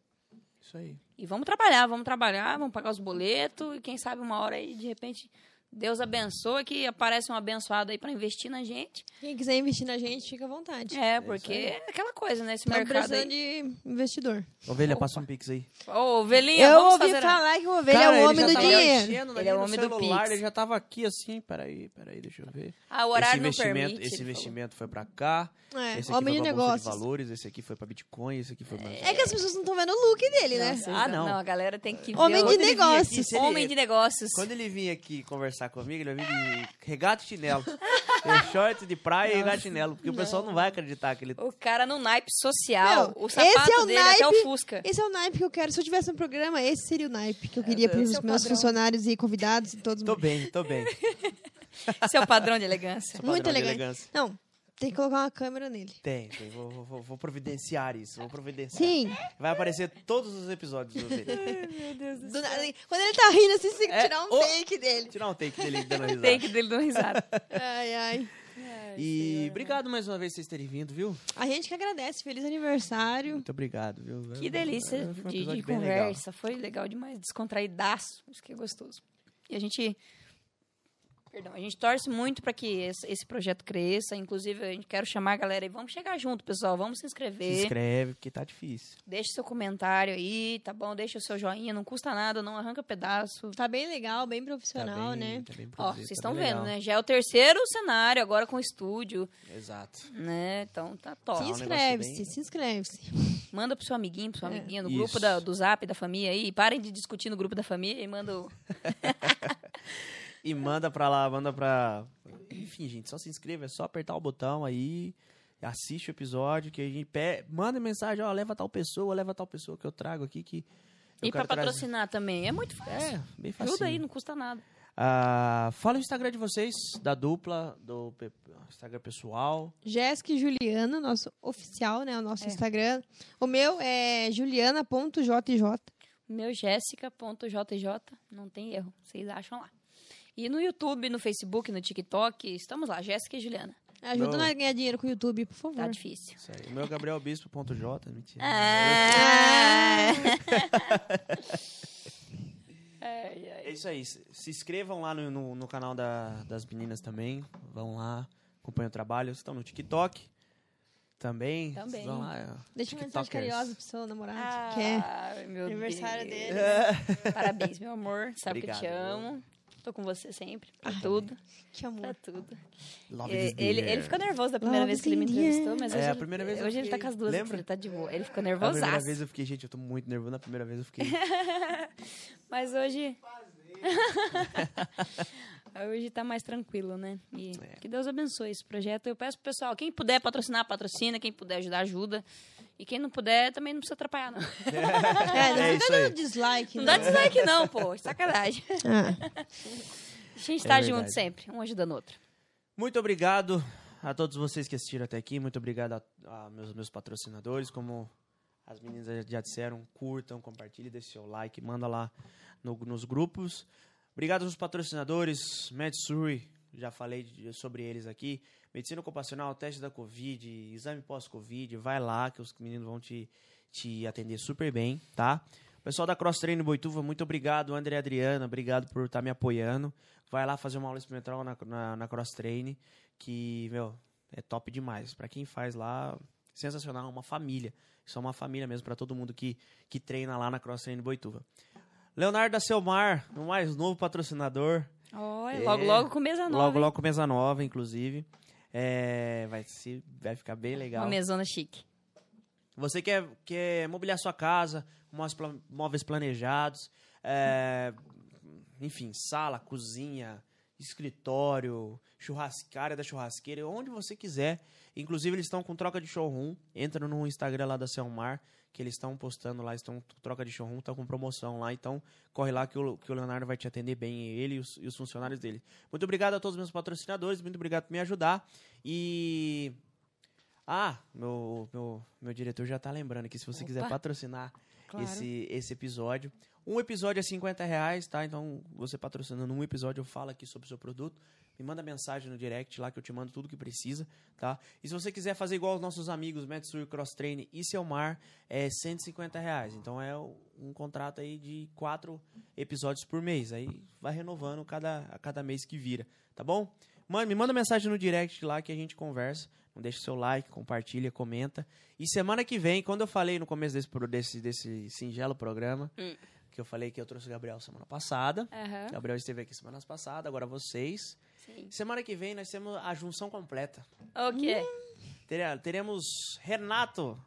Speaker 1: Isso aí.
Speaker 2: E vamos trabalhar, vamos trabalhar, vamos pagar os boletos. E quem sabe uma hora aí, de repente, Deus abençoa que aparece um abençoado aí para investir na gente.
Speaker 3: Quem quiser investir na gente, fica à vontade.
Speaker 2: É,
Speaker 1: isso
Speaker 2: porque
Speaker 1: aí.
Speaker 2: é aquela coisa, né? Esse
Speaker 3: Estamos
Speaker 2: mercado
Speaker 3: tá precisando
Speaker 2: aí.
Speaker 3: de investidor.
Speaker 1: Ovelha, passa um pix aí.
Speaker 2: Ô, ovelhinha,
Speaker 3: Eu
Speaker 2: vamos
Speaker 3: ouvi
Speaker 2: fazer... a-
Speaker 3: falar que o ovelho é o
Speaker 1: tá-
Speaker 3: homem do dinheiro.
Speaker 2: Ele é o homem do Pix.
Speaker 1: Ele já tava aqui assim, peraí, peraí, deixa eu ver.
Speaker 2: Ah, o horário
Speaker 1: esse
Speaker 2: não
Speaker 1: investimento,
Speaker 2: permite.
Speaker 1: esse
Speaker 2: ele falou.
Speaker 1: investimento foi pra cá,
Speaker 3: É,
Speaker 1: esse aqui
Speaker 3: homem de
Speaker 1: foi pra bolsa de
Speaker 3: negócios.
Speaker 1: valores, esse aqui foi pra Bitcoin, esse aqui foi pra...
Speaker 3: É que as pessoas não estão vendo o look dele, né?
Speaker 2: Nossa,
Speaker 1: Ah, não.
Speaker 2: Não, a galera tem que ver
Speaker 3: Homem
Speaker 2: o-
Speaker 3: de
Speaker 1: Quando ele vinha aqui,
Speaker 3: negócios.
Speaker 1: se ele-
Speaker 2: Homem de negócios.
Speaker 1: Quando ele vinha aqui conversar comigo, ele vai vir de regata e chinelo. É short de praia e regata e chinelo, porque o pessoal não vai acreditar que ele... tá-
Speaker 2: O cara no naipe social.
Speaker 3: Não,
Speaker 2: o sapato
Speaker 3: esse é o
Speaker 2: dele até o
Speaker 3: naipe-
Speaker 2: Fusca.
Speaker 3: Esse é o naipe que eu quero. Se eu tivesse um programa, esse seria o naipe que eu queria para os
Speaker 2: esse é
Speaker 3: meus
Speaker 2: o padrão.
Speaker 3: funcionários e convidados e todos.
Speaker 1: Tô bem, tô bem.
Speaker 2: Esse é o padrão de elegância.
Speaker 1: Padrão
Speaker 3: Muito
Speaker 1: de
Speaker 3: elegante.
Speaker 1: elegância.
Speaker 3: Não, tem que colocar uma câmera nele.
Speaker 2: É.
Speaker 1: Tem, tem. Vou, vou- vou- vou providenciar isso, vou providenciar.
Speaker 3: Sim.
Speaker 1: Vai aparecer todos os episódios do Ovelha.
Speaker 3: Do nada, quando ele tá rindo, assim, você
Speaker 1: É,
Speaker 3: tirar um
Speaker 1: o-
Speaker 3: take dele.
Speaker 1: Tirar um take dele dando risada.
Speaker 2: Take dele dando risada.
Speaker 3: Ai, ai. É.
Speaker 1: E obrigado mais uma vez por vocês terem vindo, viu?
Speaker 3: A gente que agradece. Feliz aniversário.
Speaker 1: Muito obrigado, viu?
Speaker 2: Que delícia
Speaker 1: Foi um
Speaker 2: de, de
Speaker 1: episódio bem legal.
Speaker 2: conversa. Foi legal demais. Descontraidaço. Isso que é gostoso. E a gente. Perdão, a gente torce muito para que esse, esse projeto cresça. Inclusive, a gente quer chamar a galera aí. Vamos chegar junto, pessoal. Vamos se
Speaker 1: Se
Speaker 2: inscrever.
Speaker 1: inscreve, porque tá difícil.
Speaker 2: Deixa seu comentário aí, tá bom? Deixa o seu joinha. Não custa nada, não arranca pedaço.
Speaker 3: Tá bem legal, bem
Speaker 1: Tá
Speaker 3: profissional,
Speaker 1: bem-
Speaker 3: né?
Speaker 1: tá bem
Speaker 2: Ó,
Speaker 1: produzido,
Speaker 2: vocês
Speaker 1: tá
Speaker 2: estão
Speaker 1: bem
Speaker 2: vendo,
Speaker 1: legal.
Speaker 2: né? Já é o terceiro cenário, agora com estúdio,
Speaker 1: Exato.
Speaker 2: né? Então
Speaker 1: Tá,
Speaker 2: tá top.
Speaker 1: um
Speaker 3: Se
Speaker 1: negócio
Speaker 3: inscreve-se,
Speaker 1: bem-
Speaker 3: se inscreve-se.
Speaker 2: Manda pro seu amiguinho, pro seu amiguinha, no
Speaker 1: É. Isso.
Speaker 2: grupo da- do zap da família aí. Parem de discutir no grupo da família e manda o-
Speaker 1: E manda pra lá, manda pra. Enfim, gente, só se inscreva, é só apertar o botão aí. Assiste o episódio, que a gente pe... manda mensagem, ó, leva tal pessoa, leva tal pessoa que eu trago aqui que. eu
Speaker 2: E pra
Speaker 1: quero trazer.
Speaker 2: patrocinar também. É muito fácil.
Speaker 1: É, bem fácil.
Speaker 2: Ajuda aí, não custa nada.
Speaker 1: Ah, fala o Instagram de vocês, da dupla, do pe- Instagram pessoal.
Speaker 3: Jéssica e Juliana, nosso oficial, né? O
Speaker 2: É.
Speaker 3: nosso Instagram. O meu é juliana.jj.
Speaker 2: Meu Jéssica.jj, não tem erro. Vocês acham lá. E no YouTube, no Facebook, no TikTok, estamos lá, Jéssica e Juliana.
Speaker 3: Ajuda
Speaker 1: Boa.
Speaker 3: nós a ganhar dinheiro com o YouTube, por favor.
Speaker 2: Tá difícil.
Speaker 1: Isso aí. O meu é gabrielbispo.j, mentira.
Speaker 2: Ah!
Speaker 3: É.
Speaker 2: ai, ai.
Speaker 1: É isso aí. Se se inscrevam lá no, no- no canal da- das meninas também. Vão lá, acompanhem o trabalho. Vocês estão no TikTok também.
Speaker 2: Também.
Speaker 1: Vocês vão lá. é.
Speaker 3: Deixa uma mensagem
Speaker 1: TikTokers.
Speaker 3: carinhosa pro seu namorado. que é
Speaker 2: Ah, Ai, meu
Speaker 3: aniversário
Speaker 2: Deus.
Speaker 3: dele.
Speaker 2: É. Parabéns, meu amor. Sabe que eu te
Speaker 1: Obrigado.
Speaker 2: amo. Tô com você sempre. Pra tudo.
Speaker 3: Que
Speaker 2: Pra
Speaker 3: amor.
Speaker 2: tudo.
Speaker 1: Love
Speaker 2: É,
Speaker 1: is the
Speaker 2: Ele, ele,
Speaker 1: air.
Speaker 2: ficou nervoso da primeira
Speaker 3: Love
Speaker 2: vez que ele me
Speaker 3: is in the air.
Speaker 2: entrevistou, mas
Speaker 1: É,
Speaker 2: hoje,
Speaker 1: a
Speaker 2: ele-
Speaker 1: primeira vez eu
Speaker 2: hoje ele tá
Speaker 1: fiquei-
Speaker 2: com as duas aqui,
Speaker 1: lembra? É
Speaker 2: ele tá de boa. Ele ficou
Speaker 1: A primeira
Speaker 2: nervosaço.
Speaker 1: vez eu fiquei, gente, eu tô muito nervoso. Na primeira vez eu fiquei.
Speaker 2: Mas hoje. hoje tá mais tranquilo, né? E
Speaker 1: É.
Speaker 2: que Deus abençoe esse projeto. Eu peço pro pessoal, quem puder patrocinar, patrocina. Quem puder ajudar, ajuda. E quem não puder, também não precisa atrapalhar, não.
Speaker 3: É, não
Speaker 1: É
Speaker 3: fica
Speaker 1: isso
Speaker 3: dando
Speaker 1: aí.
Speaker 3: dislike.
Speaker 2: Não dá
Speaker 3: né?
Speaker 2: dislike, não, pô. Sacanagem.
Speaker 3: Ah,
Speaker 2: A gente tá
Speaker 1: É
Speaker 2: junto
Speaker 1: verdade.
Speaker 2: sempre, um ajudando o outro.
Speaker 1: Muito obrigado a todos vocês que assistiram até aqui. Muito obrigado a, a meus, meus patrocinadores. Como as meninas já- já disseram, curtam, compartilhem, deixem seu like, manda lá no- nos grupos. Obrigado aos patrocinadores, Medsuri, já falei de- sobre eles aqui. Medicina ocupacional, teste da Covid, exame pós-Covid, vai lá que os meninos vão te, te atender super bem, tá? Pessoal da Cross Train Boituva, muito obrigado, André e Adriana, obrigado por estar me apoiando. Vai lá fazer uma aula experimental na, na, na Cross Train, que, meu, é top demais. Pra quem faz lá, sensacional, uma família. Isso é uma família mesmo pra todo mundo que, que treina lá na Cross Train Boituva. Leonardo da Selmar, o mais novo patrocinador.
Speaker 2: Olha,
Speaker 1: É.
Speaker 2: logo, logo com mesa nova.
Speaker 1: Logo,
Speaker 2: hein?
Speaker 1: logo com mesa nova, inclusive. É, vai, se, vai ficar bem legal.
Speaker 2: Uma mesona chique.
Speaker 1: Você quer, quer mobiliar sua casa, móveis pla- móveis planejados, é, enfim, sala, cozinha, escritório, churrascária da churrasqueira, onde você quiser. Inclusive, eles estão com troca de showroom. Entra no Instagram lá da Selmar, que eles estão postando lá, estão com troca de showroom, estão com promoção lá. Então, corre lá que o, que o Leonardo vai te atender bem, ele e os, e os funcionários dele. Muito obrigado a todos os meus patrocinadores, muito obrigado por me ajudar. E. Ah, meu, meu, meu diretor já tá lembrando que se você quiser
Speaker 2: Opa.
Speaker 1: patrocinar
Speaker 2: Claro.
Speaker 1: esse, esse episódio. Um episódio é 50 reais, tá? Então, você patrocinando um episódio, eu falo aqui sobre o seu produto. Me manda mensagem no direct lá que eu te mando tudo que precisa, tá? E se você quiser fazer igual os nossos amigos Metsui Cross Train e Selmar, é 150 reais. Então, é um contrato aí de quatro episódios por mês. Aí vai renovando cada, a cada mês que vira, tá bom? Mano, me manda mensagem no direct lá que a gente conversa. Então Deixa o seu like, compartilha, comenta. E semana que vem, quando eu falei no começo desse, pro- desse, desse singelo programa,
Speaker 2: Hum. É.
Speaker 1: que eu falei que eu trouxe o Gabriel semana passada.
Speaker 2: Aham.
Speaker 1: O Gabriel esteve aqui semana passada, agora vocês.
Speaker 2: Sim.
Speaker 1: Semana que vem nós temos a junção completa.
Speaker 2: Ok.
Speaker 1: Tere- Teremos Renato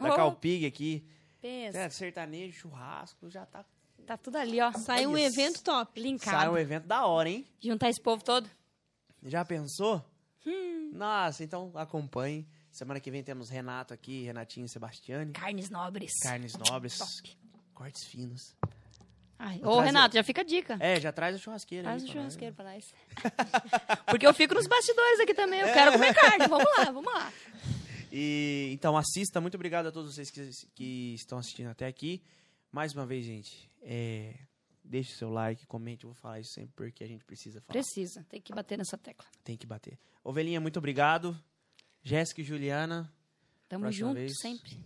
Speaker 1: da
Speaker 2: Oh.
Speaker 1: Calpig aqui.
Speaker 2: Pensa.
Speaker 1: É, sertanejo, churrasco, já tá.
Speaker 2: Tá tudo ali, ó.
Speaker 3: Sai um
Speaker 1: Olha é isso.
Speaker 3: evento top.
Speaker 2: Linkado.
Speaker 1: Sai um evento da hora, hein?
Speaker 2: Juntar esse povo todo.
Speaker 1: Já pensou? Nossa, então acompanhe. Semana que vem temos Renato aqui, Renatinho e Sebastiane.
Speaker 2: Carnes nobres.
Speaker 1: Carnes nobres.
Speaker 2: Top.
Speaker 1: Cortes finos.
Speaker 2: Ai,
Speaker 1: Vou
Speaker 2: Ô,
Speaker 1: trazer-
Speaker 2: Renato, já fica a dica.
Speaker 1: É, já traz a churrasqueira.
Speaker 2: Faz um
Speaker 1: aí pra nós.
Speaker 2: churrasqueiro pra nós. Porque eu fico nos bastidores aqui também. Eu quero comer carne. Vamos lá, vamos lá.
Speaker 1: E então assista. Muito obrigado a todos vocês que, que estão assistindo até aqui. Mais uma vez, gente, é, deixe o seu like, comente. Eu vou falar isso sempre porque a gente precisa falar.
Speaker 2: Precisa. Tem que bater nessa tecla.
Speaker 1: Tem que bater. Ovelhinha, muito obrigado. Jéssica e Juliana.
Speaker 2: Tamo
Speaker 1: Próxima
Speaker 2: junto
Speaker 1: vez.
Speaker 2: sempre.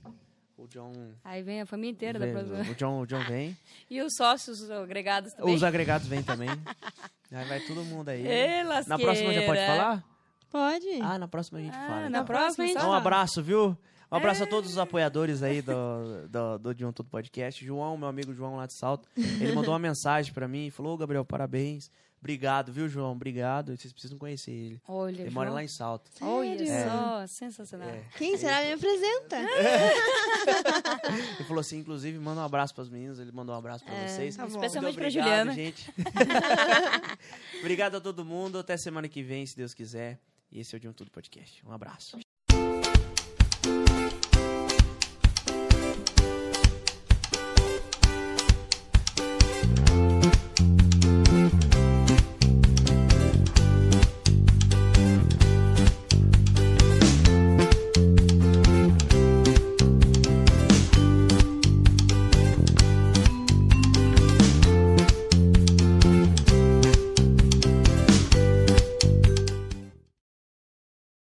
Speaker 1: O John.
Speaker 2: Aí vem a família inteira da próxima.
Speaker 1: o John, o John vem.
Speaker 2: E os sócios os agregados também.
Speaker 1: Os agregados vêm também. Aí vai todo mundo aí.
Speaker 2: Ê,
Speaker 1: Na próxima já pode
Speaker 2: lasqueira.
Speaker 1: falar?
Speaker 3: Pode.
Speaker 1: Ah, na próxima a gente
Speaker 2: Ah,
Speaker 1: fala.
Speaker 2: na
Speaker 1: então.
Speaker 2: próxima,
Speaker 3: Então,
Speaker 1: Então, um
Speaker 2: só-
Speaker 1: abraço, viu? Um abraço a todos os apoiadores aí do, do, do Dion Tudo Podcast. João, meu amigo João lá de Salto, ele mandou uma mensagem pra mim e falou: Ô, Gabriel, parabéns. Obrigado, viu, João? Obrigado. Vocês precisam conhecer ele.
Speaker 2: Olha,
Speaker 1: Ele mora
Speaker 2: João. Ah.
Speaker 1: lá em Salto.
Speaker 2: Olha
Speaker 3: Sério?
Speaker 2: só, sensacional.
Speaker 1: É.
Speaker 3: Quem será me apresenta?
Speaker 1: Ele falou assim: inclusive, manda um abraço pras meninas. Ele mandou um abraço pra vocês.
Speaker 3: tá bom.
Speaker 1: Muito
Speaker 2: Especialmente pra
Speaker 1: obrigado,
Speaker 2: Juliana.
Speaker 1: gente. obrigado a todo mundo. Até semana que vem, se Deus quiser. E esse é o Dion Tudo Podcast. Um abraço.